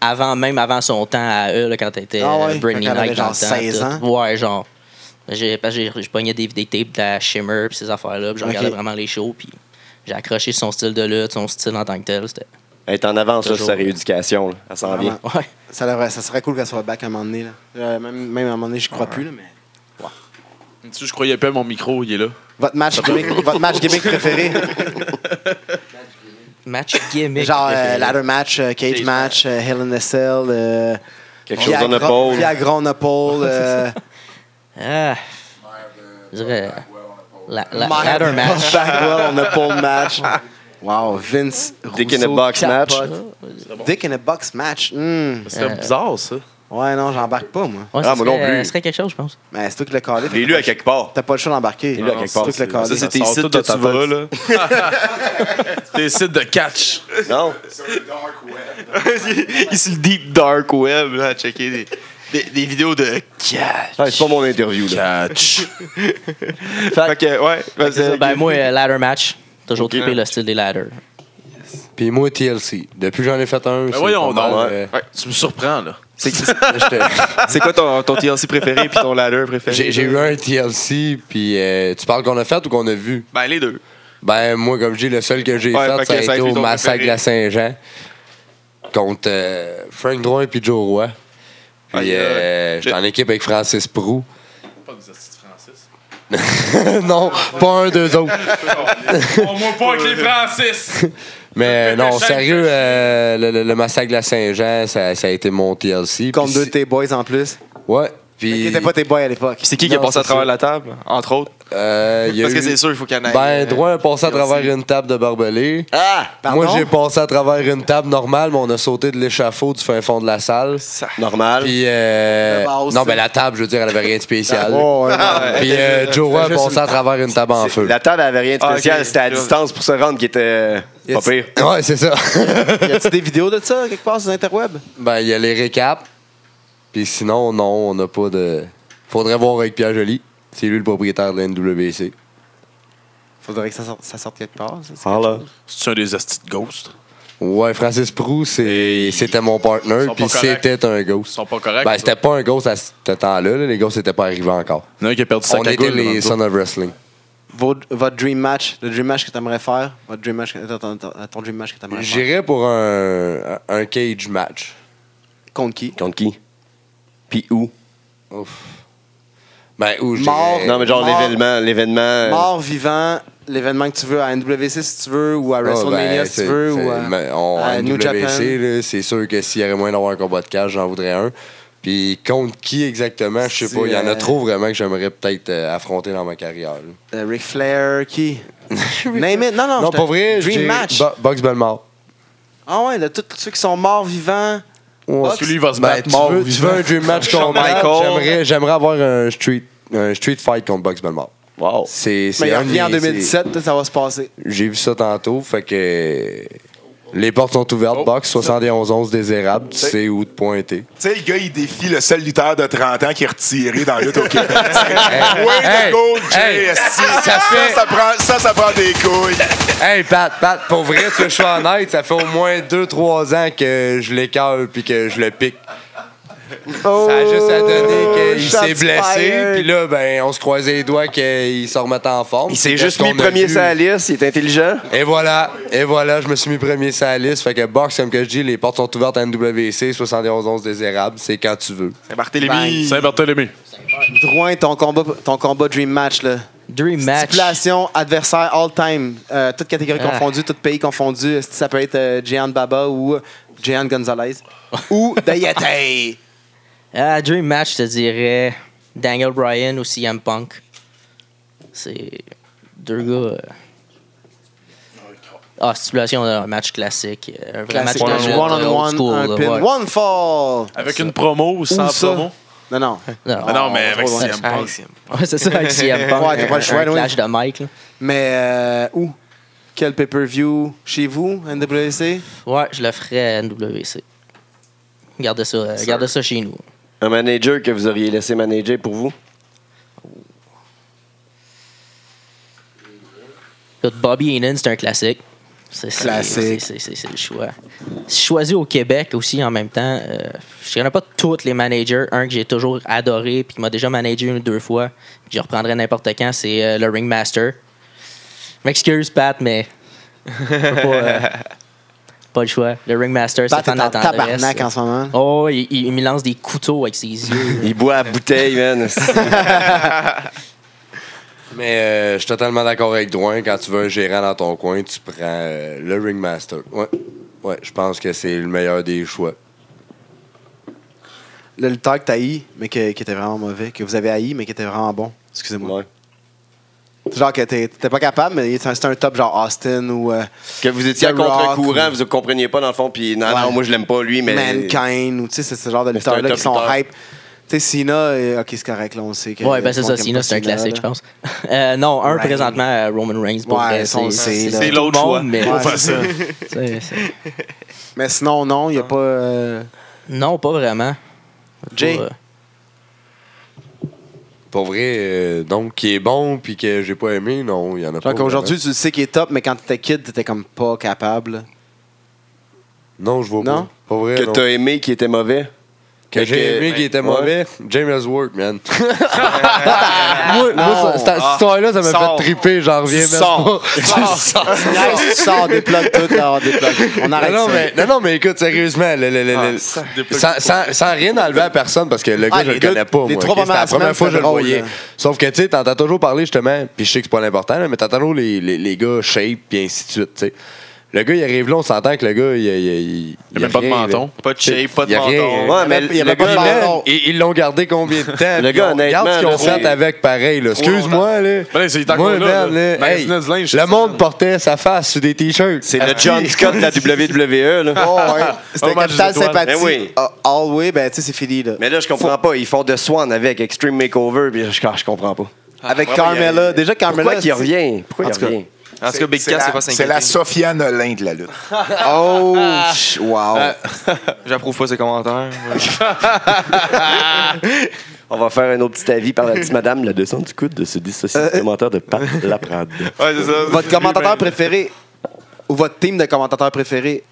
Speaker 7: Avant, même avant son temps à eux, là, quand elle était
Speaker 3: Ah ouais,
Speaker 7: euh, Brittany
Speaker 3: quand elle avait
Speaker 7: Knight dans le
Speaker 3: genre
Speaker 7: temps,
Speaker 3: 16
Speaker 7: tout.
Speaker 3: ans.
Speaker 7: Ouais, genre. J'ai, parce que j'ai, je pognais des, des tapes de la Shimmer puis ces affaires-là, puis je
Speaker 3: Ok.
Speaker 7: regardais vraiment les shows, puis j'ai accroché son style de lutte, son style en tant que tel. C'était.
Speaker 8: Elle est en avance là, sur sa
Speaker 7: Toujours.
Speaker 8: rééducation. là. Elle s'en vient.
Speaker 3: Vraiment.
Speaker 7: Ouais.
Speaker 3: Ah, Ça, devrait- ça serait cool qu'elle soit back à un moment donné. Là. Euh, même, même à un moment donné, je crois plus. Là, mais...
Speaker 4: Tu, je croyais pas, mon micro, il est là.
Speaker 3: votre, match gimmick, votre match gimmick préféré?
Speaker 7: Match gimmick.
Speaker 3: Genre euh,
Speaker 7: préféré.
Speaker 3: ladder match, euh, cage match, euh, Hell in a Cell. Euh,
Speaker 8: Quelque chose en
Speaker 3: Viagra-
Speaker 8: épaule.
Speaker 3: Viagra en épaule. euh,
Speaker 7: Ah. Je dirais. La, la,
Speaker 3: Merde.
Speaker 7: ladder match.
Speaker 3: Bagwell, on a pas le match. Wow, Vince
Speaker 8: Dick in a
Speaker 3: Rousseau
Speaker 8: box match.
Speaker 3: capote. Dick in a box match. hmm.
Speaker 7: Euh,
Speaker 4: C'était bizarre, ça.
Speaker 3: Ouais, non, j'embarque pas, moi.
Speaker 7: Ouais,
Speaker 8: Ah,
Speaker 7: ça
Speaker 8: moi non
Speaker 7: serait-
Speaker 8: plus.
Speaker 7: ça serait quelque chose, je pense.
Speaker 3: Mais c'est toi qui l'as calé.
Speaker 8: Il est lu à quelque part.
Speaker 3: T'as pas le choix d'embarquer.
Speaker 8: Il est lu à quelque part.
Speaker 3: C'est toi qui l'as
Speaker 9: Ça,
Speaker 3: calé.
Speaker 9: c'est tes
Speaker 4: sort
Speaker 9: sites
Speaker 4: tout
Speaker 9: que
Speaker 4: de ta
Speaker 9: tu vas,
Speaker 4: tête.
Speaker 9: là.
Speaker 4: Tes sites de catch.
Speaker 8: Non?
Speaker 9: Il est sur le deep dark web, là, à checker des, des, des vidéos de catch.
Speaker 8: Ah, c'est pas mon interview. Là.
Speaker 4: Catch.
Speaker 9: Fait que, ouais. ben,
Speaker 7: C'est ça.
Speaker 9: c'est-
Speaker 7: Ben, moi, euh, ladder match. Toujours trippé le style des ladders.
Speaker 2: Puis moi, TLC. Depuis que j'en ai fait un.
Speaker 4: Ben voyons
Speaker 2: pas mal,
Speaker 4: donc.
Speaker 2: euh,
Speaker 4: Ouais. Tu me surprends, là.
Speaker 9: c'est-
Speaker 2: j'étais-
Speaker 9: C'est quoi ton, ton TLC préféré puis ton ladder préféré?
Speaker 2: J'ai j'ai eu un TLC, puis euh, tu parles qu'on a fait ou qu'on a vu?
Speaker 9: Ben, les deux.
Speaker 2: Ben, moi, comme je dis, le seul que j'ai
Speaker 9: Ouais,
Speaker 2: fait,
Speaker 9: fait
Speaker 2: ça a
Speaker 9: que ça a
Speaker 2: été
Speaker 9: été
Speaker 2: au
Speaker 9: ton
Speaker 2: Massacre de la Saint-Jean contre euh, Frank Drouin et Joe Roy. Puis
Speaker 9: Aïe,
Speaker 2: euh, j'étais en équipe avec Francis Prou.
Speaker 4: Pas des astuces Francis.
Speaker 2: non, pas un, deux autres.
Speaker 4: On voit Oh, pas avec les Francis.
Speaker 2: Mais euh, non,
Speaker 4: Chaque-
Speaker 2: sérieux, euh, le, le- le Massacre de la Saint-Jean, ça, ça a été mon TLC.
Speaker 3: Comme
Speaker 2: Puis
Speaker 3: deux de
Speaker 2: c'est-
Speaker 3: tes boys en plus.
Speaker 2: Ouais.
Speaker 3: Qui
Speaker 2: Puis
Speaker 3: étaient pas tes boys à l'époque.
Speaker 9: Puis c'est qui qui a
Speaker 2: Non,
Speaker 9: passé à
Speaker 2: c'est
Speaker 9: travers
Speaker 2: ça.
Speaker 9: la table, entre autres?
Speaker 2: euh, il y a
Speaker 9: Parce que
Speaker 2: eu-
Speaker 9: c'est sûr, il faut qu'il y en ait.
Speaker 2: Ben,
Speaker 9: euh,
Speaker 2: droit a passé à
Speaker 9: TLC.
Speaker 2: travers une table de barbelé.
Speaker 8: Ah!
Speaker 3: Pardon?
Speaker 2: Moi, j'ai passé à travers une table normale, mais on a sauté de l'échafaud du fin fond de la salle.
Speaker 9: Ça.
Speaker 8: Normal.
Speaker 2: Puis, euh,
Speaker 3: Le base,
Speaker 2: non,
Speaker 3: ça.
Speaker 2: ben la table, je veux dire, elle avait rien de spécial.
Speaker 3: Oh, ouais,
Speaker 8: Ah,
Speaker 3: non, ouais.
Speaker 2: Puis, euh, Joe Roy a passé à travers une table en feu.
Speaker 8: La table avait rien de
Speaker 9: Ah,
Speaker 8: spécial.
Speaker 9: ok.
Speaker 8: C'était à distance pour se rendre qui était euh, pas pire.
Speaker 2: Ouais, c'est ça.
Speaker 3: Y a-tu des vidéos de ça quelque part sur les interwebs?
Speaker 2: ben, il y a les récaps. Puis sinon, non, on n'a pas de. Faudrait voir avec Pierre Joly. C'est lui le propriétaire de la NWC.
Speaker 3: Faudrait que ça sorte, ça sorte quelque part. ça, c'est
Speaker 8: Ah, là.
Speaker 4: C'est un des astuces de Ghost.
Speaker 2: Ouais, Francis Prou, c'est- c'était mon
Speaker 4: Ils
Speaker 2: partner,
Speaker 4: sont
Speaker 2: puis
Speaker 4: pas corrects.
Speaker 2: c'était un
Speaker 4: Ils
Speaker 2: ghost.
Speaker 4: sont pas corrects.
Speaker 2: Ben, c'était pas un ghost à ce temps-là, là. les ghosts n'étaient pas arrivés encore.
Speaker 4: Il y en a un qui a perdu sa
Speaker 2: On était
Speaker 4: cagoule. là, dans
Speaker 2: les
Speaker 4: le dos.
Speaker 2: Sons of Wrestling.
Speaker 3: Vos- votre dream match, le dream match que t'aimerais faire, votre dream match, que- ton, ton- ton dream match que t'aimerais faire.
Speaker 2: J'irais pour un, un cage match.
Speaker 3: Contre qui?
Speaker 8: Contre qui? Puis où?
Speaker 2: Ben, où je
Speaker 3: Mort.
Speaker 2: dirais-
Speaker 4: Ben,
Speaker 8: Non, mais genre
Speaker 3: Mort.
Speaker 8: l'événement. l'événement euh,
Speaker 3: Mort, vivant, l'événement que tu veux, à NWC si tu veux, ou à
Speaker 2: Ah,
Speaker 3: WrestleMania
Speaker 2: ben,
Speaker 3: si tu
Speaker 2: c'est-
Speaker 3: veux,
Speaker 2: c'est-
Speaker 3: ou à,
Speaker 2: mais on-
Speaker 3: à
Speaker 2: à
Speaker 3: New
Speaker 2: NWC, là, c'est sûr que s'il y avait moyen d'avoir un combat de cage, j'en voudrais un. Puis contre qui exactement, je sais
Speaker 3: Si,
Speaker 2: pas. Il y en
Speaker 3: euh,
Speaker 2: a trop vraiment que j'aimerais peut-être euh, affronter dans ma carrière. là.
Speaker 3: euh, Ric Flair, qui Name it. Non, non,
Speaker 2: Non,
Speaker 3: je te-
Speaker 2: pas vrai. je
Speaker 3: Dream
Speaker 2: dirais
Speaker 3: Match.
Speaker 2: Bo- Box Belmore.
Speaker 3: Ah ouais, de tous ceux qui sont morts vivants.
Speaker 4: Parce que lui, il va se
Speaker 2: Ben,
Speaker 4: battre
Speaker 2: tu
Speaker 4: mort.
Speaker 2: veux,
Speaker 4: ou
Speaker 2: tu veux un
Speaker 4: vivant.
Speaker 2: dream match
Speaker 4: Shawn
Speaker 2: contre Michael?
Speaker 4: Michaels.
Speaker 2: J'aimerais, j'aimerais avoir un street, un street fight contre Box Belmore.
Speaker 8: Wow.
Speaker 2: C'est, c'est
Speaker 3: Mais il
Speaker 2: un de
Speaker 3: revient en
Speaker 2: mes- c'est-
Speaker 3: 2017, là, ça va se passer.
Speaker 2: J'ai vu ça tantôt, fait que les portes sont ouvertes.
Speaker 8: Oh,
Speaker 2: Box 71-11 désirable, tu sais où te pointer.
Speaker 10: Tu sais, le gars, il défie le seul lutteur de 30 ans qui est retiré dans la lutte au Québec.
Speaker 2: Hey,
Speaker 10: Way
Speaker 2: hey,
Speaker 10: to go, Jay!
Speaker 2: hey,
Speaker 10: esti.
Speaker 2: ça fait-
Speaker 10: ça, prend, ça, ça prend des couilles.
Speaker 2: Hey Pat, Pat, pour vrai, tu veux que je sois honnête, ça fait au moins 2-3 ans que je l'écœure puis que je le pique. Ça a juste à donner qu'il s'est blessé, puis là, ben, on se croisait les doigts qu'il se remette en forme.
Speaker 8: Il s'est
Speaker 2: Parce
Speaker 8: juste
Speaker 2: qu'on
Speaker 8: mis
Speaker 2: a
Speaker 8: premier
Speaker 2: vu-
Speaker 8: sur la liste, il est intelligent.
Speaker 2: Et voilà, et voilà, je me suis mis premier sur la liste. Fait que box, comme que je dis, les portes sont ouvertes à NWC, 71-11 désirable, c'est quand tu veux.
Speaker 4: Ben,
Speaker 9: Barthélémy.
Speaker 4: Saint-Barthélemy.
Speaker 3: Drouin, ton combat, ton combat Dream Match, là.
Speaker 7: Dream Match.
Speaker 3: Stipulation, adversaire all-time. Euh, toutes catégories
Speaker 7: Ah.
Speaker 3: confondues, tout pays confondu. Est-ce que Ça peut être euh, Jehan Baba ou Jehan Gonzalez. ou Dayate.
Speaker 7: Ah, Dream Match, je te dirais Daniel Bryan ou CM Punk. C'est deux gars. euh, Ah, stipulation d'un match classique. euh, Un vrai match
Speaker 3: Classique.
Speaker 7: de
Speaker 3: One
Speaker 7: lutte,
Speaker 3: on
Speaker 7: old
Speaker 3: one,
Speaker 7: school,
Speaker 3: un
Speaker 7: là,
Speaker 3: pin.
Speaker 7: ouais.
Speaker 3: One fall.
Speaker 4: Avec une promo ou sans
Speaker 3: ça?
Speaker 4: promo.
Speaker 3: Non, non.
Speaker 7: Non,
Speaker 4: Ah non, mais avec
Speaker 3: trop loin.
Speaker 4: CM Punk.
Speaker 7: ouais, c'est ça, avec CM Punk.
Speaker 3: Ouais, t'as pas le choix,
Speaker 7: un
Speaker 3: oui.
Speaker 7: clash de Mike. Là.
Speaker 3: Mais euh, où? Quel pay-per-view chez vous, NWC?
Speaker 7: Ouais, je le ferais à NWC. Gardez ça, euh, gardez ça chez nous.
Speaker 8: euh, Un manager que vous auriez laissé manager pour vous.
Speaker 7: Écoute, Bobby Heenan, c'est un classique. C'est, c'est-
Speaker 3: Classique.
Speaker 7: C'est, c'est- c'est- c'est le choix. Si je choisis au Québec aussi en même temps, euh, je connais pas tous les managers. Un que j'ai toujours adoré puis qui m'a déjà managé une ou deux fois, puis que je reprendrai n'importe quand, c'est euh, le Ringmaster. M'excuse, Pat, mais. je peux pas, euh, pas le choix. Le Ringmaster,
Speaker 3: Pat
Speaker 7: c'est
Speaker 3: est
Speaker 7: fan
Speaker 3: en
Speaker 7: de tendresse.
Speaker 3: tabarnak en ce moment.
Speaker 7: Oh, il, il- il me lance des couteaux avec ses yeux.
Speaker 8: Il boit à bouteille, man.
Speaker 2: Mais euh, je suis totalement d'accord avec Drouin. Quand tu veux un gérant dans ton coin, tu prends euh, le Ringmaster. Ouais. Ouais, je pense que c'est le meilleur des choix.
Speaker 3: Le lutteur que t'as haï, mais que- qui était vraiment mauvais, que vous avez haï, mais qui était vraiment bon. Excusez-moi.
Speaker 8: Ouais.
Speaker 3: Genre que t'es t'es pas capable, mais c'est un, c'est un top genre Austin ou euh,
Speaker 8: Que vous étiez à
Speaker 3: The Rock,
Speaker 8: contre-courant, vous ne compreniez pas dans le fond, puis non,
Speaker 3: Ouais.
Speaker 8: non, moi je l'aime pas lui, mais.
Speaker 3: Mankind ou tu sais, c'est ce genre de
Speaker 8: Mais c'est un
Speaker 3: lutteurs-là qui
Speaker 8: top
Speaker 3: sont
Speaker 8: lutteur.
Speaker 3: hype. Tu sais, Cena, euh, ok, c'est correct, là, on sait que.
Speaker 7: Ouais, ben c'est
Speaker 3: tout le
Speaker 7: ça,
Speaker 3: monde aime
Speaker 7: Cena,
Speaker 3: pas
Speaker 7: c'est un
Speaker 3: là.
Speaker 7: classique, je pense. Euh, non, un
Speaker 3: Reigns.
Speaker 7: présentement, euh, Roman Reigns, pour
Speaker 3: Ouais,
Speaker 7: vrai,
Speaker 3: ça, on sait, là.
Speaker 9: C'est
Speaker 7: tout le
Speaker 9: l'autre
Speaker 7: monde,
Speaker 9: choix.
Speaker 7: mais-
Speaker 3: Ouais,
Speaker 4: Enfin, ça.
Speaker 7: C'est- c'est-
Speaker 3: Mais sinon, non,
Speaker 8: Ah.
Speaker 3: il n'y a pas. euh,
Speaker 7: Non, pas vraiment.
Speaker 3: Jay.
Speaker 7: Pas, euh,
Speaker 2: Pour vrai, euh, donc, qui est bon puis que j'ai pas aimé, non, il y en a pas.
Speaker 3: Genre
Speaker 2: vraiment.
Speaker 3: qu'aujourd'hui, tu le sais qu'il est top, mais quand t'étais kid, t'étais comme pas capable. là.
Speaker 2: Non, je vois
Speaker 3: Non?
Speaker 2: pas. Pas vrai,
Speaker 8: Que
Speaker 2: non.
Speaker 8: t'as aimé qui était mauvais.
Speaker 2: Que j'ai aimé qui était
Speaker 8: Ouais.
Speaker 2: mauvais, James Ellsworth, man. moi,
Speaker 3: non.
Speaker 2: moi, ça- cette histoire-là, ça m'a
Speaker 9: Sors.
Speaker 2: fait triper, j'en
Speaker 3: Eh
Speaker 2: reviens même pas.
Speaker 3: Nice, tu ben, sors des plugs, tout, là, des plugs. On arrête
Speaker 2: Non, non,
Speaker 3: ça.
Speaker 2: mais, non, non, mais écoute, sérieusement, le- le- le- le- sans, sans- sans rien enlever à personne, parce que le gars,
Speaker 3: Ah,
Speaker 2: je
Speaker 3: les
Speaker 2: le
Speaker 3: deux-
Speaker 2: connais pas.
Speaker 3: les
Speaker 2: moi,
Speaker 3: trois
Speaker 2: ok? C'était la
Speaker 3: premières semaines,
Speaker 2: première fois que je
Speaker 3: c'était
Speaker 2: le
Speaker 3: drôle,
Speaker 2: voyais.
Speaker 3: là.
Speaker 2: Sauf que, tu sais, t'entends toujours parler, justement, puis je sais que c'est pas l'important, là, mais t'entends toujours les, les, les gars shape, puis ainsi de suite, tu sais. Le gars, il arrive là, on s'entend que le gars, il. Il, il,
Speaker 4: Il a même pas de
Speaker 2: rien, là.
Speaker 4: menton.
Speaker 9: Pas de shape, pas de
Speaker 2: Y a rien,
Speaker 9: menton.
Speaker 2: euh,
Speaker 8: Ouais, mais
Speaker 3: avait- il y
Speaker 8: le
Speaker 3: avait pas
Speaker 8: gars,
Speaker 3: de
Speaker 8: il-
Speaker 3: menton.
Speaker 2: Man, Ils ils l'ont gardé combien de temps?
Speaker 8: Le gars,
Speaker 2: Puis on regarde
Speaker 8: honnêtement,
Speaker 2: ce qu'ils ont
Speaker 8: là,
Speaker 2: fait
Speaker 8: c'est-
Speaker 2: avec pareil. là. Excuse-moi. Là.
Speaker 4: Ben, c'est- il est encore
Speaker 2: Moi,
Speaker 4: là, Ben,
Speaker 2: man,
Speaker 4: là.
Speaker 2: là, hey,
Speaker 4: Magazine de linge,
Speaker 2: le
Speaker 4: c'est
Speaker 2: monde portait sa face sur des t-shirts.
Speaker 8: C'est le John Scott de la WWE, là.
Speaker 3: Oh, ouais. C'était
Speaker 4: Un match
Speaker 3: Capital
Speaker 4: des étoiles.
Speaker 3: Sympathie.
Speaker 8: Ben oui.
Speaker 3: Ah, all way, ben, tu sais, c'est fini, là.
Speaker 8: Mais là, je comprends pas. Ils font de Swan avec Extreme Makeover, puis je, je comprends pas.
Speaker 3: Avec
Speaker 9: Ouais,
Speaker 3: Carmella. Déjà, Carmella.
Speaker 8: Pourquoi qu'il
Speaker 3: Ah, c'est-
Speaker 8: revient? Pourquoi
Speaker 3: En
Speaker 8: il
Speaker 3: tout cas.
Speaker 8: revient?
Speaker 9: En tout cas, Big
Speaker 10: C'est
Speaker 9: Cat,
Speaker 10: la-
Speaker 9: c'est pas
Speaker 10: C'est la
Speaker 9: 50.
Speaker 10: Sophia Nolin de la lutte.
Speaker 3: Oh, ch-
Speaker 2: Ah,
Speaker 3: wow.
Speaker 9: J'approuve pas ses commentaires.
Speaker 8: On va faire un autre petit avis par la petite madame, le descend du coude de ce
Speaker 3: Euh,
Speaker 8: dissocié du commentaire de Pat Laprade.
Speaker 9: Ouais, c'est ça.
Speaker 3: Votre commentateur préféré ou votre team de commentateurs préféré,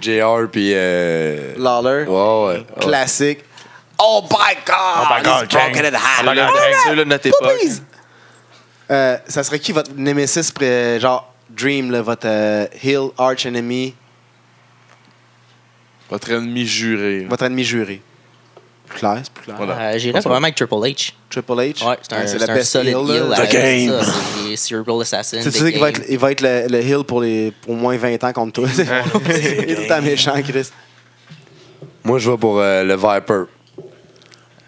Speaker 2: JR, puis. Euh...
Speaker 3: Lawler,
Speaker 2: Ouais, ouais. ouais.
Speaker 3: classique. Oh my God! Oh my God,
Speaker 9: Ceux-là de notre époque.
Speaker 3: Euh, ça serait qui votre nemesis, pré- genre Dream, là, votre euh, heel, arch enemy,
Speaker 4: Votre ennemi juré.
Speaker 3: votre ennemi juré? plus clair, c'est plus clair.
Speaker 7: Euh, J'irais probablement avec Triple H.
Speaker 3: Triple H? Euh,
Speaker 7: Ouais, c'est un,
Speaker 3: Ouais,
Speaker 7: c'est un solid
Speaker 3: heel,
Speaker 7: heel.
Speaker 3: là.
Speaker 7: euh,
Speaker 3: The
Speaker 7: c'est
Speaker 3: Game.
Speaker 7: ça, C'est des Cerebral Assassins.
Speaker 3: Tu
Speaker 7: The
Speaker 3: sais qu'il va
Speaker 7: Game.
Speaker 3: être, il va être le, le heel pour, les, pour au moins 20 ans contre toi. il est tout le temps méchant, Chris.
Speaker 2: Moi, je vais pour euh, le Viper.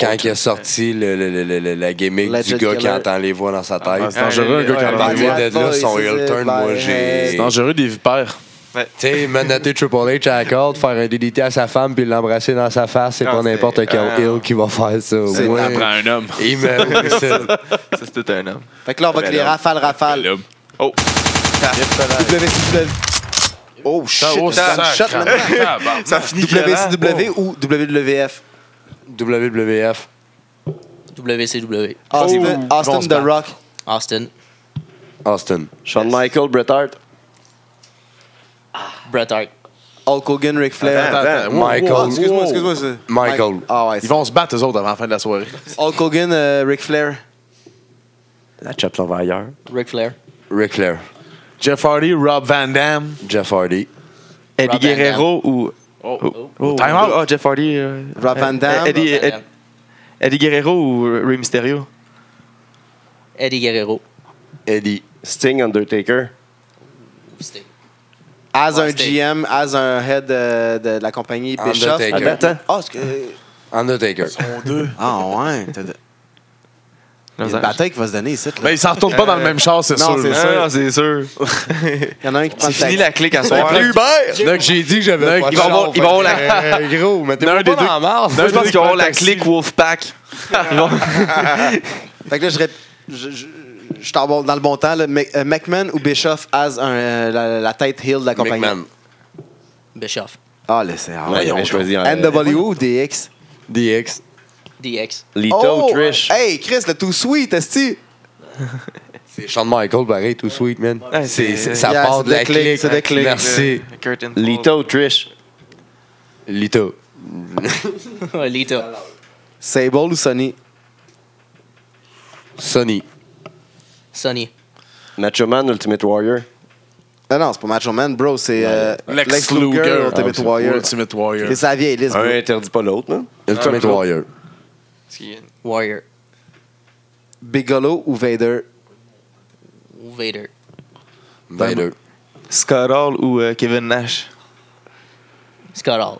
Speaker 2: Quand il a sorti le, le- le- le- le- la gimmick
Speaker 3: Legit
Speaker 2: du gars qui
Speaker 3: killer.
Speaker 2: entend les voix dans sa tête.
Speaker 4: Ah, c'est dangereux, un gars qui
Speaker 2: Ouais,
Speaker 4: entend les voix.
Speaker 2: à partir de là, son
Speaker 3: Ouais,
Speaker 2: heel
Speaker 3: c'est
Speaker 2: turn,
Speaker 3: ça,
Speaker 2: moi,
Speaker 3: ben,
Speaker 2: j'ai...
Speaker 4: C'est dangereux des vipères.
Speaker 2: Tu sais, menotter Triple H à la corde, faire un DDT à sa femme puis l'embrasser dans sa face, c'est
Speaker 9: Ah,
Speaker 2: pas
Speaker 9: c'est-
Speaker 2: n'importe quel
Speaker 9: ah.
Speaker 2: heel qui va faire ça.
Speaker 3: C'est
Speaker 2: Moi,
Speaker 4: Ça prend un homme.
Speaker 2: il me... c'est-
Speaker 9: Ça, c'est tout un homme.
Speaker 3: Fait que là, on va avec les
Speaker 9: Ben,
Speaker 3: rafales, rafales.
Speaker 4: L'homme.
Speaker 9: Oh!
Speaker 3: WCW. Oh shit,
Speaker 4: oh,
Speaker 3: c'est un shot, man.
Speaker 9: Ça finit
Speaker 3: WCW ou WWF?
Speaker 2: WWF.
Speaker 7: WCW.
Speaker 3: Austin, Austin The Rock.
Speaker 7: Austin.
Speaker 2: Austin.
Speaker 8: Shawn Michael, Bret Hart.
Speaker 7: Bret Hart.
Speaker 3: Hulk Hogan, Ric Flair.
Speaker 4: Attends, wow,
Speaker 2: Michael.
Speaker 4: wow.
Speaker 3: Ah, excuse-moi, excuse-moi. c'est-
Speaker 2: Michael.
Speaker 3: Mike- Ah ouais.
Speaker 4: Ils vont se battre, eux autres, avant la fin de la soirée.
Speaker 3: c'est- Hulk Hogan, euh, Ric Flair.
Speaker 8: La chape s'en va ailleurs.
Speaker 7: Ric Flair.
Speaker 2: Ric Flair.
Speaker 4: Jeff Hardy, Rob Van Damme.
Speaker 2: Jeff Hardy.
Speaker 9: Eddie
Speaker 7: Rob Van Dam.
Speaker 9: Guerrero ou.
Speaker 7: Oh.
Speaker 9: Oh,
Speaker 4: Time out.
Speaker 9: oh, Jeff Hardy. euh,
Speaker 3: Rob Van Dam.
Speaker 9: Eddie,
Speaker 7: Rob Van Dam.
Speaker 9: Ed- Eddie Guerrero ou Rey Mysterio?
Speaker 7: Eddie Guerrero.
Speaker 2: Eddie.
Speaker 8: Sting, Undertaker.
Speaker 7: C'était-
Speaker 3: As un
Speaker 7: Ouais, c'était-
Speaker 3: GM, as un head euh, de, la compagnie Bischoff.
Speaker 2: Undertaker.
Speaker 3: Attends, attends. Ah, est-ce que-
Speaker 2: Undertaker.
Speaker 3: Ah ouais. t'as de- Il y a une bataille qui va se donner ici. là.
Speaker 4: Ben, ils s'en retournent pas dans le même char, c'est
Speaker 3: Non,
Speaker 4: sûr.
Speaker 3: c'est
Speaker 4: là.
Speaker 3: sûr.
Speaker 9: Ah, c'est sûr.
Speaker 3: Il y en a un qui prend
Speaker 9: C'est
Speaker 3: le taxi.
Speaker 9: fini la clique à soir.
Speaker 2: Donc, j'ai dit que j'avais
Speaker 9: Donc,
Speaker 2: pas de
Speaker 9: il va
Speaker 2: char,
Speaker 9: avoir- il va avoir
Speaker 2: fait que, euh, Gros, mettez-moi
Speaker 4: Non,
Speaker 2: pas
Speaker 4: des deux.
Speaker 2: dans la marde.
Speaker 9: Moi, je pense qu'ils vont avoir la clique Wolfpack. Ils vont-
Speaker 3: Fait que là, je, rép- je, je, je suis en bon- dans le bon temps. Là. Mc- euh, McMahon ou Bischoff as un, euh, la, la tête heel de la compagnie?
Speaker 2: McMahon.
Speaker 7: Bischoff.
Speaker 3: Ah, laissez. Ah,
Speaker 8: Ouais, ils ont
Speaker 3: ouais.
Speaker 8: choisi en-
Speaker 3: NWO ou DX?
Speaker 2: DX.
Speaker 7: DX.
Speaker 8: Lito ou Trish.
Speaker 3: Oh! Hey, Chris, le tout sweet, esti!
Speaker 2: C'est Shawn Michael, pareil, tout sweet, man.
Speaker 9: Ouais,
Speaker 2: C'est- c'est-
Speaker 9: c'est-
Speaker 2: ça
Speaker 3: Yeah,
Speaker 2: part
Speaker 3: c'est
Speaker 2: de la
Speaker 3: des clics,
Speaker 2: clique.
Speaker 3: c'est des clics.
Speaker 2: Merci.
Speaker 9: Curtain call.
Speaker 8: Lita ou Trish.
Speaker 2: Lito.
Speaker 7: Ouais, Lita.
Speaker 3: Sable ou Sonny?
Speaker 2: Sonny.
Speaker 7: Sonny.
Speaker 8: Macho Man, Ultimate Warrior.
Speaker 3: Ah, Non, non, c'est pas Macho Man, bro, c'est euh,
Speaker 4: Lex, Luger,
Speaker 3: Ultimate
Speaker 4: Ah,
Speaker 3: Warrior.
Speaker 4: Ultimate Warrior.
Speaker 3: C'est sa vieille liste, bro.
Speaker 8: interdit pas l'autre, non?
Speaker 2: Ultimate Warrior.
Speaker 7: Warrior.
Speaker 3: Bigelow ou Vader?
Speaker 7: Vader.
Speaker 2: Vader.
Speaker 9: Scott Hall ou euh, Kevin Nash?
Speaker 7: Scott Hall.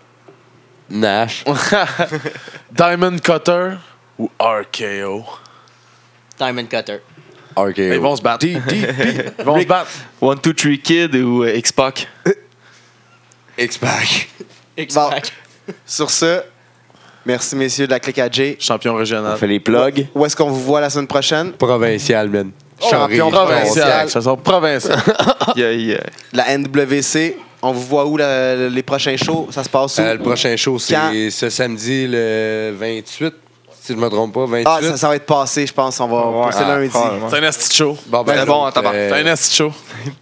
Speaker 2: Nash.
Speaker 4: Diamond Cutter ou RKO.
Speaker 7: Diamond Cutter.
Speaker 2: RKO.
Speaker 4: Ils vont se battre. Ils vont se battre.
Speaker 9: One, Two, Three Kid ou euh, X-Pac?
Speaker 2: X-Pac.
Speaker 7: X-Pac.
Speaker 3: Sur ce, merci messieurs de la clique à J.
Speaker 4: Champion
Speaker 8: On
Speaker 4: régional.
Speaker 8: fait les plugs.
Speaker 3: Où est-ce qu'on vous voit la semaine prochaine?
Speaker 2: Provincial, man.
Speaker 4: Oh,
Speaker 9: Oh,
Speaker 4: Champion
Speaker 2: Charry.
Speaker 4: provincial. Ça sort provincial.
Speaker 9: Yeah, yeah.
Speaker 3: La NWC, on vous voit où la- les prochains shows? Ça se passe où?
Speaker 2: Euh, le prochain show,
Speaker 3: Quand?
Speaker 2: c'est ce samedi, le 28, si je me trompe pas. 28.
Speaker 3: Ah, ça, ça va être passé, je pense. On va passer lundi.
Speaker 9: ah, probablement.
Speaker 4: C'est un asti de show.
Speaker 2: Bon, ben,
Speaker 9: C'est bon, en tabarnak.
Speaker 4: C'est un
Speaker 2: euh,
Speaker 4: asti de show.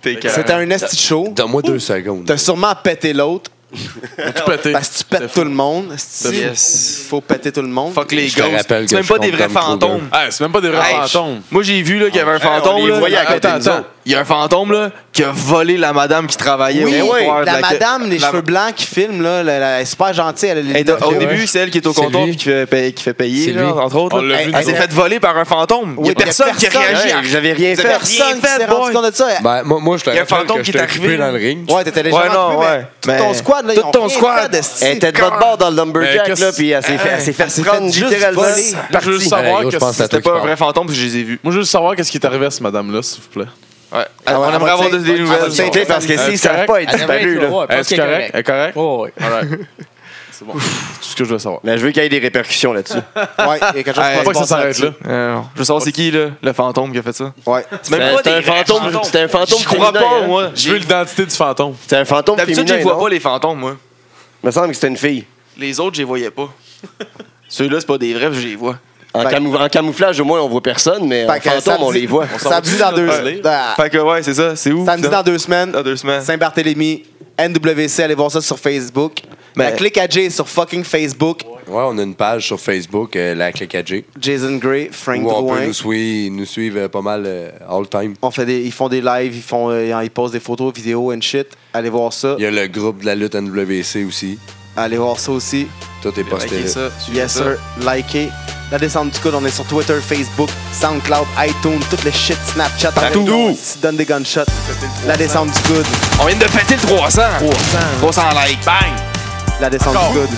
Speaker 9: T'es carré.
Speaker 3: C'était un esti de show.
Speaker 2: Donne-moi deux secondes.
Speaker 3: T'as sûrement pété l'autre.
Speaker 4: Tout pété.
Speaker 3: Parce que tu pètes tout le monde. esti.
Speaker 9: Yes.
Speaker 3: Faut péter tout le monde.
Speaker 9: Fuck les
Speaker 2: Je te
Speaker 9: ghosts.
Speaker 2: rappelle
Speaker 9: C'est
Speaker 2: que
Speaker 9: même
Speaker 2: je
Speaker 9: pas des
Speaker 2: compte
Speaker 9: vrais
Speaker 2: comme
Speaker 9: fantômes.
Speaker 4: Hey, c'est même pas des vrais
Speaker 9: Hey,
Speaker 4: fantômes.
Speaker 9: Moi, j'ai vu là, qu'il y avait un fantôme.
Speaker 8: les
Speaker 9: là.
Speaker 8: voyait à côté
Speaker 4: de nous autres.
Speaker 9: Il y a un fantôme là, qui a volé la madame qui travaillait
Speaker 3: Oui,
Speaker 9: au comptoir de
Speaker 3: la,
Speaker 9: ca-
Speaker 3: madame, les
Speaker 9: la-
Speaker 3: cheveux blancs qui filme, là, la- la- elle est super gentille. Elle, a les
Speaker 9: Hey,
Speaker 3: lunettes
Speaker 9: au
Speaker 3: bleues.
Speaker 9: début, c'est elle qui est au
Speaker 2: C'est
Speaker 9: comptoir
Speaker 2: lui.
Speaker 9: et qui fait, paye- qui fait payer,
Speaker 2: C'est
Speaker 9: là,
Speaker 2: lui.
Speaker 9: entre autres.
Speaker 4: On l'a
Speaker 9: là.
Speaker 4: vu.
Speaker 9: Elle s'est
Speaker 3: nous
Speaker 9: faite voler par un fantôme. Il
Speaker 3: Oui,
Speaker 9: n'y a personne qui a réagi.
Speaker 8: Ouais, J'avais rien
Speaker 9: Vous
Speaker 8: fait.
Speaker 9: avez
Speaker 3: Personne
Speaker 9: rien
Speaker 3: qui
Speaker 9: fait,
Speaker 3: s'est rendu
Speaker 9: boy.
Speaker 3: compte de ça.
Speaker 2: Ben, moi, moi, je te
Speaker 9: Il y a un
Speaker 2: rappelle
Speaker 9: fantôme
Speaker 2: que
Speaker 9: qui
Speaker 2: j'étais
Speaker 9: est
Speaker 2: occupé
Speaker 9: arrivé.
Speaker 2: dans le ring.
Speaker 3: Ouais, t'étais légèrement
Speaker 9: Ouais,
Speaker 3: occupé,
Speaker 9: non,
Speaker 3: mais
Speaker 9: ouais.
Speaker 3: tout
Speaker 9: Mais-
Speaker 3: ton squad, là, ils
Speaker 9: tout
Speaker 3: ont
Speaker 9: ton
Speaker 3: rien
Speaker 9: squad.
Speaker 3: fait de Ah, style.
Speaker 8: Elle était de votre bord dans le Lumberjack,
Speaker 4: qu'est-ce-
Speaker 8: là, puis elle s'est fait, elle s'est fait prendre
Speaker 3: juste
Speaker 8: littéralement.
Speaker 3: voler.
Speaker 4: Moi, je veux juste
Speaker 2: Hey,
Speaker 4: savoir
Speaker 2: gros, je
Speaker 4: que
Speaker 2: pense que c'est toi
Speaker 9: C'était
Speaker 2: qui
Speaker 9: pas un
Speaker 2: parles.
Speaker 9: vrai fantôme parce que je les ai vus.
Speaker 4: Moi, je veux juste savoir qu'est-ce qui est arrivé à cette madame-là, s'il vous plaît.
Speaker 3: Ah
Speaker 9: Ouais.
Speaker 3: ouais,
Speaker 9: on
Speaker 3: elle va
Speaker 9: aimerait avoir
Speaker 3: dire-
Speaker 9: des des
Speaker 3: elle va
Speaker 9: nouvelles. Euh,
Speaker 3: dire-
Speaker 8: C'est clair, parce que s'ils
Speaker 4: correct.
Speaker 8: savent pas, elle est disparue, là.
Speaker 7: Ouais,
Speaker 4: Est-ce correct? Est correct?
Speaker 7: Oh, ouais.
Speaker 4: All right. C'est bon. C'est tout ce que je veux savoir.
Speaker 8: Mais je veux qu'il y ait des répercussions là-dessus.
Speaker 3: Ouais, il y a quelque chose qui
Speaker 9: Hey,
Speaker 3: va
Speaker 4: Faut
Speaker 3: se
Speaker 4: pas que ça
Speaker 3: passer
Speaker 4: s'arrête là.
Speaker 9: Euh, non. je veux savoir c'est qui là, le fantôme qui a fait ça.
Speaker 3: Ouais.
Speaker 9: Ben, C'est même pas
Speaker 8: C'était Ben, un
Speaker 9: des vrais
Speaker 8: fantôme.
Speaker 9: fantômes.
Speaker 8: C'était un fantôme.
Speaker 9: Je crois
Speaker 8: féminin,
Speaker 9: pas,
Speaker 8: hein.
Speaker 9: moi.
Speaker 4: Je veux l'identité du fantôme.
Speaker 8: C'était un fantôme
Speaker 9: D'habitude, je
Speaker 8: féminin.
Speaker 9: les vois
Speaker 8: non?
Speaker 9: pas, les fantômes, moi.
Speaker 8: Il me semble que c'était une fille.
Speaker 9: Les autres, je les voyais pas. Ceux-là, c'est pas des vrais, je les vois.
Speaker 8: En,
Speaker 3: Fait-
Speaker 8: camou- en camouflage, au moins, on voit personne, mais
Speaker 9: Ben,
Speaker 8: en
Speaker 3: Fait que
Speaker 8: fantôme,
Speaker 3: samedi-
Speaker 8: on les voit.
Speaker 3: Samedi dans deux
Speaker 4: Ouais.
Speaker 3: Ah,
Speaker 9: Fait que ouais, c'est ça, c'est où?
Speaker 3: Samedi dans deux semaines,
Speaker 9: Dans deux semaines.
Speaker 3: Saint-Barthélemy, NWC, allez voir ça sur Facebook. La
Speaker 9: Ben-
Speaker 3: clique à Jay est sur fucking Facebook.
Speaker 2: Ouais, on a une page sur Facebook, euh, la clique à J,
Speaker 3: Jason Gray, Frank
Speaker 2: où on peut
Speaker 3: Drouin.
Speaker 2: nous suivre, nous suivre euh, pas mal euh, all time.
Speaker 3: On fait des, ils font des lives, ils, font, euh, ils postent des photos, vidéos and shit. Allez voir ça.
Speaker 2: Il y a le groupe de la lutte NWC aussi.
Speaker 3: Allez voir ça aussi.
Speaker 2: Tout est posté.
Speaker 3: Likez
Speaker 2: là.
Speaker 3: ça, suivez Yes, sir. Likez. La descente du coude, on est sur Twitter, Facebook, Soundcloud, iTunes, toutes les shit, Snapchat,
Speaker 9: Partout.
Speaker 3: Se donne des gunshots. La descente du coude.
Speaker 9: On vient de péter le 300. 300. 300 likes. Bang.
Speaker 3: La descente
Speaker 9: Encore.
Speaker 3: du coude.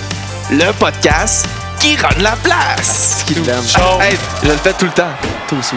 Speaker 9: Le podcast qui rend la place.
Speaker 3: Qui l'aime.
Speaker 9: Hey, je le fais tout le temps.
Speaker 3: Tout aussi.